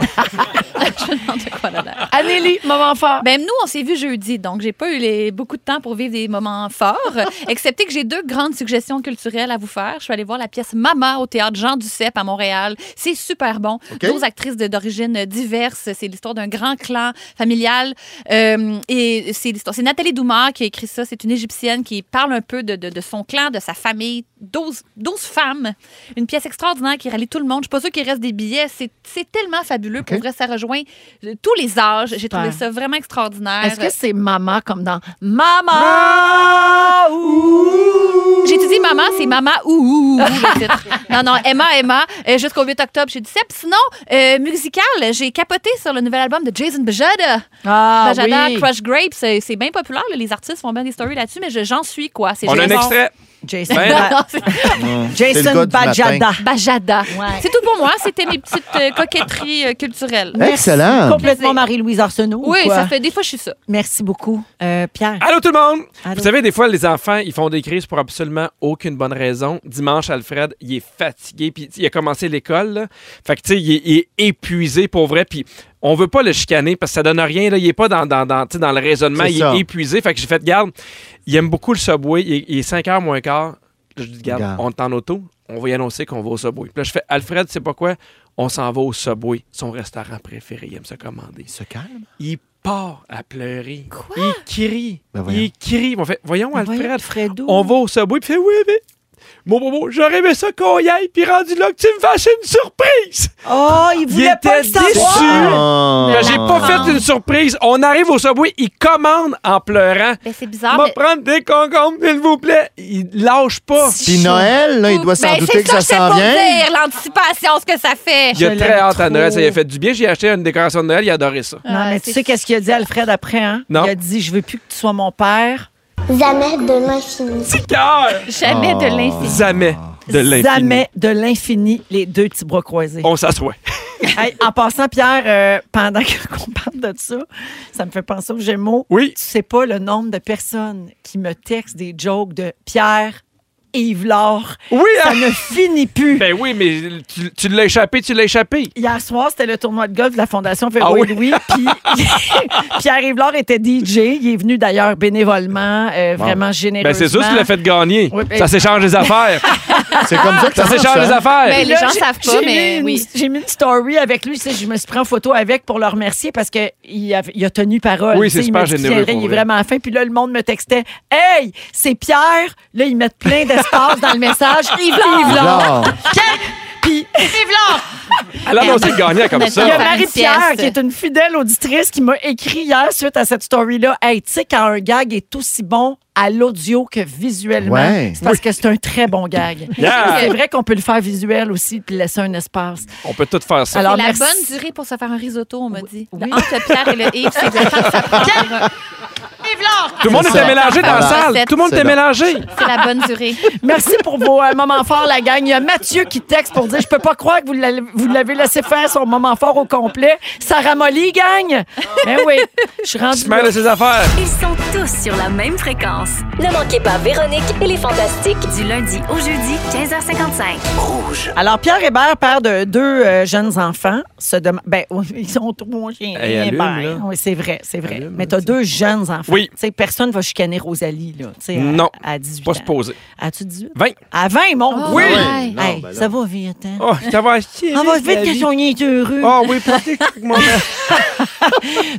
Speaker 3: Je me demande de quoi là, là.
Speaker 2: Anélie, moment fort.
Speaker 3: Ben, nous, on s'est vus jeudi, donc j'ai pas eu les- beaucoup de temps pour vivre des moments forts, excepté que j'ai deux grandes suggestions culturelles à vous faire. Je suis allée voir la pièce Mama au théâtre Jean Duceppe à Montréal. C'est super bon.
Speaker 1: OK.
Speaker 3: 12 actrices de- d'origine diverses. C'est l'histoire d'un grand clan familial. Euh, et c'est l'histoire. C'est Nathalie Doumar qui a écrit ça. C'est une Égyptienne qui parle un peu de, de- de son clan, de sa famille. 12, 12 femmes. Une pièce extraordinaire qui rallie tout le monde. Je suis pas sûre qu'il reste des billets. C'est c'est tellement fabuleux. Pour vrai, ça rejoint euh, tous les âges. J'ai trouvé
Speaker 2: Super.
Speaker 3: ça c'est vraiment extraordinaire.
Speaker 2: Est-ce que c'est maman comme dans Maman ou
Speaker 3: j'ai étudié Maman, c'est Maman ou le titre. Non, non, Emma, Emma, euh, jusqu'au 8 octobre chez Duceppe. Sinon, euh, musical, j'ai capoté sur le nouvel album de Jason Bajada.
Speaker 2: Ah
Speaker 3: Bajada,
Speaker 2: oui.
Speaker 3: Crush Grapes, euh, c'est bien populaire, là, les artistes font bien des stories là-dessus, mais je- j'en suis quoi. C'est
Speaker 7: On a un
Speaker 3: Jason-
Speaker 7: extrait.
Speaker 2: Jason,
Speaker 7: Ben,
Speaker 2: Ba-
Speaker 3: Non, c'est-
Speaker 1: C'est le
Speaker 2: Jason
Speaker 1: gars du
Speaker 2: Bajada.
Speaker 3: Bajada. C'est tout pour moi, c'était mes petites euh, coquetteries euh, culturelles.
Speaker 1: Excellent.
Speaker 2: Complètement Marie-Louise Arsenault. ou
Speaker 3: Oui,
Speaker 2: quoi?
Speaker 3: ça fait des fois je suis ça.
Speaker 2: Merci beaucoup. Euh, Pierre.
Speaker 7: Allô tout le monde!
Speaker 2: Allô.
Speaker 7: Vous savez, des fois, les enfants, ils font des crises pour absolument aucune bonne raison. Dimanche, Alfred, il est fatigué, puis il a commencé l'école. là. Fait que, tu sais, il, est- il est épuisé pour vrai, puis on veut pas le chicaner parce que ça donne rien. Là. Il est pas dans, dans, dans, tu sais, dans le raisonnement,
Speaker 1: C'est
Speaker 7: il
Speaker 1: ça.
Speaker 7: est épuisé. Fait que j'ai fait, garde, il aime beaucoup le subway, il est, 5h moins quart. Je dis, garde,
Speaker 1: Garde.
Speaker 7: on est en auto, on va y annoncer qu'on va au subway. Puis là, je fais, Alfred, c'est pas quoi? On s'en va au subway, son restaurant préféré, il aime se commander
Speaker 1: Il se calme.
Speaker 7: il part à pleurer. Il crie.
Speaker 1: Ben voyons.
Speaker 7: il crie. On fait, voyons, Alfred,
Speaker 2: Ben Voyons, Fredo.
Speaker 7: on va au subway. Puis il fait, oui, mais... Mon bobo, j'aurais aimé ça qu'on y aille, puis rendu là que tu me fasses une surprise!
Speaker 2: Oh, il voulait
Speaker 7: était
Speaker 2: pas le savoir.
Speaker 7: déçu.
Speaker 1: Oh.
Speaker 7: Ben, J'ai pas fait une surprise. On arrive au subway, il commande en pleurant.
Speaker 3: Ben, c'est bizarre.
Speaker 7: Va
Speaker 3: mais-
Speaker 7: prendre des concombres, s'il vous plaît! Il lâche pas.
Speaker 1: Puis Noël, là, il doit s'en
Speaker 3: Ben,
Speaker 1: douter que ça
Speaker 3: C'est ça
Speaker 1: s'en
Speaker 3: que
Speaker 1: vient.
Speaker 3: j'étais pour dire, l'anticipation, ce que ça fait.
Speaker 7: Il a
Speaker 2: Je
Speaker 7: très
Speaker 2: l'aime
Speaker 7: hâte à Noël,
Speaker 2: trop.
Speaker 7: ça lui a fait du bien. J'ai acheté une décoration de Noël, il a adoré ça.
Speaker 2: Non, mais
Speaker 3: Ah,
Speaker 2: tu
Speaker 3: c'est-
Speaker 2: sais qu'est-ce qu'il a dit Alfred après, hein?
Speaker 7: Non.
Speaker 2: Il a dit Je veux plus que tu sois mon père.
Speaker 9: Jamais de l'infini.
Speaker 7: Petit cœur!
Speaker 3: Jamais de
Speaker 1: Ah.
Speaker 3: l'infini.
Speaker 7: Jamais de l'infini.
Speaker 2: Jamais de l'infini, les deux petits bras croisés.
Speaker 7: On s'assoit.
Speaker 2: Hey, en passant, Pierre, euh, pendant que- qu'on parle de ça, ça me fait penser aux Gémeaux.
Speaker 7: Oui.
Speaker 2: Tu sais pas le nombre de personnes qui me textent des jokes de Pierre, Yves Laure.
Speaker 7: Oui,
Speaker 2: Ça
Speaker 7: hein?
Speaker 2: ne finit plus.
Speaker 7: Ben oui, mais tu, tu l'as échappé, tu l'as échappé.
Speaker 2: Hier soir, c'était le tournoi de golf de la Fondation Véro
Speaker 7: Ah oui?
Speaker 2: et Louis. Puis Pierre Yves Laure était DJ. Il est venu d'ailleurs bénévolement, euh, vraiment généreusement.
Speaker 7: Ben c'est sûr que tu l'as fait gagner.
Speaker 2: Oui, ben-
Speaker 7: Ça s'échange les affaires.
Speaker 1: C'est comme ça que
Speaker 7: ça
Speaker 1: marche,
Speaker 7: s'échange les
Speaker 1: hein?
Speaker 7: affaires.
Speaker 3: Ben,
Speaker 2: Puis
Speaker 3: les
Speaker 2: là,
Speaker 3: gens
Speaker 2: j'ai-
Speaker 3: savent pas,
Speaker 2: j'ai
Speaker 3: mais
Speaker 2: mis une-
Speaker 3: oui.
Speaker 2: J'ai mis une story avec lui. tu sais, Je me suis pris en photo avec pour le remercier parce qu'il a, il a tenu parole.
Speaker 7: Oui,
Speaker 2: tu sais,
Speaker 7: c'est
Speaker 2: il m'a
Speaker 7: super
Speaker 2: dit qu'il
Speaker 7: généreux,
Speaker 2: viendrait,
Speaker 7: pour
Speaker 2: Il est
Speaker 7: vrai.
Speaker 2: vraiment fin. Puis là, le monde me textait Hey, c'est Pierre. Là, ils mettent plein d'espace dans le message. Yves Laure. Yves Laure.
Speaker 1: Genre,
Speaker 2: Puis
Speaker 7: Elle a annoncé de gagner comme
Speaker 2: il y a
Speaker 7: ça.
Speaker 3: Par une
Speaker 2: Marie-Pierre,
Speaker 3: sieste.
Speaker 2: qui est une fidèle auditrice, qui m'a écrit hier suite à cette story-là Hey, tu sais, quand un gag est aussi bon à l'audio que visuellement,
Speaker 1: Ouais.
Speaker 2: c'est parce que c'est un très bon gag.
Speaker 7: Yeah.
Speaker 2: C'est vrai qu'on peut le faire visuel aussi puis laisser un espace.
Speaker 7: On peut tout faire ça.
Speaker 2: Alors,
Speaker 3: C'est la
Speaker 2: merci.
Speaker 3: bonne durée pour se faire un risotto, on m'a dit.
Speaker 2: Oui.
Speaker 3: Entre le Pierre et le Yves, c'est le temps que ça prend. Vive l'or!
Speaker 7: Tout le monde
Speaker 3: C'est
Speaker 7: était
Speaker 3: ça.
Speaker 7: mélangé dans la
Speaker 3: Voilà.
Speaker 7: salle.
Speaker 3: C'est-
Speaker 7: Tout le monde
Speaker 3: c'est
Speaker 7: était
Speaker 3: bon.
Speaker 7: mélangé.
Speaker 3: C'est la bonne durée.
Speaker 2: Merci pour vos euh, moments forts, la gang. Il y a Mathieu qui texte pour dire Je peux pas croire que vous l'avez- vous l'avez laissé faire son moment fort au complet. Ça ramollit, gang. Ben oui, je suis rendue.
Speaker 7: Se mêle de ses affaires.
Speaker 10: Ils sont tous sur la même fréquence. Ne manquez pas Véronique et les Fantastiques du lundi au jeudi 15h55. Rouge.
Speaker 2: Alors, Pierre Hébert, père de deux euh, jeunes enfants, se demande. Ben, oui, ils sont trois chiens.
Speaker 7: Hey, allume,
Speaker 2: Hébert.
Speaker 7: là.
Speaker 2: oui, c'est vrai, c'est vrai. Mais tu as deux jeunes enfants.
Speaker 7: Oui.
Speaker 2: Tu sais, personne va chicaner Rosalie, là. tu sais, à-
Speaker 7: Non.
Speaker 2: À 18
Speaker 7: Pas
Speaker 2: ans.
Speaker 7: supposé.
Speaker 2: As-tu 18?
Speaker 7: 20.
Speaker 2: À 20, mon
Speaker 7: Oui.
Speaker 2: Dieu.
Speaker 7: Ouais. Non,
Speaker 2: Hey,
Speaker 7: ben là.
Speaker 2: ça va vite, hein?
Speaker 7: Oh, ça va chier.
Speaker 2: On va
Speaker 7: la
Speaker 2: vite que
Speaker 7: vie.
Speaker 2: son nid est heureux.
Speaker 7: Ah oui, pratiquement.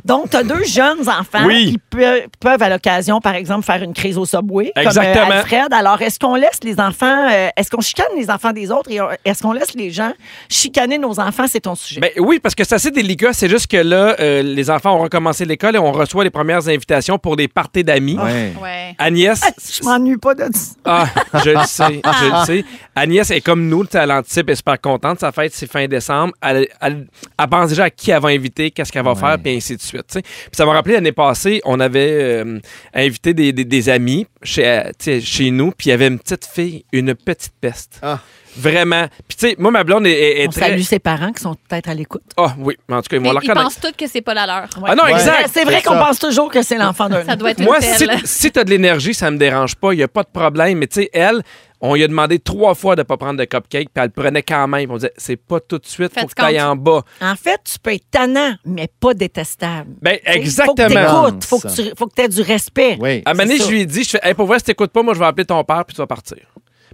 Speaker 2: Donc, tu as deux jeunes enfants
Speaker 7: Oui.
Speaker 2: qui pe- peuvent, à l'occasion, par exemple, faire une crise au subway, comme
Speaker 7: Exactement.
Speaker 2: euh, Alfred. Alors, est-ce qu'on laisse les enfants, euh, est-ce qu'on chicane les enfants des autres et euh, est-ce qu'on laisse les gens chicaner nos enfants? C'est ton sujet.
Speaker 7: Ben oui, parce que c'est assez délicat. C'est juste que là, euh, les enfants ont recommencé l'école et on reçoit les premières invitations pour des parties d'amis.
Speaker 1: Ouais.
Speaker 3: Ouais.
Speaker 7: Agnès,
Speaker 2: Je m'ennuie pas de ça.
Speaker 7: ah, je le sais, je le sais. Agnès est comme nous, tu sais, elle anticipe, elle est super contente. Sa fête, c'est fin décembre. Elle, elle- elle pense déjà à qui elle va inviter, qu'est-ce qu'elle va faire, puis ainsi de suite. tu sais. Puis ça m'a rappelé l'année passée, on avait euh, invité des, des- des amis chez, euh, tu sais, chez nous, puis il y avait une petite fille, une petite peste.
Speaker 1: Ah.
Speaker 7: Vraiment. Puis tu sais, moi, ma blonde est, est- est
Speaker 2: On
Speaker 7: très.
Speaker 2: salue ses parents qui sont peut-être à l'écoute.
Speaker 7: Ah oui, mais en tout cas, ils
Speaker 3: Ils,
Speaker 7: vont la
Speaker 3: ils
Speaker 7: reconnaître.
Speaker 3: pensent tous que c'est pas la leur.
Speaker 7: Ah non,
Speaker 1: Ouais.
Speaker 7: exact.
Speaker 2: C'est vrai
Speaker 1: c'est
Speaker 2: qu'on
Speaker 1: ça.
Speaker 2: pense toujours que c'est l'enfant d'un
Speaker 3: Ça
Speaker 2: autre.
Speaker 3: doit être une
Speaker 7: Moi, si,
Speaker 3: pelle.
Speaker 7: si t'as de l'énergie, ça me dérange pas. Il n'y a pas de problème. Mais tu sais, elle, on lui a demandé trois fois de pas prendre de cupcake, puis elle le prenait quand même. On disait, c'est pas tout de suite, faut
Speaker 3: Faites
Speaker 7: que t'ailles
Speaker 3: compte.
Speaker 7: en bas.
Speaker 2: En fait, tu peux être tannant, mais pas détestable.
Speaker 7: Ben,
Speaker 2: Faut
Speaker 7: exactement.
Speaker 2: que t'écoutes, faut que tu faut que aies du respect.
Speaker 1: Oui.
Speaker 7: À un moment donné,
Speaker 2: C'est ça.
Speaker 7: je lui ai dit, je fais, hey, pour vrai, si t'écoutes pas, moi, je vais appeler ton père, puis tu vas partir.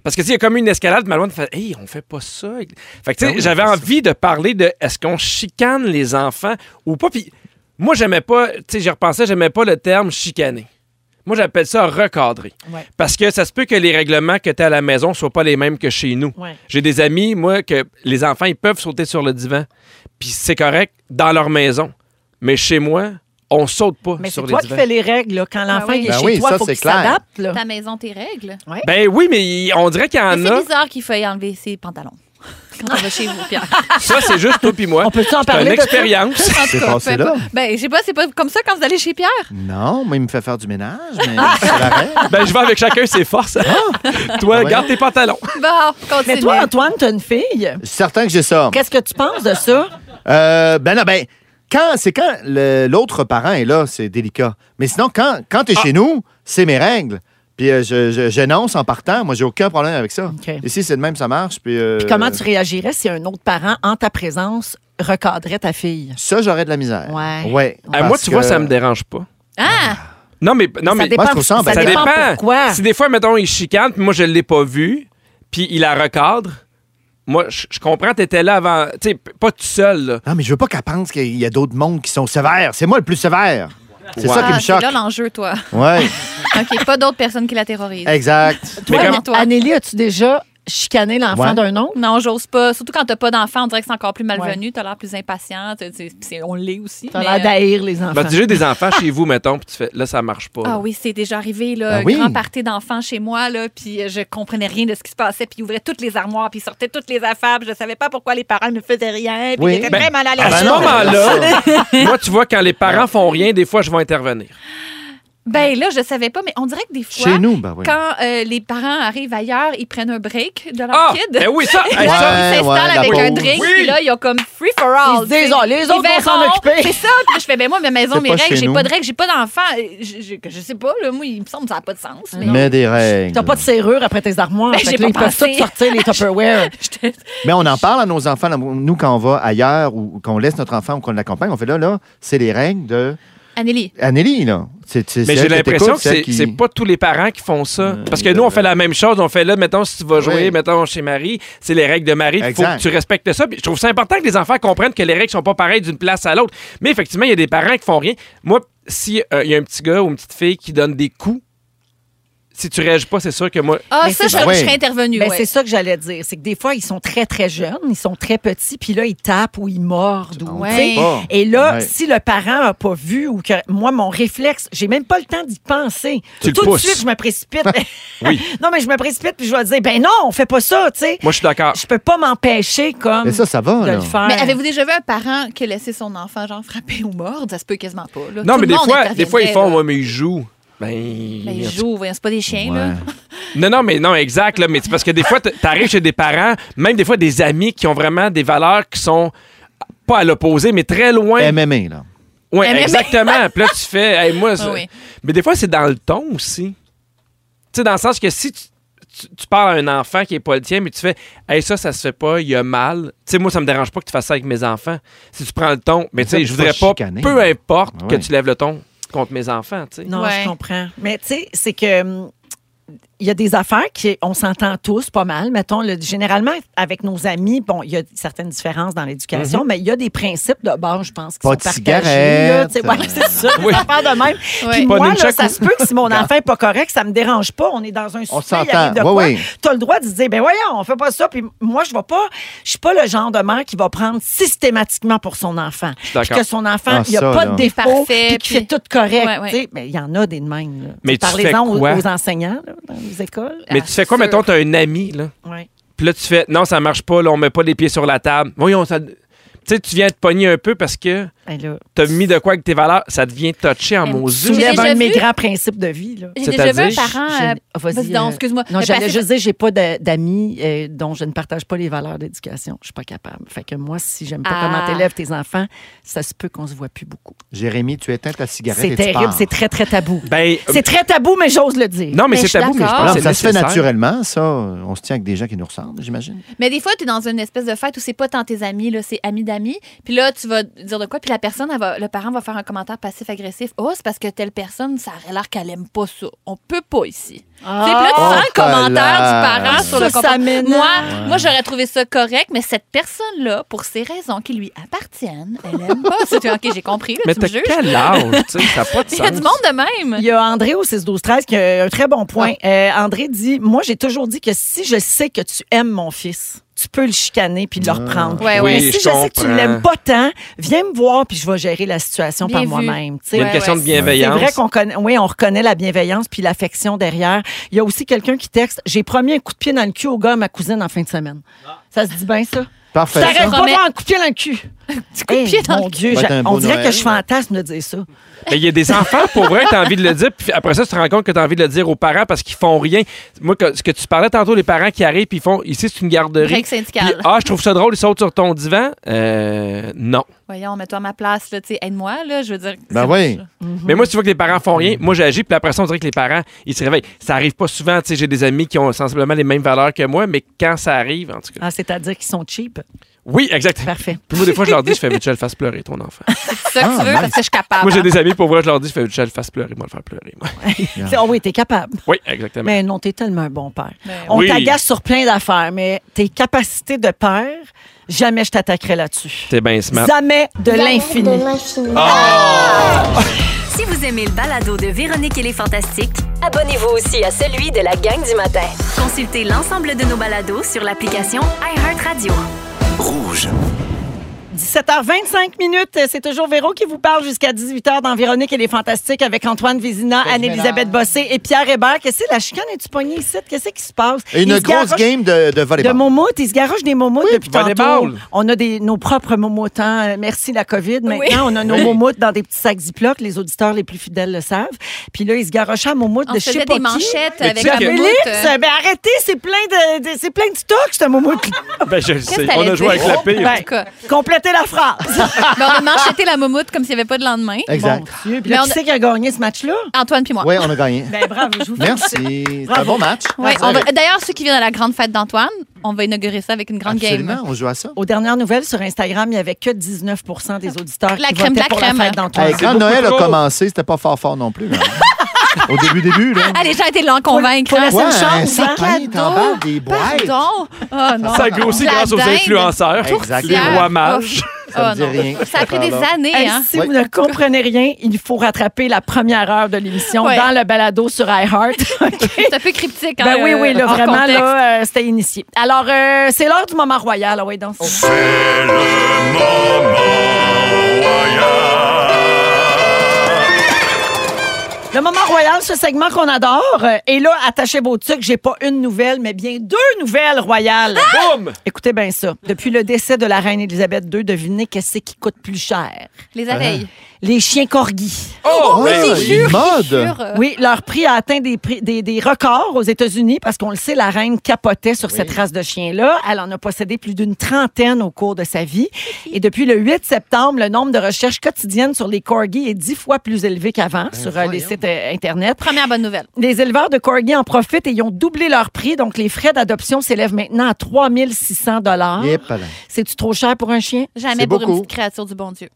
Speaker 7: Parce que tu sais, il y a comme une escalade, ma loin fait, hey, on fait pas ça. Fait que
Speaker 2: Ben
Speaker 7: tu sais, j'avais envie de parler de est-ce qu'on chicane les enfants ou pas. Puis moi, j'aimais pas, tu sais, j'y repensais, j'aimais pas le terme chicaner. Moi, j'appelle ça recadrer.
Speaker 2: Ouais.
Speaker 7: Parce que ça se peut que les règlements que tu as à la maison soient pas les mêmes que chez nous.
Speaker 2: Ouais.
Speaker 7: J'ai des amis, moi, que les enfants, ils peuvent sauter sur le divan. Puis c'est correct dans leur maison. Mais chez moi, on saute pas
Speaker 2: Mais c'est
Speaker 7: sur
Speaker 2: toi
Speaker 7: les
Speaker 2: qui
Speaker 7: divans.
Speaker 2: fais les règles là. quand l'enfant
Speaker 3: Ben oui.
Speaker 2: il est
Speaker 1: Ben
Speaker 2: chez
Speaker 1: oui,
Speaker 2: toi,
Speaker 1: ça,
Speaker 2: faut
Speaker 1: c'est
Speaker 2: qu'il
Speaker 1: clair.
Speaker 2: s'adapte. là.
Speaker 3: Ta maison, tes règles.
Speaker 7: Ben oui, mais il- on dirait qu'il y en
Speaker 3: Mais c'est
Speaker 7: a.
Speaker 3: bizarre qu'il faille enlever ses pantalons quand on va chez vous, Pierre.
Speaker 7: Ça, c'est juste toi puis moi.
Speaker 2: On peut-tu en
Speaker 7: C'est
Speaker 2: parler
Speaker 7: une
Speaker 2: de ça?
Speaker 7: expérience.
Speaker 3: En tout
Speaker 1: C'est
Speaker 3: cas,
Speaker 1: passé
Speaker 3: peu
Speaker 1: là.
Speaker 3: importe. Ben, je sais pas, c'est pas comme ça quand vous allez chez Pierre.
Speaker 1: Non, mais il me fait faire du ménage, mais c'est la règle.
Speaker 7: Ben, je vais avec chacun ses forces. Toi,
Speaker 1: Ah ouais.
Speaker 7: garde tes pantalons.
Speaker 3: Bon, continue.
Speaker 2: Mais toi, Antoine, t'as une fille.
Speaker 1: Certain que j'ai ça.
Speaker 2: Qu'est-ce que tu penses de ça?
Speaker 1: Euh, ben non, ben, quand, c'est quand le- l'autre parent est là, c'est délicat. Mais sinon, quand, quand
Speaker 7: Ah.
Speaker 1: t'es chez nous, c'est mes règles. Puis euh, je- je- j'énonce en partant. Moi, j'ai aucun problème avec ça.
Speaker 2: OK.
Speaker 1: Ici, c'est de même, ça marche. Puis, euh,
Speaker 2: Puis comment tu réagirais si un autre parent, en ta présence, recadrait ta fille?
Speaker 1: Ça, j'aurais de la misère.
Speaker 2: Ouais.
Speaker 1: Ouais.
Speaker 7: Ah, moi,
Speaker 1: parce
Speaker 7: tu vois,
Speaker 1: que-
Speaker 7: ça me dérange pas.
Speaker 3: Ah!
Speaker 7: Non, mais. Non, mais...
Speaker 1: Moi, je trouve ça
Speaker 2: ça,
Speaker 1: embêtant.
Speaker 2: dépend pourquoi.
Speaker 7: Si des fois, mettons, il chicane, puis moi, je l'ai pas vu, puis il la recadre, moi, je je comprends, t'étais là avant. Tu sais, p- pas tout seul, là.
Speaker 1: Non, mais je veux pas qu'elle pense qu'il y a d'autres mondes qui sont sévères. C'est moi le plus sévère. C'est
Speaker 7: Ouais.
Speaker 1: ça qui
Speaker 3: Ah,
Speaker 1: me
Speaker 3: c'est
Speaker 1: choque.
Speaker 3: là l'enjeu, toi.
Speaker 1: Ouais,
Speaker 3: OK, pas d'autres personnes qui la terrorisent.
Speaker 1: exact.
Speaker 7: Mais
Speaker 2: Toi,
Speaker 7: comme-
Speaker 2: An-
Speaker 3: toi.
Speaker 2: Anneli, as-tu déjà chicané l'enfant
Speaker 1: Ouais.
Speaker 2: d'un autre?
Speaker 3: Non, j'ose pas. Surtout quand t'as pas d'enfant, on dirait que c'est encore plus malvenu. T'as l'air plus impatient. t'as- t'sais, c'est- On l'est aussi.
Speaker 2: T'as
Speaker 3: mais- euh,
Speaker 2: l'air d'haïr les enfants.
Speaker 7: Ben, tu as des enfants chez vous, mettons, puis tu fais, là, ça marche pas.
Speaker 3: Ah oui, c'est déjà arrivé, là.
Speaker 1: Oh. Ah
Speaker 3: un
Speaker 1: oui.
Speaker 3: Grand party d'enfants chez moi, là. Puis euh, je comprenais rien de ce qui se passait. Puis ils ouvraient toutes les armoires. Puis ils sortaient toutes les affaires. puis je savais pas pourquoi les parents ne faisaient rien. Puis
Speaker 1: Oui.
Speaker 3: j'étais
Speaker 1: Ben,
Speaker 3: très mal à l'aise.
Speaker 7: À
Speaker 1: Ah,
Speaker 7: ce
Speaker 1: ben non,
Speaker 7: moment-là, moi, tu vois, quand les parents font rien, des fois, je vais intervenir.
Speaker 3: Ben là, je savais pas, mais on dirait que des fois,
Speaker 1: Chez nous, ben oui.
Speaker 3: quand euh, les parents arrivent ailleurs, ils prennent un break de leur
Speaker 7: Ah!
Speaker 3: kid.
Speaker 1: Eh
Speaker 7: Ben oui, ça! hey,
Speaker 3: Là,
Speaker 7: ça-
Speaker 2: Euh,
Speaker 1: Ouais,
Speaker 3: ils s'installent
Speaker 1: ouais, la
Speaker 3: avec un
Speaker 1: pause.
Speaker 3: drink,
Speaker 7: Oui.
Speaker 3: puis là, ils ont comme free for all.
Speaker 2: Ils se disent,
Speaker 3: tu
Speaker 7: oh,
Speaker 3: sais.
Speaker 2: Ah, les autres
Speaker 3: Ils
Speaker 2: vont s'en
Speaker 3: verront.
Speaker 2: occuper.
Speaker 3: C'est ça, puis là, je fais, ben moi, ma maison,
Speaker 1: C'est
Speaker 3: mes
Speaker 1: pas chez
Speaker 3: règles, j'ai
Speaker 1: nous.
Speaker 3: pas de règles, j'ai pas d'enfant. Je, je, je sais pas, là, moi, il me semble que ça n'a pas de sens. Mais,
Speaker 1: Mais des règles.
Speaker 2: T'as pas de serrure après tes armoires.
Speaker 3: Ben,
Speaker 2: Fait
Speaker 3: j'ai
Speaker 2: que là, ils
Speaker 3: pas
Speaker 2: peuvent
Speaker 3: pensé.
Speaker 2: tous sortir les Tupperware.
Speaker 3: J'étais-
Speaker 1: Mais on en parle à nos enfants. là, Nous, quand on va ailleurs ou qu'on laisse notre enfant ou qu'on l'accompagne, on fait là, là, c'est les règles de
Speaker 3: Anneli,
Speaker 1: Anneli, là. C'est- c'est-
Speaker 7: Mais
Speaker 1: c'est
Speaker 7: j'ai
Speaker 1: elle que
Speaker 7: l'impression
Speaker 1: t'écoutes,
Speaker 7: que c'est
Speaker 1: elle qui-
Speaker 7: c'est pas tous les parents qui font ça. Parce que nous, on fait la même chose. On fait là, mettons, si tu vas jouer,
Speaker 1: Oui.
Speaker 7: mettons, chez Marie, c'est les règles de Marie. Il faut
Speaker 1: Exact.
Speaker 7: que tu respectes ça. Puis je trouve ça important que les enfants comprennent que les règles sont pas pareilles d'une place à l'autre. Mais effectivement, il y a des parents qui font rien. Moi, si euh, il y a un petit gars ou une petite fille qui donne des coups, si tu réagis pas, c'est sûr que moi.
Speaker 3: ah,
Speaker 2: Mais
Speaker 3: ça,
Speaker 2: c'est-
Speaker 3: je,
Speaker 1: Ben
Speaker 3: je
Speaker 1: oui.
Speaker 3: serais intervenue.
Speaker 2: Ben,
Speaker 3: ouais.
Speaker 2: C'est ça que j'allais dire. C'est que des fois, ils sont très, très jeunes, ils sont très petits, puis là, ils tapent ou ils mordent. Ou,
Speaker 3: Ouais.
Speaker 2: tu sais.
Speaker 1: Pas.
Speaker 2: Et là,
Speaker 1: Ouais.
Speaker 2: si le parent n'a pas vu ou que moi, mon réflexe, j'ai même pas le temps d'y penser.
Speaker 7: Tu le
Speaker 2: Tout de
Speaker 7: pousses.
Speaker 2: suite, je me précipite.
Speaker 7: Oui.
Speaker 2: non, mais je me précipite, puis je vais dire, ben non, on fait pas ça, tu sais.
Speaker 7: Moi, je suis d'accord.
Speaker 2: Je peux pas m'empêcher, comme,
Speaker 1: Mais ça, ça va,
Speaker 2: de
Speaker 1: là.
Speaker 2: le faire.
Speaker 3: Mais avez-vous déjà vu un parent qui a laissé son enfant, genre, frapper ou mordre? Ça se peut quasiment pas. là.
Speaker 7: Non,
Speaker 3: Tout le
Speaker 7: mais des
Speaker 3: monde
Speaker 7: fois,
Speaker 3: interviendrait,
Speaker 7: des fois, ils font,
Speaker 3: là.
Speaker 7: ouais, mais ils jouent. Ben,
Speaker 3: Ben, ils jouent, voyons, c'est pas des chiens, là.
Speaker 7: Non, non, mais non, exact. Là, mais c'est parce que des fois, t- t'arrives chez des parents, même des fois des amis qui ont vraiment des valeurs qui sont pas à l'opposé, mais très loin.
Speaker 1: MMA, là.
Speaker 7: Oui,
Speaker 3: MMA.
Speaker 7: exactement. Puis là, tu fais. Hey, moi, c'est-
Speaker 3: oui.
Speaker 7: Mais des fois, c'est dans le ton aussi. Tu sais, dans le sens que si tu, tu- tu parles à un enfant qui est pas le tien, mais tu fais Hey, ça, ça se fait pas, il a mal. Tu sais, moi, ça me dérange pas que tu fasses ça avec mes enfants. Si tu prends le ton, mais tu
Speaker 1: Ça,
Speaker 7: sais, je
Speaker 1: faut
Speaker 7: voudrais
Speaker 1: se
Speaker 7: pas,
Speaker 1: chicaner.
Speaker 7: peu importe
Speaker 1: Ouais.
Speaker 7: que tu lèves le ton contre mes enfants, tu sais.
Speaker 2: Non,
Speaker 3: Ouais.
Speaker 2: je comprends. Mais tu sais, c'est que hum, il y a des affaires qui on s'entend tous pas mal. Mettons, le- généralement, avec nos amis, bon, il y a certaines différences dans l'éducation, mais il y a des principes de base, je pense, qui
Speaker 1: Mhm. Pas
Speaker 2: sont
Speaker 1: de
Speaker 2: partagés. là, tu sais.
Speaker 1: cigarette. euh,
Speaker 2: Ouais, c'est ça,
Speaker 7: Oui.
Speaker 2: des affaires de même. Puis
Speaker 7: Pas
Speaker 2: moi, là,
Speaker 7: nunchaku.
Speaker 2: ça se peut que si mon enfant n'est pas correct, ça me dérange pas. On est dans un souper, il arrive de
Speaker 1: s'entend.
Speaker 2: quoi.
Speaker 1: Oui, oui.
Speaker 2: Tu as le droit de se dire, ben voyons, on fait pas ça. Puis moi, je vais pas, je suis pas le genre de mère qui va prendre systématiquement pour son enfant.
Speaker 7: suis d'accord.
Speaker 2: Puis que son enfant,
Speaker 1: Ah,
Speaker 2: il n'y a
Speaker 1: ça,
Speaker 2: pas
Speaker 1: là.
Speaker 2: de défaut,
Speaker 3: Parfait,
Speaker 2: puis qu'il fait
Speaker 3: puis-
Speaker 2: tout correct.
Speaker 3: Ouais, ouais.
Speaker 2: tu sais. Mais il y en a des de même. là.
Speaker 7: Mais
Speaker 2: Tu sais,
Speaker 7: tu fais
Speaker 2: Parlez-en aux,
Speaker 7: quoi?
Speaker 2: aux enseignants là, dans les écoles.
Speaker 7: Mais
Speaker 3: Ah,
Speaker 7: tu fais quoi,
Speaker 3: sûr.
Speaker 7: mettons, t'as un ami, là?
Speaker 2: Ouais.
Speaker 7: Puis là, tu fais non, ça marche pas, là, on met pas les pieds sur la table. Voyons, ça. Tu sais, tu viens te pogner un peu parce que
Speaker 2: Hey, là,
Speaker 7: t'as mis de quoi avec tes valeurs, ça devient touché en
Speaker 3: Mais
Speaker 7: Mosu.
Speaker 3: tu
Speaker 2: tu
Speaker 3: J'ai
Speaker 2: lèves
Speaker 3: déjà
Speaker 2: un de
Speaker 3: vu-
Speaker 2: mes grands principes de vie. Là.
Speaker 3: J'ai déjà vu un
Speaker 7: C'est-à-dire,
Speaker 3: parent.
Speaker 2: Je-
Speaker 3: euh,
Speaker 2: Ah, vas-y,
Speaker 3: vas-y donc,
Speaker 2: euh,
Speaker 3: excuse-moi.
Speaker 2: Non,
Speaker 3: Mais
Speaker 2: j'allais
Speaker 3: passer-
Speaker 2: juste dire, j'ai pas de- d'amis euh, dont je ne partage pas les valeurs d'éducation. Je suis pas capable. Fait que moi, si j'aime pas
Speaker 3: Ah.
Speaker 2: comment t'élèves tes enfants, ça se peut qu'on se voit plus beaucoup.
Speaker 1: Jérémy, tu éteins ta cigarette et
Speaker 2: C'est
Speaker 1: tu
Speaker 2: terrible,
Speaker 1: pars.
Speaker 2: c'est très, très tabou.
Speaker 7: Ben, euh,
Speaker 2: c'est très tabou, mais j'ose le dire.
Speaker 7: non, mais
Speaker 3: Ben,
Speaker 7: c'est
Speaker 3: je suis
Speaker 7: tabou, mais je
Speaker 3: d'accord.
Speaker 7: pense
Speaker 1: Non,
Speaker 7: que
Speaker 1: mais
Speaker 7: c'est
Speaker 1: ça se fait
Speaker 7: nécessaire.
Speaker 1: naturellement, ça. On se tient avec des gens qui nous ressemblent, j'imagine.
Speaker 3: Mais des fois, tu es dans une espèce de fête où c'est pas tant tes amis, là, c'est amis d'amis. Puis là, tu vas dire de quoi, puis la personne, elle va- le parent va faire un commentaire passif-agressif. Oh, c'est parce que telle personne, ça aurait l'air qu'elle aime pas ça. On peut pas ici. Tu sais, puis là, tu sens le
Speaker 1: Oh,
Speaker 3: commentaire du
Speaker 1: là.
Speaker 3: parent sur le
Speaker 2: Ça, ça
Speaker 3: comportement.
Speaker 2: m'énerve.
Speaker 3: Moi, moi j'aurais trouvé ça correct, mais cette personne-là, pour ses raisons qui lui appartiennent, elle aime pas. C'est OK, j'ai compris, là,
Speaker 7: Mais
Speaker 3: tu me
Speaker 7: t'as
Speaker 3: juges.
Speaker 7: quel âge, tu sais, ça n'a pas de
Speaker 3: Il
Speaker 7: sens.
Speaker 3: y a du monde de même.
Speaker 2: Il y a André au 6 12 13 qui a un très bon point. Euh, André dit moi j'ai toujours dit que si je sais que tu aimes mon fils, tu peux le chicaner puis le reprendre.
Speaker 3: Ouais,
Speaker 7: Oui,
Speaker 3: ouais.
Speaker 2: Mais si je, sais que tu
Speaker 7: comprends.
Speaker 2: ne l'aimes pas tant, viens me voir puis je vais gérer la situation
Speaker 3: Bien
Speaker 2: par
Speaker 3: vu.
Speaker 2: moi-même. tu sais.
Speaker 7: Il y a une
Speaker 3: Ouais,
Speaker 7: question
Speaker 3: ouais.
Speaker 7: de
Speaker 2: C'est
Speaker 7: bienveillance.
Speaker 2: vrai qu'on connaît, oui, on reconnaît la bienveillance puis l'affection derrière. Il y a aussi quelqu'un qui texte J'ai promis un coup de pied dans le cul au gars à ma cousine en fin de semaine.
Speaker 3: Ah.
Speaker 2: Ça se dit bien, ça?
Speaker 1: Parfait.
Speaker 2: T'arrêtes
Speaker 3: ça.
Speaker 2: pas de
Speaker 3: Promets.
Speaker 2: faire un coup de pied dans le cul.
Speaker 3: Tu coupes pied dans
Speaker 2: mon
Speaker 3: le
Speaker 2: Dieu,
Speaker 1: Va être
Speaker 2: j'a-
Speaker 1: un
Speaker 2: on
Speaker 1: beau
Speaker 2: dirait
Speaker 1: Noël.
Speaker 2: que je fantasme de dire ça.
Speaker 7: Mais il y a des enfants, pour vrai, tu as envie de le dire. Puis après ça, tu te rends compte que tu as envie de le dire aux parents parce qu'ils font rien. Moi, que- ce que tu parlais tantôt, les parents qui arrivent puis ils font ici, c'est une garderie.
Speaker 3: break
Speaker 7: Puis,
Speaker 3: syndical.
Speaker 7: ah, je trouve ça drôle, ils sautent sur ton divan. Euh, non.
Speaker 3: Voyons, mets-toi à ma place, là, tu sais, aide-moi, là, je veux dire.
Speaker 1: Ben
Speaker 3: c'est-
Speaker 1: oui.
Speaker 3: Mhm.
Speaker 7: Mais moi, si tu vois que les parents font rien, moi j'agis, puis après ça, on dirait que les parents, ils se réveillent. Ça arrive pas souvent, tu sais, j'ai des amis qui ont sensiblement les mêmes valeurs que moi, mais quand ça arrive, en tout cas.
Speaker 2: Ah, C'est-à-dire qu'ils sont cheap.
Speaker 7: Oui, exact.
Speaker 2: Parfait.
Speaker 7: Puis moi, des fois, je leur dis, je fais, veux-tu que je le fasse pleurer, ton enfant?
Speaker 3: C'est ça que tu veux, parce que je suis capable.
Speaker 7: Ah,
Speaker 3: hein.
Speaker 7: moi, j'ai des amis, pour vrai, je leur dis, je fais, veux-tu que je le fasse pleurer, moi, le faire pleurer, moi.
Speaker 2: C'est- Oh oui, t'es capable.
Speaker 7: Oui, exactement.
Speaker 2: Mais non, t'es tellement un bon père.
Speaker 3: Ben
Speaker 2: On
Speaker 7: oui.
Speaker 2: t'agace sur plein d'affaires, mais tes capacités de père, jamais je t'attaquerai là-dessus.
Speaker 7: T'es bien smart.
Speaker 2: Jamais de l'infini.
Speaker 10: Si vous aimez le balado de Véronique et les Fantastiques,
Speaker 11: Abonnez-vous aussi à celui de la gang du matin.
Speaker 10: consultez l'ensemble de nos balados sur l'application iHeartRadio.
Speaker 2: 17h25 minutes, c'est toujours Véro qui vous parle jusqu'à 18h dans Véronique et les Fantastiques avec Antoine Vézina, Anne-Elisabeth Bossé et Pierre Hébert. Qu'est-ce que c'est, la chicane? Es-tu pogné ici? Qu'est-ce qui se passe? Ils
Speaker 1: Et une
Speaker 2: se
Speaker 1: grosse
Speaker 2: garochent
Speaker 1: game de, de
Speaker 2: De
Speaker 1: volleyball.
Speaker 2: moumoutes, ils se garochent des moumoutes depuis tantôt.
Speaker 7: volleyball.
Speaker 2: On a des, nos propres moumoutes. hein. Merci la COVID. Maintenant, on a nos moumoutes dans des petits sacs Ziploc. Les auditeurs les plus fidèles le savent. Puis là, ils se garochaient à moumoutes
Speaker 3: On
Speaker 2: de
Speaker 3: se
Speaker 2: je sais
Speaker 3: faisait
Speaker 2: pas
Speaker 3: des
Speaker 2: qui.
Speaker 3: manchettes
Speaker 7: Mais
Speaker 3: avec
Speaker 7: tu sais
Speaker 3: la euh.
Speaker 7: que-
Speaker 2: Mais
Speaker 3: moumoute.
Speaker 2: Lips, ben arrêtez, c'est plein de, de- c'est plein de stock, ce moumoute.
Speaker 7: Ben, je le sais.
Speaker 3: t'allais
Speaker 7: On a joué
Speaker 3: dire? Ben,
Speaker 7: avec la pire.
Speaker 2: Ben,
Speaker 3: En tout cas,
Speaker 2: Complétez la phrase.
Speaker 3: ben, on a mancheté la moumoute comme s'il n'y avait pas de lendemain.
Speaker 1: Exact.
Speaker 2: Mon Dieu, puis là,
Speaker 3: Mais
Speaker 2: qui
Speaker 3: on-
Speaker 2: c'est qui a gagné ce match-là?
Speaker 3: Antoine puis moi.
Speaker 1: Oui, on a gagné.
Speaker 2: Ben bravo, je vous
Speaker 1: Merci. C'est un
Speaker 2: Bravo.
Speaker 1: bon match.
Speaker 3: Ouais, on va- D'ailleurs, ceux qui viennent à la grande fête d'Antoine, on va inaugurer ça avec une grande
Speaker 1: Absolument,
Speaker 3: game.
Speaker 1: on joue à ça.
Speaker 2: Aux dernières nouvelles sur Instagram, il n'y avait que 19 des auditeurs
Speaker 3: La
Speaker 2: qui
Speaker 3: crème de
Speaker 2: votaient
Speaker 3: la
Speaker 2: pour
Speaker 3: crème.
Speaker 2: la fête d'Antoine.
Speaker 1: Hey, quand
Speaker 7: Ah, beaucoup
Speaker 1: Noël
Speaker 7: trop.
Speaker 1: a commencé, c'était pas fort fort non plus. là. Au début, début, là.
Speaker 3: Ah, les gens étaient là en convaincre.
Speaker 2: Faut la-
Speaker 3: hein.
Speaker 2: faut la seule
Speaker 1: Ouais, un
Speaker 2: chance, hein?
Speaker 1: sapin, t'emballes des boîtes.
Speaker 3: Pardon. Oh non.
Speaker 7: Ça grossit
Speaker 3: La
Speaker 7: grâce aux
Speaker 3: dinde.
Speaker 7: influenceurs, les
Speaker 1: Exactement.
Speaker 7: rois mages.
Speaker 1: Ça
Speaker 3: Oh
Speaker 1: me dit
Speaker 2: Ah,
Speaker 3: non.
Speaker 1: rien.
Speaker 3: Ça a pris des
Speaker 1: Alors.
Speaker 3: années.
Speaker 2: Hey,
Speaker 3: hein.
Speaker 2: si
Speaker 1: Ouais.
Speaker 2: vous ne comprenez rien, il faut rattraper la première heure de l'émission
Speaker 3: Ouais.
Speaker 2: dans le balado sur iHeart. OK?
Speaker 3: C'est un peu cryptique. hein,
Speaker 2: Ben oui,
Speaker 3: euh,
Speaker 2: oui, là,
Speaker 3: hors
Speaker 2: vraiment,
Speaker 3: contexte.
Speaker 2: là, euh, c'était initié. Alors, euh, c'est l'heure du moment royal. Ah ouais, donc, c'est- Le moment royal, ce segment qu'on adore. Euh, Et là, attachez vos trucs, j'ai pas une nouvelle, mais bien deux nouvelles royales.
Speaker 7: Boum!
Speaker 2: Écoutez bien ça. Depuis le décès de la reine Élisabeth II, devinez qu'est-ce qui coûte plus cher.
Speaker 3: Les abeilles.
Speaker 2: Les chiens corgis.
Speaker 7: Oh,
Speaker 1: Ouais,
Speaker 7: ben
Speaker 1: il
Speaker 7: oui.
Speaker 1: est mode.
Speaker 3: Sûr, euh,
Speaker 2: Oui, leur prix a atteint des, prix- des, des records aux États-Unis parce qu'on le sait, la reine capotait sur cette race de chiens-là. Elle en a possédé plus d'une trentaine au cours de sa vie. Et depuis le 8 septembre, le nombre de recherches quotidiennes sur les corgis est dix fois plus élevé qu'avant sur euh, les sites euh, Internet.
Speaker 3: Première bonne nouvelle.
Speaker 2: Les éleveurs de corgis en profitent et ils ont doublé leur prix. Donc, les frais d'adoption s'élèvent maintenant à 3600 dollars.
Speaker 1: Yep, là.
Speaker 2: C'est-tu trop cher pour un chien?
Speaker 3: Jamais
Speaker 1: C'est
Speaker 3: pour
Speaker 1: beaucoup.
Speaker 3: une petite créature du bon Dieu.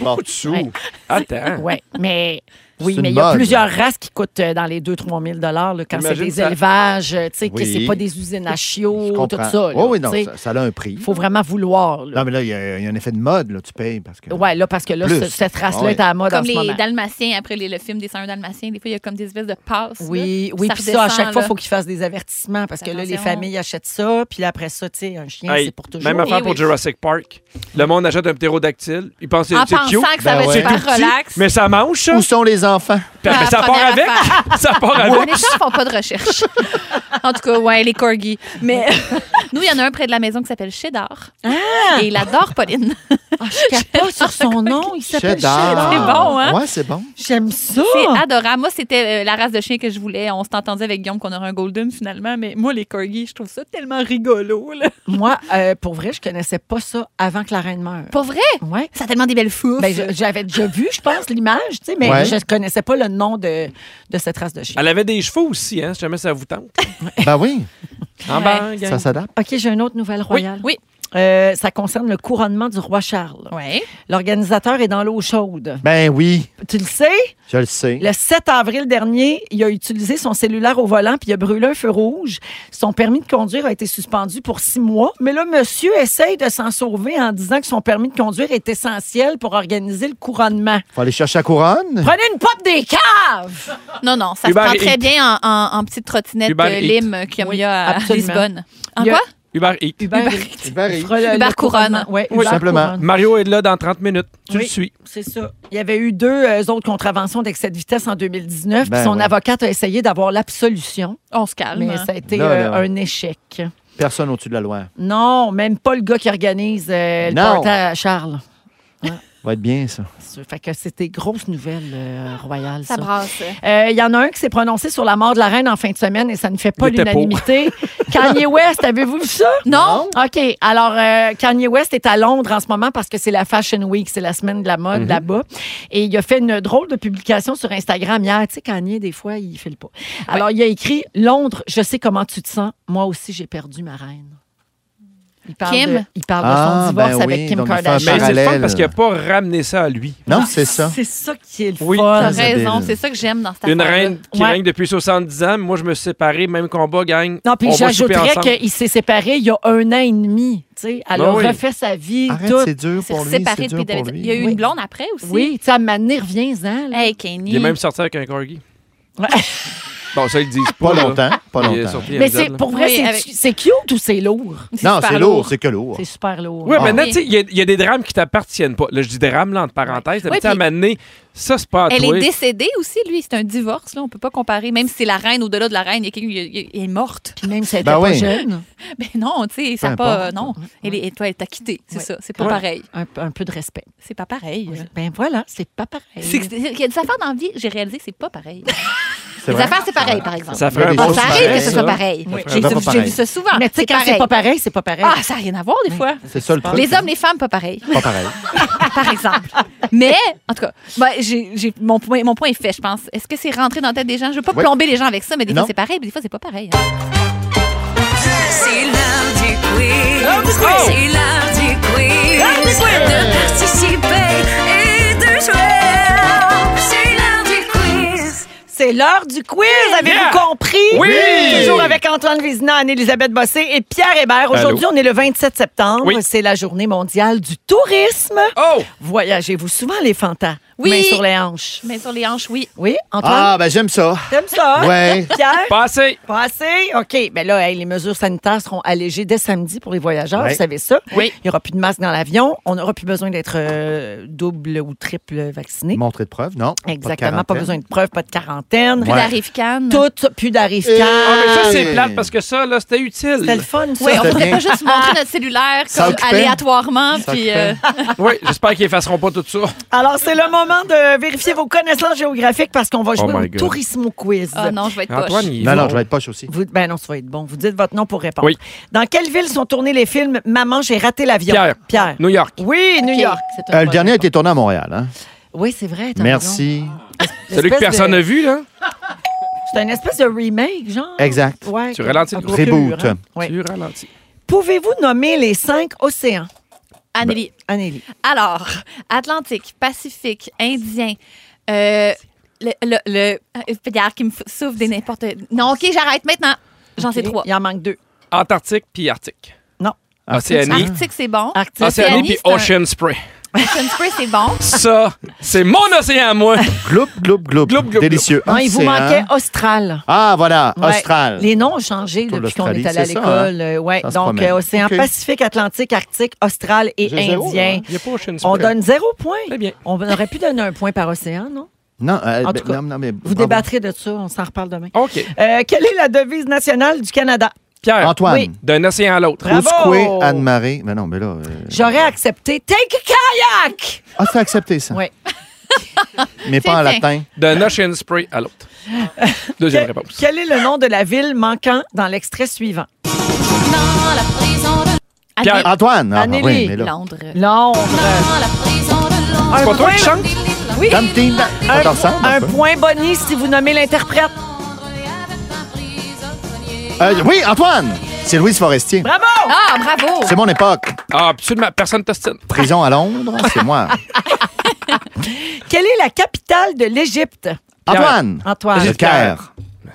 Speaker 1: Bon.
Speaker 2: Ouais.
Speaker 7: Attends.
Speaker 2: Oui, mais. Oui,
Speaker 1: une
Speaker 2: mais il y a
Speaker 1: mode.
Speaker 2: plusieurs races qui coûtent euh, dans les 2-3 000 dollars là, quand c'est
Speaker 7: Imagine
Speaker 2: des
Speaker 7: ça.
Speaker 2: élevages, euh, tu sais, que
Speaker 1: Oui.
Speaker 2: c'est pas des usines à
Speaker 1: Je
Speaker 2: chiots, tout
Speaker 1: comprends. Oh,
Speaker 2: ça. là,
Speaker 1: Oui, oui, non,
Speaker 2: tu sais.
Speaker 1: ça, ça a un prix.
Speaker 2: faut vraiment vouloir. Là.
Speaker 1: Non, mais là, il y, a il y a un effet de mode, là, tu payes parce que.
Speaker 2: Ouais, là, parce que là,
Speaker 1: Plus. Ah
Speaker 2: ce- cette race-là
Speaker 1: Ouais.
Speaker 2: est à la mode en
Speaker 3: Comme
Speaker 2: ce
Speaker 3: les
Speaker 2: moment.
Speaker 3: dalmatiens, après les, le film des 101 dalmatiens, des fois, il y a comme des espèces de passes.
Speaker 2: Oui,
Speaker 3: là,
Speaker 2: oui,
Speaker 3: puis
Speaker 2: puis ça, à chaque fois,
Speaker 3: il
Speaker 2: il faut qu'ils fassent des avertissements parce que là, les
Speaker 3: Attention.
Speaker 2: familles achètent ça, puis après ça, tu sais, un chien,
Speaker 7: Hey,
Speaker 2: c'est pour toujours.
Speaker 7: Même affaire
Speaker 3: Eh
Speaker 7: pour
Speaker 3: oui.
Speaker 7: Jurassic Park. Le monde achète un ptérodactyle. Il pense que
Speaker 3: En
Speaker 7: c'est
Speaker 3: pensant
Speaker 7: cute.
Speaker 3: que ça
Speaker 1: Ben
Speaker 3: va être
Speaker 1: ouais.
Speaker 3: super
Speaker 7: Petit,
Speaker 3: relax.
Speaker 7: Mais ça mange, ça.
Speaker 1: Où sont les enfants?
Speaker 7: Puis après,
Speaker 3: Ah,
Speaker 7: ça part
Speaker 3: première
Speaker 7: avec. ça part
Speaker 3: Les
Speaker 7: avec.
Speaker 3: gens font pas de recherche. en tout cas, ouais, les corgis. Mais nous, il y en a un près de la maison qui s'appelle Cheddar.
Speaker 2: Ah!
Speaker 3: Et il adore Pauline.
Speaker 2: Oh! Je capote sur son nom, il s'appelle
Speaker 1: Cheddar.
Speaker 3: C'est
Speaker 2: Cheddar.
Speaker 3: bon, hein?
Speaker 1: ah. Ouais, c'est bon.
Speaker 2: J'aime ça.
Speaker 3: C'est adorable. Moi, c'était euh, la race de chien que je voulais. On s'entendait avec Guillaume qu'on aurait un golden finalement, mais moi, les corgis, je trouve ça tellement rigolo. Là.
Speaker 2: Moi, euh, pour vrai, je connaissais pas ça avant que la reine meure.
Speaker 3: Pas vrai?
Speaker 2: Ouais.
Speaker 3: Ça a tellement des belles fous.
Speaker 2: Ben, je- j'avais déjà vu, je pense, l'image, tu sais, mais
Speaker 1: Ouais.
Speaker 2: je ne connaissais pas le nom de, de cette race de chien.
Speaker 7: Elle avait des chevaux aussi, hein, si jamais ça vous tente.
Speaker 1: Ben oui,
Speaker 7: En bas, gang.
Speaker 1: ça s'adapte.
Speaker 2: Ah, OK, j'ai une autre nouvelle royale.
Speaker 3: Oui.
Speaker 2: Euh, ça concerne le couronnement du roi Charles.
Speaker 3: Ouais.
Speaker 2: L'organisateur est dans l'eau chaude.
Speaker 1: Ben oui,
Speaker 2: Tu le sais?
Speaker 1: je le sais.
Speaker 2: Le 7 avril dernier, il a utilisé son cellulaire au volant puis il a brûlé un feu rouge. Son permis de conduire a été suspendu pour six mois. Mais là, monsieur essaye de s'en sauver en disant que son permis de conduire est essentiel pour organiser le couronnement.
Speaker 1: Faut aller chercher la couronne.
Speaker 2: Prenez une pop des caves!
Speaker 3: Non, non, ça
Speaker 7: Uber
Speaker 3: se prend
Speaker 7: Eats.
Speaker 3: très bien en, en, en petite trottinette
Speaker 7: Uber
Speaker 3: de
Speaker 7: Eats.
Speaker 3: lime qu'il y a à
Speaker 2: absolument.
Speaker 3: Lisbonne. En
Speaker 2: Il y a-
Speaker 3: quoi?
Speaker 7: Uber Eats.
Speaker 1: Barry.
Speaker 3: Uber couronne.
Speaker 2: Ouais,
Speaker 7: Oui,
Speaker 2: Uber
Speaker 1: simplement.
Speaker 2: couronne.
Speaker 7: Mario est là dans 30 minutes. Tu
Speaker 2: Oui.
Speaker 7: le suis.
Speaker 2: C'est ça. Il y avait eu deux euh, autres contraventions d'excès de vitesse en 2019.
Speaker 1: Ben
Speaker 2: puis son
Speaker 1: ouais.
Speaker 2: avocate a essayé d'avoir l'absolution,
Speaker 3: On se calme.
Speaker 2: mais ça a été
Speaker 1: Là,
Speaker 2: euh,
Speaker 1: là.
Speaker 2: un échec.
Speaker 1: Personne au-dessus de la loi.
Speaker 2: Non, même pas le gars qui organise euh, le
Speaker 1: Non.
Speaker 2: party à Charles.
Speaker 1: Va être bien, ça.
Speaker 2: Ça Fait que c'était grosse nouvelle euh, royale,
Speaker 3: Ça
Speaker 2: ça.
Speaker 3: brasse.
Speaker 2: Euh, Il y en a un qui s'est prononcé sur la mort de la reine en fin de semaine et ça ne fait pas
Speaker 7: Il était pour.
Speaker 2: l'unanimité. Kanye West, avez-vous vu ça?
Speaker 3: Non?
Speaker 2: OK. Alors, euh, Kanye West est à Londres en ce moment parce que c'est la Fashion Week, c'est la semaine de la mode
Speaker 7: Mhm.
Speaker 2: là-bas. Et il a fait une drôle de publication sur Instagram hier. Tu sais, Kanye, des fois, il file pas. Alors, il a écrit Londres, je sais comment tu te sens. Moi aussi, j'ai perdu ma reine. Il parle,
Speaker 3: Kim?
Speaker 2: De, il parle de
Speaker 1: Ah,
Speaker 2: son divorce
Speaker 1: ben
Speaker 2: avec
Speaker 1: oui,
Speaker 2: Kim
Speaker 1: donc il fait un
Speaker 7: Mais
Speaker 2: Kardashian.
Speaker 7: c'est le fun
Speaker 1: Parallèle. euh,
Speaker 7: parce qu'il n'a pas ramené ça à lui.
Speaker 1: Non, c'est ça.
Speaker 2: Ah, C'est ça qui est le
Speaker 7: Oui.
Speaker 2: fun.
Speaker 3: T'as
Speaker 1: Ça,
Speaker 3: raison,
Speaker 1: c'est-
Speaker 3: c'est ça que j'aime dans cette
Speaker 7: Une
Speaker 3: affaire-là.
Speaker 7: reine qui
Speaker 2: Ouais.
Speaker 7: règne depuis 70 ans. Moi, je me suis séparé. Même combat, gang.
Speaker 2: Non, puis
Speaker 7: On va souper
Speaker 2: j'ajouterais
Speaker 7: ensemble.
Speaker 2: qu'il s'est séparé il y a un an et demi. Tu sais, elle
Speaker 7: Ben
Speaker 2: a
Speaker 7: oui.
Speaker 2: refait sa vie,
Speaker 1: Arrête,
Speaker 2: tout.
Speaker 1: c'est dur
Speaker 3: C'est
Speaker 1: pour lui. C'est
Speaker 3: séparé
Speaker 1: dur
Speaker 3: depuis
Speaker 1: pour
Speaker 3: David.
Speaker 1: lui.
Speaker 3: Il y a eu une blonde après aussi.
Speaker 2: Oui, tu sais, à m'amener, reviens-en. là.
Speaker 3: Hey, Kenny.
Speaker 7: Il est même sorti avec un corgi.
Speaker 2: Ouais.
Speaker 7: Bon, ça, ils le disent pas.
Speaker 1: Pas
Speaker 7: là.
Speaker 1: longtemps, pas
Speaker 7: Il est
Speaker 1: longtemps.
Speaker 7: sorti
Speaker 2: Mais
Speaker 7: épisode,
Speaker 2: c'est
Speaker 7: là.
Speaker 2: pour vrai,
Speaker 3: Oui,
Speaker 2: c'est-
Speaker 3: avec-
Speaker 2: c'est cute ou c'est lourd?
Speaker 1: Non,
Speaker 3: super
Speaker 1: c'est lourd, c'est que lourd.
Speaker 2: C'est super lourd.
Speaker 7: Oui,
Speaker 1: Ah.
Speaker 7: maintenant, tu sais, il y a- il y, a des drames qui t'appartiennent pas. Là, je dis des drames, là, entre parenthèses. Mais
Speaker 3: Ouais,
Speaker 7: tu sais, à un
Speaker 3: puis-
Speaker 7: moment donné, ça, c'est pas à
Speaker 3: Elle
Speaker 7: toi.
Speaker 3: est décédée aussi, lui. C'est un divorce, là. On peut pas comparer. Même si c'est la reine, au-delà de la reine, il y a quelqu'un qui est- qui est morte.
Speaker 2: Puis même si elle était
Speaker 1: Ben
Speaker 2: pas
Speaker 1: oui.
Speaker 2: jeune,
Speaker 3: Mais non, tu sais, ça a
Speaker 1: Peu
Speaker 3: pas.
Speaker 1: importe.
Speaker 3: non. Elle est- et toi, elle t'a quitté. C'est
Speaker 2: Ouais.
Speaker 3: ça. C'est pas
Speaker 7: Ouais.
Speaker 3: pareil.
Speaker 2: un, un peu de respect.
Speaker 3: C'est pas pareil.
Speaker 2: Ben voilà, c'est pas pareil.
Speaker 3: C'est que- Il y a des affaires dans la vie, j'ai réalisé que c'est pas pareil.
Speaker 1: C'est
Speaker 3: Les
Speaker 1: vrai.
Speaker 3: affaires, c'est pareil, par exemple.
Speaker 7: Ça ferait un
Speaker 1: Des
Speaker 7: bon
Speaker 3: Ah, ça
Speaker 1: choses
Speaker 3: arrive que
Speaker 1: pareilles,
Speaker 3: ce
Speaker 7: ça.
Speaker 3: soit pareil.
Speaker 1: Ça ferait
Speaker 3: J'ai
Speaker 1: pas
Speaker 3: vu- J'ai
Speaker 1: pareil.
Speaker 3: vu ça souvent.
Speaker 2: Mais tu sais, quand c'est pas pareil, c'est pas pareil.
Speaker 3: Ah, ça n'a rien à voir, des fois.
Speaker 1: C'est ça le truc.
Speaker 3: Les hommes, les femmes, pas pareil.
Speaker 1: Pas pareil.
Speaker 3: par exemple. Mais, en tout cas, ben, j'ai- j'ai- mon, point, mon point est fait, je pense. Est-ce que c'est rentré dans la tête des gens? Je veux pas
Speaker 1: Oui.
Speaker 3: plomber les gens avec ça, mais des
Speaker 1: Non.
Speaker 3: fois, c'est pareil, puis des fois, c'est pas pareil. hein.
Speaker 9: C'est l'heure du quiz. C'est l'heure du quiz. De participer et de jouer. C'est l'heure du quiz.
Speaker 2: C'est l'heure du quiz, avez-vous
Speaker 7: Yeah!
Speaker 2: compris?
Speaker 7: Oui!
Speaker 2: Toujours avec Antoine Vézina, Anne-Elisabeth Bossé et Pierre Hébert. Aujourd'hui, on est le 27 septembre.
Speaker 7: Oui.
Speaker 2: C'est la journée mondiale du tourisme.
Speaker 7: Oh!
Speaker 2: Voyagez-vous souvent, les fantas?
Speaker 3: Oui.
Speaker 2: Main sur les hanches.
Speaker 3: Mais sur les hanches, oui.
Speaker 2: Oui, Antoine?
Speaker 1: Ah, ben j'aime ça.
Speaker 2: T'aimes ça? hein?
Speaker 1: Ouais.
Speaker 2: Pierre?
Speaker 7: Pas assez.
Speaker 2: Pas assez? OK. Ben là, hey, les mesures sanitaires seront allégées dès samedi pour les voyageurs.
Speaker 1: Ouais.
Speaker 2: Vous savez ça?
Speaker 3: Oui.
Speaker 2: Il n'y aura plus de masque dans l'avion. On n'aura plus besoin d'être euh, double ou triple vacciné.
Speaker 1: Montrer de preuves, non? pas de
Speaker 2: Exactement. Pas,
Speaker 1: quarantaine.
Speaker 2: besoin de preuves, pas de quarantaine.
Speaker 1: Ouais.
Speaker 3: Plus
Speaker 1: Euh,
Speaker 3: d'arrive-can.
Speaker 2: Tout, ça, plus d'arrive
Speaker 7: Ah, mais ça, c'est
Speaker 1: Hey.
Speaker 7: plate parce que ça, là, c'était utile.
Speaker 2: C'était le fun, ça.
Speaker 3: Oui, on
Speaker 1: C'était
Speaker 3: pourrait
Speaker 1: bien.
Speaker 3: pas juste montrer notre cellulaire
Speaker 1: Ça
Speaker 3: comme
Speaker 1: occupait.
Speaker 3: aléatoirement.
Speaker 1: Ça
Speaker 3: Puis,
Speaker 1: occupait.
Speaker 3: euh,
Speaker 7: Oui, j'espère qu'ils effaceront pas tout ça.
Speaker 2: Alors, c'est le moment de vérifier vos connaissances géographiques parce qu'on
Speaker 1: Oh
Speaker 2: va jouer
Speaker 7: my
Speaker 2: au
Speaker 7: God.
Speaker 2: tourisme quiz.
Speaker 3: Ah non, je vais être poche.
Speaker 7: Antoine, il
Speaker 1: Non,
Speaker 7: va.
Speaker 1: non, je vais être poche aussi.
Speaker 2: Vous, ben non, ça va être bon. Vous dites votre nom pour répondre.
Speaker 7: Oui.
Speaker 2: Dans quelle ville sont tournés les films Maman, j'ai raté l'avion?
Speaker 7: Pierre.
Speaker 2: Pierre.
Speaker 7: New York.
Speaker 2: Oui, New
Speaker 3: Ok.
Speaker 2: York. c'est une
Speaker 1: Euh, le
Speaker 2: bonne
Speaker 1: dernier a
Speaker 2: réponse.
Speaker 1: été tourné à Montréal. Hein?
Speaker 2: Oui, c'est vrai. t'as raison.
Speaker 1: Merci.
Speaker 7: Celui que
Speaker 2: Espèce
Speaker 7: personne
Speaker 2: de-
Speaker 7: n'a vu, là.
Speaker 2: C'est une espèce de remake, genre.
Speaker 1: Exact.
Speaker 2: Ouais,
Speaker 7: Tu ralentis le
Speaker 2: Un
Speaker 7: groupe.
Speaker 2: brochure,
Speaker 1: Reboot.
Speaker 2: hein. Ouais.
Speaker 7: Tu ralentis.
Speaker 2: Pouvez-vous nommer les cinq océans,
Speaker 3: Anneli.
Speaker 2: Anélie?
Speaker 3: Alors, Atlantique, Pacifique, Indien, euh, le, le, le- euh, Pierre qui me f- souffle des n'importe. Non, OK, j'arrête maintenant. J'en sais
Speaker 2: Ok,
Speaker 3: trois.
Speaker 2: Il en manque deux.
Speaker 7: Antarctique puis Arctique.
Speaker 2: Non.
Speaker 7: Océanie.
Speaker 3: Arctique, c'est bon.
Speaker 2: Arctique.
Speaker 3: Océanie,
Speaker 7: Océanie Ah, puis
Speaker 3: c'est un-
Speaker 7: Ocean Spray.
Speaker 3: Ocean Spray, c'est bon.
Speaker 7: Ça, c'est mon océan à moi.
Speaker 1: Gloup, gloup, gloup.
Speaker 7: Gloup, gloup,
Speaker 1: Délicieux.
Speaker 2: Non, il vous
Speaker 1: Océan.
Speaker 2: manquait Austral.
Speaker 1: Ah, voilà,
Speaker 2: Ouais.
Speaker 1: Austral.
Speaker 2: Les noms ont changé
Speaker 1: Autour de
Speaker 2: depuis qu'on est allé
Speaker 1: l'Australie,
Speaker 2: à
Speaker 1: c'est ça, hein?
Speaker 2: l'école. Euh, ouais.
Speaker 1: Ça se
Speaker 2: Donc,
Speaker 1: promène.
Speaker 2: euh, océan
Speaker 1: Ok.
Speaker 2: Pacifique, Atlantique, Arctique, Austral et
Speaker 1: J'ai zéro, hein?
Speaker 2: Indien.
Speaker 1: là.
Speaker 7: Il n'y a pas Ocean Spray.
Speaker 2: On donne zéro point.
Speaker 7: Très bien.
Speaker 2: On aurait pu donner un point par océan, non?
Speaker 1: Non, euh,
Speaker 2: En
Speaker 1: ben,
Speaker 2: tout cas,
Speaker 1: non, non, mais
Speaker 2: Vous
Speaker 1: bravo.
Speaker 2: débattrez de ça, on s'en reparle demain.
Speaker 7: OK.
Speaker 2: Euh, quelle est la devise nationale du Canada?
Speaker 7: Pierre,
Speaker 1: Antoine.
Speaker 2: Oui.
Speaker 7: d'un océan à l'autre.
Speaker 2: Bravo.
Speaker 1: Ousqué, Anne-Marie. Mais non, mais là. euh,
Speaker 2: J'aurais accepté Take a kayak!
Speaker 1: Ah, t'as accepté ça.
Speaker 2: Oui.
Speaker 1: Mais pas en
Speaker 3: C'est
Speaker 1: latin.
Speaker 7: D'un Ocean Spray à l'autre. Deuxième réponse.
Speaker 2: Quel est le nom de la ville manquant dans l'extrait suivant?
Speaker 9: Dans la prison de
Speaker 7: Pierre.
Speaker 3: Anneli,
Speaker 1: Antoine. Ah,
Speaker 2: Anneli.
Speaker 1: oui, mais là.
Speaker 3: Londres.
Speaker 2: Londres.
Speaker 9: la prison de Londres.
Speaker 7: C'est pas toi qui chantes?
Speaker 2: Oui.
Speaker 1: Dame Team, ça te ressemble
Speaker 2: Un
Speaker 1: un peu.
Speaker 2: point bonus si vous nommez l'interprète.
Speaker 1: Euh, oui, Antoine. C'est Louise Forestier.
Speaker 2: Bravo!
Speaker 3: Ah, bravo.
Speaker 1: C'est mon époque.
Speaker 7: Ah, absolument. Personne ne t'ostine.
Speaker 1: Prison à Londres, c'est moi.
Speaker 2: Quelle est la capitale de l'Égypte?
Speaker 1: Antoine.
Speaker 2: Antoine.
Speaker 1: Le Caire.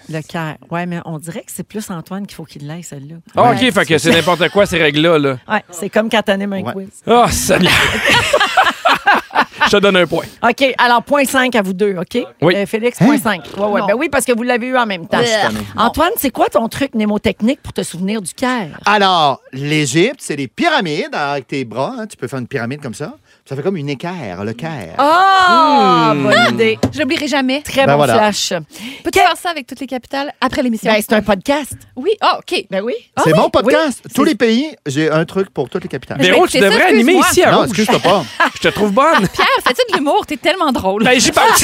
Speaker 2: Le Caire. Oui, mais on dirait que c'est plus Antoine qu'il faut qu'il l'ait, celle-là.
Speaker 7: Ah, OK, fait que c'est n'importe quoi, ces règles-là. Là.
Speaker 2: Ouais, c'est comme quand t'animes un
Speaker 1: Ouais.
Speaker 2: quiz.
Speaker 7: Ah, Seigneur. Je te donne un point.
Speaker 2: OK, alors, point 5 à vous deux, OK?
Speaker 7: Oui.
Speaker 2: Euh, Félix, point 5. Ouais, ouais, ben oui, parce que vous l'avez eu en même temps. Antoine, c'est quoi ton truc mnémotechnique pour te souvenir du Caire?
Speaker 1: Alors, l'Égypte, c'est les pyramides avec tes bras. hein, tu peux faire une pyramide comme ça. Ça fait comme une équerre, le Caire.
Speaker 2: Oh, Ah, bonne idée.
Speaker 3: Je l'oublierai jamais.
Speaker 2: Très
Speaker 1: Ben
Speaker 2: bon
Speaker 1: voilà.
Speaker 2: flash.
Speaker 3: Peux-tu faire ça avec toutes les capitales après l'émission?
Speaker 2: Ben, c'est un podcast.
Speaker 3: oui. Ah, OK.
Speaker 2: Ben oui.
Speaker 1: c'est
Speaker 2: bon
Speaker 1: mon podcast. Tous les pays, j'ai un truc pour toutes les capitales.
Speaker 7: Véro, tu
Speaker 3: écouter ça,
Speaker 7: devrais animer
Speaker 3: excuse-moi.
Speaker 7: ici à
Speaker 1: non,
Speaker 7: Rouge.
Speaker 1: excuse-toi pas.
Speaker 7: Je te trouve bonne.
Speaker 3: Pierre, fais-tu de l'humour? T'es tellement drôle.
Speaker 7: Ah. Ben, j'y pense.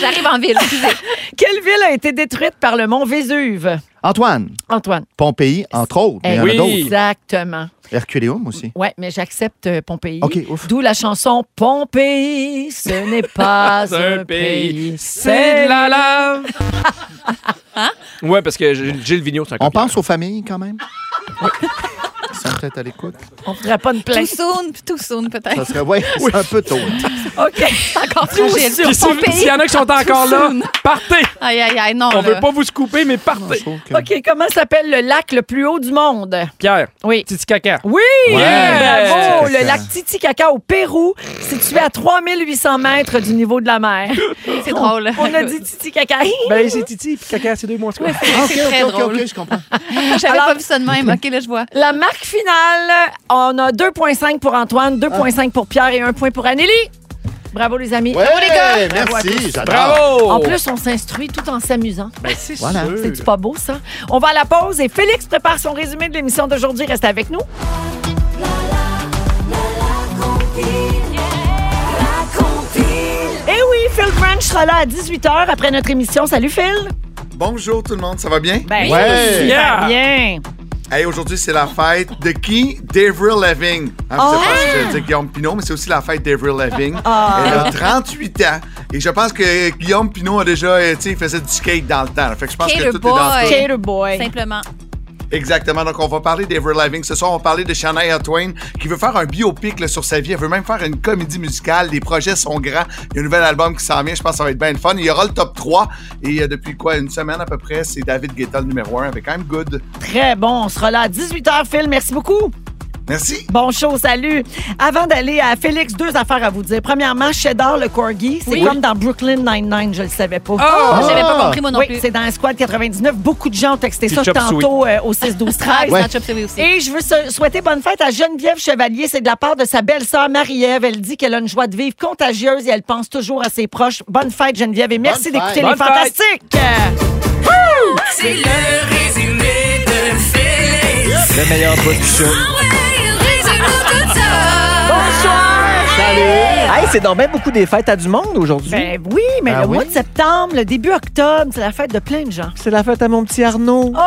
Speaker 3: J'arrive en ville. excusez.
Speaker 2: Quelle ville a été détruite par le mont Vésuve?
Speaker 1: Antoine,
Speaker 2: Antoine.
Speaker 1: Pompéi, entre autres.
Speaker 2: Eh
Speaker 1: Mais il y en a
Speaker 7: Oui.
Speaker 1: d'autres.
Speaker 2: Exactement.
Speaker 1: Herculeum aussi.
Speaker 2: Ouais, mais j'accepte euh, Pompéi.
Speaker 1: OK, ouf.
Speaker 2: D'où la chanson Pompéi, ce n'est pas
Speaker 7: C'est
Speaker 2: un pays.
Speaker 7: c'est de la lave. Hein? Ouais, parce que G- Gilles Vigneault, c'est un
Speaker 1: On
Speaker 7: copieur.
Speaker 1: pense aux familles quand même. Ils sont peut-être à l'écoute.
Speaker 2: On fera pas une
Speaker 3: Too
Speaker 2: plainte.
Speaker 3: soon, puis too soon,
Speaker 1: Ça
Speaker 3: peut-être.
Speaker 1: serait, ouais, c'est un peu tôt.
Speaker 2: OK.
Speaker 3: C'est encore fragile.
Speaker 7: Puis si-
Speaker 3: Ton pays.
Speaker 7: S'il y en a qui sont encore là, partez.
Speaker 3: Aïe, aïe, aïe, non.
Speaker 7: On
Speaker 3: là.
Speaker 7: veut pas vous couper, mais partez.
Speaker 2: OK, comment s'appelle le lac le plus haut du monde?
Speaker 7: Pierre,
Speaker 2: Oui.
Speaker 7: Titicaca.
Speaker 2: Oui!
Speaker 7: Ouais.
Speaker 2: Bravo!
Speaker 1: Titicaca.
Speaker 2: Le lac Titicaca au Pérou, situé à 3800 mètres du niveau de la mer.
Speaker 3: C'est drôle.
Speaker 2: On a dit Titicaca.
Speaker 7: Ben, c'est Titi, puis Caca, c'est deux mois. quoi.
Speaker 3: C'est très
Speaker 1: OK,
Speaker 3: drôle.
Speaker 1: OK, je comprends.
Speaker 3: J'avais
Speaker 2: Alors-
Speaker 3: pas vu ça de même. OK, là, je vois.
Speaker 2: La marque finale, on a 2,5 pour Antoine, 2,5 pour Pierre et 1 point pour Anélie. Bravo, les amis.
Speaker 1: Ouais, Oh.
Speaker 2: Bravo à
Speaker 1: merci,
Speaker 2: tous.
Speaker 1: j'adore.
Speaker 7: Bravo!
Speaker 2: En plus, on s'instruit tout en s'amusant.
Speaker 7: Ben, c'est
Speaker 1: Voilà.
Speaker 7: sûr.
Speaker 2: C'est pas beau, ça? On va à la pause et Félix prépare son résumé de l'émission d'aujourd'hui. Restez avec nous. Eh oui, Phil Branch sera là à 18h après notre émission. Salut, Phil.
Speaker 5: Bonjour tout le monde, ça va bien?
Speaker 2: Ben,
Speaker 1: Ouais.
Speaker 2: super
Speaker 7: Yeah.
Speaker 2: bien.
Speaker 5: Hey, aujourd'hui, c'est la fête de qui? D'Avril Lavigne. Hein,
Speaker 2: Oh!
Speaker 5: Je sais pas si je le dis Guillaume Pinot, mais c'est aussi la fête d'Avril Lavigne. Elle a 38 ans. Et je pense que Guillaume Pinot a déjà, euh, tu sais, il faisait du skate dans le temps. Fait que je pense
Speaker 3: Skater
Speaker 5: que tout est dans
Speaker 3: boy.
Speaker 5: tout.
Speaker 2: Cater boy.
Speaker 3: Simplement.
Speaker 5: Exactement. Donc, on va parler d'Avril Lavigne. Ce soir, on va parler de Shania Twain, qui veut faire un biopic là, sur sa vie. Elle veut même faire une comédie musicale. Les projets sont grands. Il y a un nouvel album qui s'en vient. Je pense que ça va être bien le fun. Il y aura le top 3. Et euh, depuis quoi? Une semaine à peu près, c'est David Guetta, le numéro 1, avec I'm Good.
Speaker 2: Très bon. On sera là à 18h, Phil. Merci beaucoup.
Speaker 5: Merci.
Speaker 2: Bon show, salut. Avant d'aller à Félix, deux affaires à vous dire. Premièrement, Cheddar, le corgi, c'est
Speaker 3: Oui.
Speaker 2: comme dans Brooklyn Nine-Nine, je le savais pas.
Speaker 7: Oh!
Speaker 3: Ah, j'avais pas compris, moi non
Speaker 2: Oui,
Speaker 3: plus.
Speaker 2: c'est dans Squad 99. Beaucoup de gens ont texté
Speaker 3: Puis
Speaker 2: ça
Speaker 3: Chop
Speaker 2: tantôt euh, au 6 12 13
Speaker 3: Ouais. Ah, Chop Suey aussi.
Speaker 2: Et je veux se- souhaiter bonne fête à Geneviève Chevalier. C'est de la part de sa belle-sœur Marie-Ève. Elle dit qu'elle a une joie de vivre contagieuse et elle pense toujours à ses proches. Bonne fête, Geneviève, et merci
Speaker 10: fête.
Speaker 2: d'écouter
Speaker 10: Bonne
Speaker 2: les
Speaker 10: fête.
Speaker 2: Fantastiques.
Speaker 10: C'est le résumé de Félix.
Speaker 13: Le meilleur bout du
Speaker 10: Ah
Speaker 13: show.
Speaker 7: Hey, c'est donc bien beaucoup des fêtes à du monde aujourd'hui.
Speaker 2: Ben oui, mais
Speaker 7: Ah
Speaker 2: le
Speaker 7: oui?
Speaker 2: mois de septembre, le début octobre, c'est la fête de plein de gens.
Speaker 7: C'est la fête à mon petit Arnaud.
Speaker 2: Oh!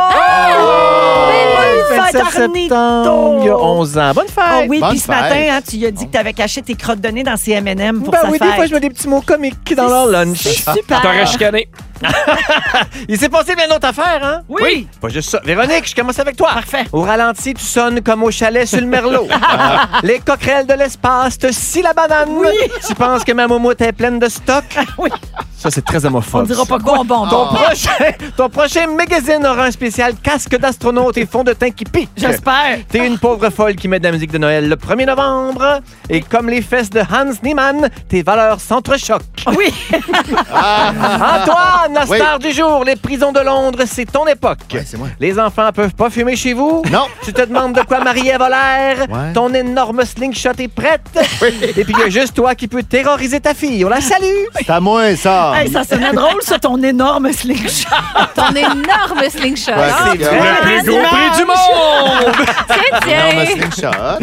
Speaker 2: Bonne
Speaker 7: Fête
Speaker 2: fête,
Speaker 7: septembre, il y a 11 ans. Bonne fête!
Speaker 2: Ah oui,
Speaker 7: Bonne
Speaker 2: puis ce
Speaker 7: fête.
Speaker 2: matin, hein, tu lui as dit que tu avais caché tes crottes de nez dans ses M&M pour
Speaker 7: Ben
Speaker 2: sa
Speaker 7: oui, des
Speaker 2: fête.
Speaker 7: fois, je mets des petits mots comiques dans leur lunch.
Speaker 1: Ah,
Speaker 2: super.
Speaker 13: T'aurais chicané.
Speaker 7: Il s'est passé bien d'autres affaires, hein? Oui. Pas juste ça. Véronique, je commence avec toi. Parfait. Au ralenti, tu sonnes comme au chalet sur le merlot. Ah. Les coquerelles de l'espace te scient la banane. Oui. Tu penses que ma moumoute est pleine de stock? Oui. Ça, c'est très
Speaker 2: Ah, On
Speaker 7: homophobe.
Speaker 2: dira pas quoi. Bon,
Speaker 7: Ton, prochain, ton prochain magazine aura un spécial casque d'astronaute et fond de teint qui pique.
Speaker 2: J'espère.
Speaker 7: T'es une pauvre folle qui met de la musique de Noël le 1er novembre. Et comme les fesses de Hans Niemann, tes valeurs s'entrechoquent.
Speaker 2: Ah Oui.
Speaker 7: Antoine, la
Speaker 14: Oui.
Speaker 7: star du jour, les prisons de Londres, c'est ton époque. Les enfants peuvent pas fumer chez vous. Non. Tu te demandes de quoi Marie-Ève a l'air.
Speaker 14: Ouais.
Speaker 7: Ton énorme slingshot est prête. Et puis, il y a juste toi qui peux terroriser ta fille. On la salue.
Speaker 1: C'est à moi, ça.
Speaker 2: Hey, ça sonnait drôle, ça, ton énorme slingshot.
Speaker 3: Ton énorme slingshot.
Speaker 1: Ouais,
Speaker 3: Ah,
Speaker 1: c'est
Speaker 3: tu
Speaker 1: vrai.
Speaker 3: vois,
Speaker 1: Le plus gros
Speaker 3: dimanche.
Speaker 1: prix du monde.
Speaker 3: C'est bien.
Speaker 7: Énorme Pierre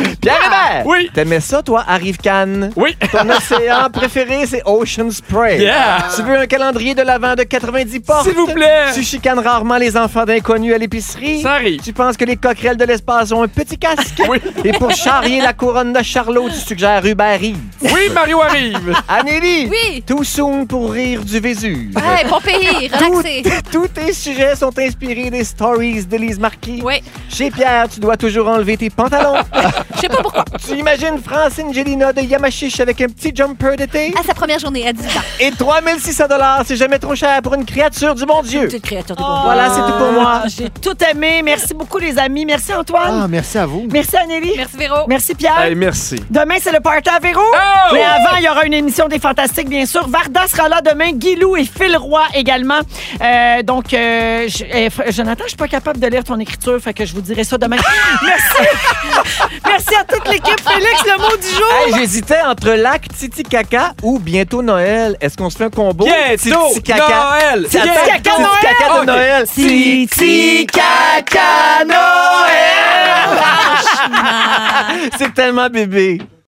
Speaker 7: Hébert! Oui! T'aimais ça, toi, Arrive Cannes? Oui! Ton océan préféré, c'est Ocean Spray.
Speaker 13: Yeah.
Speaker 7: Tu veux un calendrier de l'avant de 90 portes?
Speaker 13: S'il vous plaît.
Speaker 7: Tu chicanes rarement les enfants d'inconnus à l'épicerie?
Speaker 13: Ça arrive.
Speaker 7: Tu penses que les coquerelles de l'espace ont un petit casque? oui! Et pour charrier la couronne de Charlot, tu suggères Hubert Reeves.
Speaker 13: Oui, Mario arrive.
Speaker 7: Anélie! Oui! Tout soon pour rire du Vésuve.
Speaker 3: Ouais, pour payer, relaxer.
Speaker 7: Tous tes sujets sont inspirés des stories d'Élise Marquis. Oui. Chez Pierre, tu dois toujours enlever tes pantalons. Je sais pas pourquoi. Tu imagines Francine Gélina de Yamachiche avec un petit jumper d'été?
Speaker 3: À sa première journée, à 10 ans.
Speaker 7: Et 3600 c'est jamais trop cher pour une créature du bon Dieu.
Speaker 15: petite créature
Speaker 2: Oh.
Speaker 7: du bon Dieu. Voilà, c'est tout pour moi.
Speaker 2: Ah, J'ai tout aimé. Merci beaucoup, les amis. Merci, Antoine.
Speaker 1: Ah, merci à vous.
Speaker 2: Merci, Anneli. Merci, Véro. Merci, Pierre.
Speaker 13: Hey, merci.
Speaker 2: Demain, c'est le party à Véro. Mais avant, il y aura une émission des Fantastiques, bien sûr. Varda sera là demain. Guilou et Phil Roy également. Euh, donc, euh, je- eh, fr- Jonathan, je suis pas capable de lire ton écriture, fait que je vous dirai ça demain. Merci. Merci à toute l'équipe. Félix, le mot du jour.
Speaker 7: Hey, J'hésitais entre lac Titi Caca ou bientôt Noël. Est-ce qu'on se fait un combo?
Speaker 13: Bientôt Noël.
Speaker 7: Titi Caca
Speaker 13: Bientôt
Speaker 7: Caca
Speaker 13: Ok.
Speaker 7: de Noël.
Speaker 13: Titi Caca
Speaker 7: Noël. C'est tellement bébé.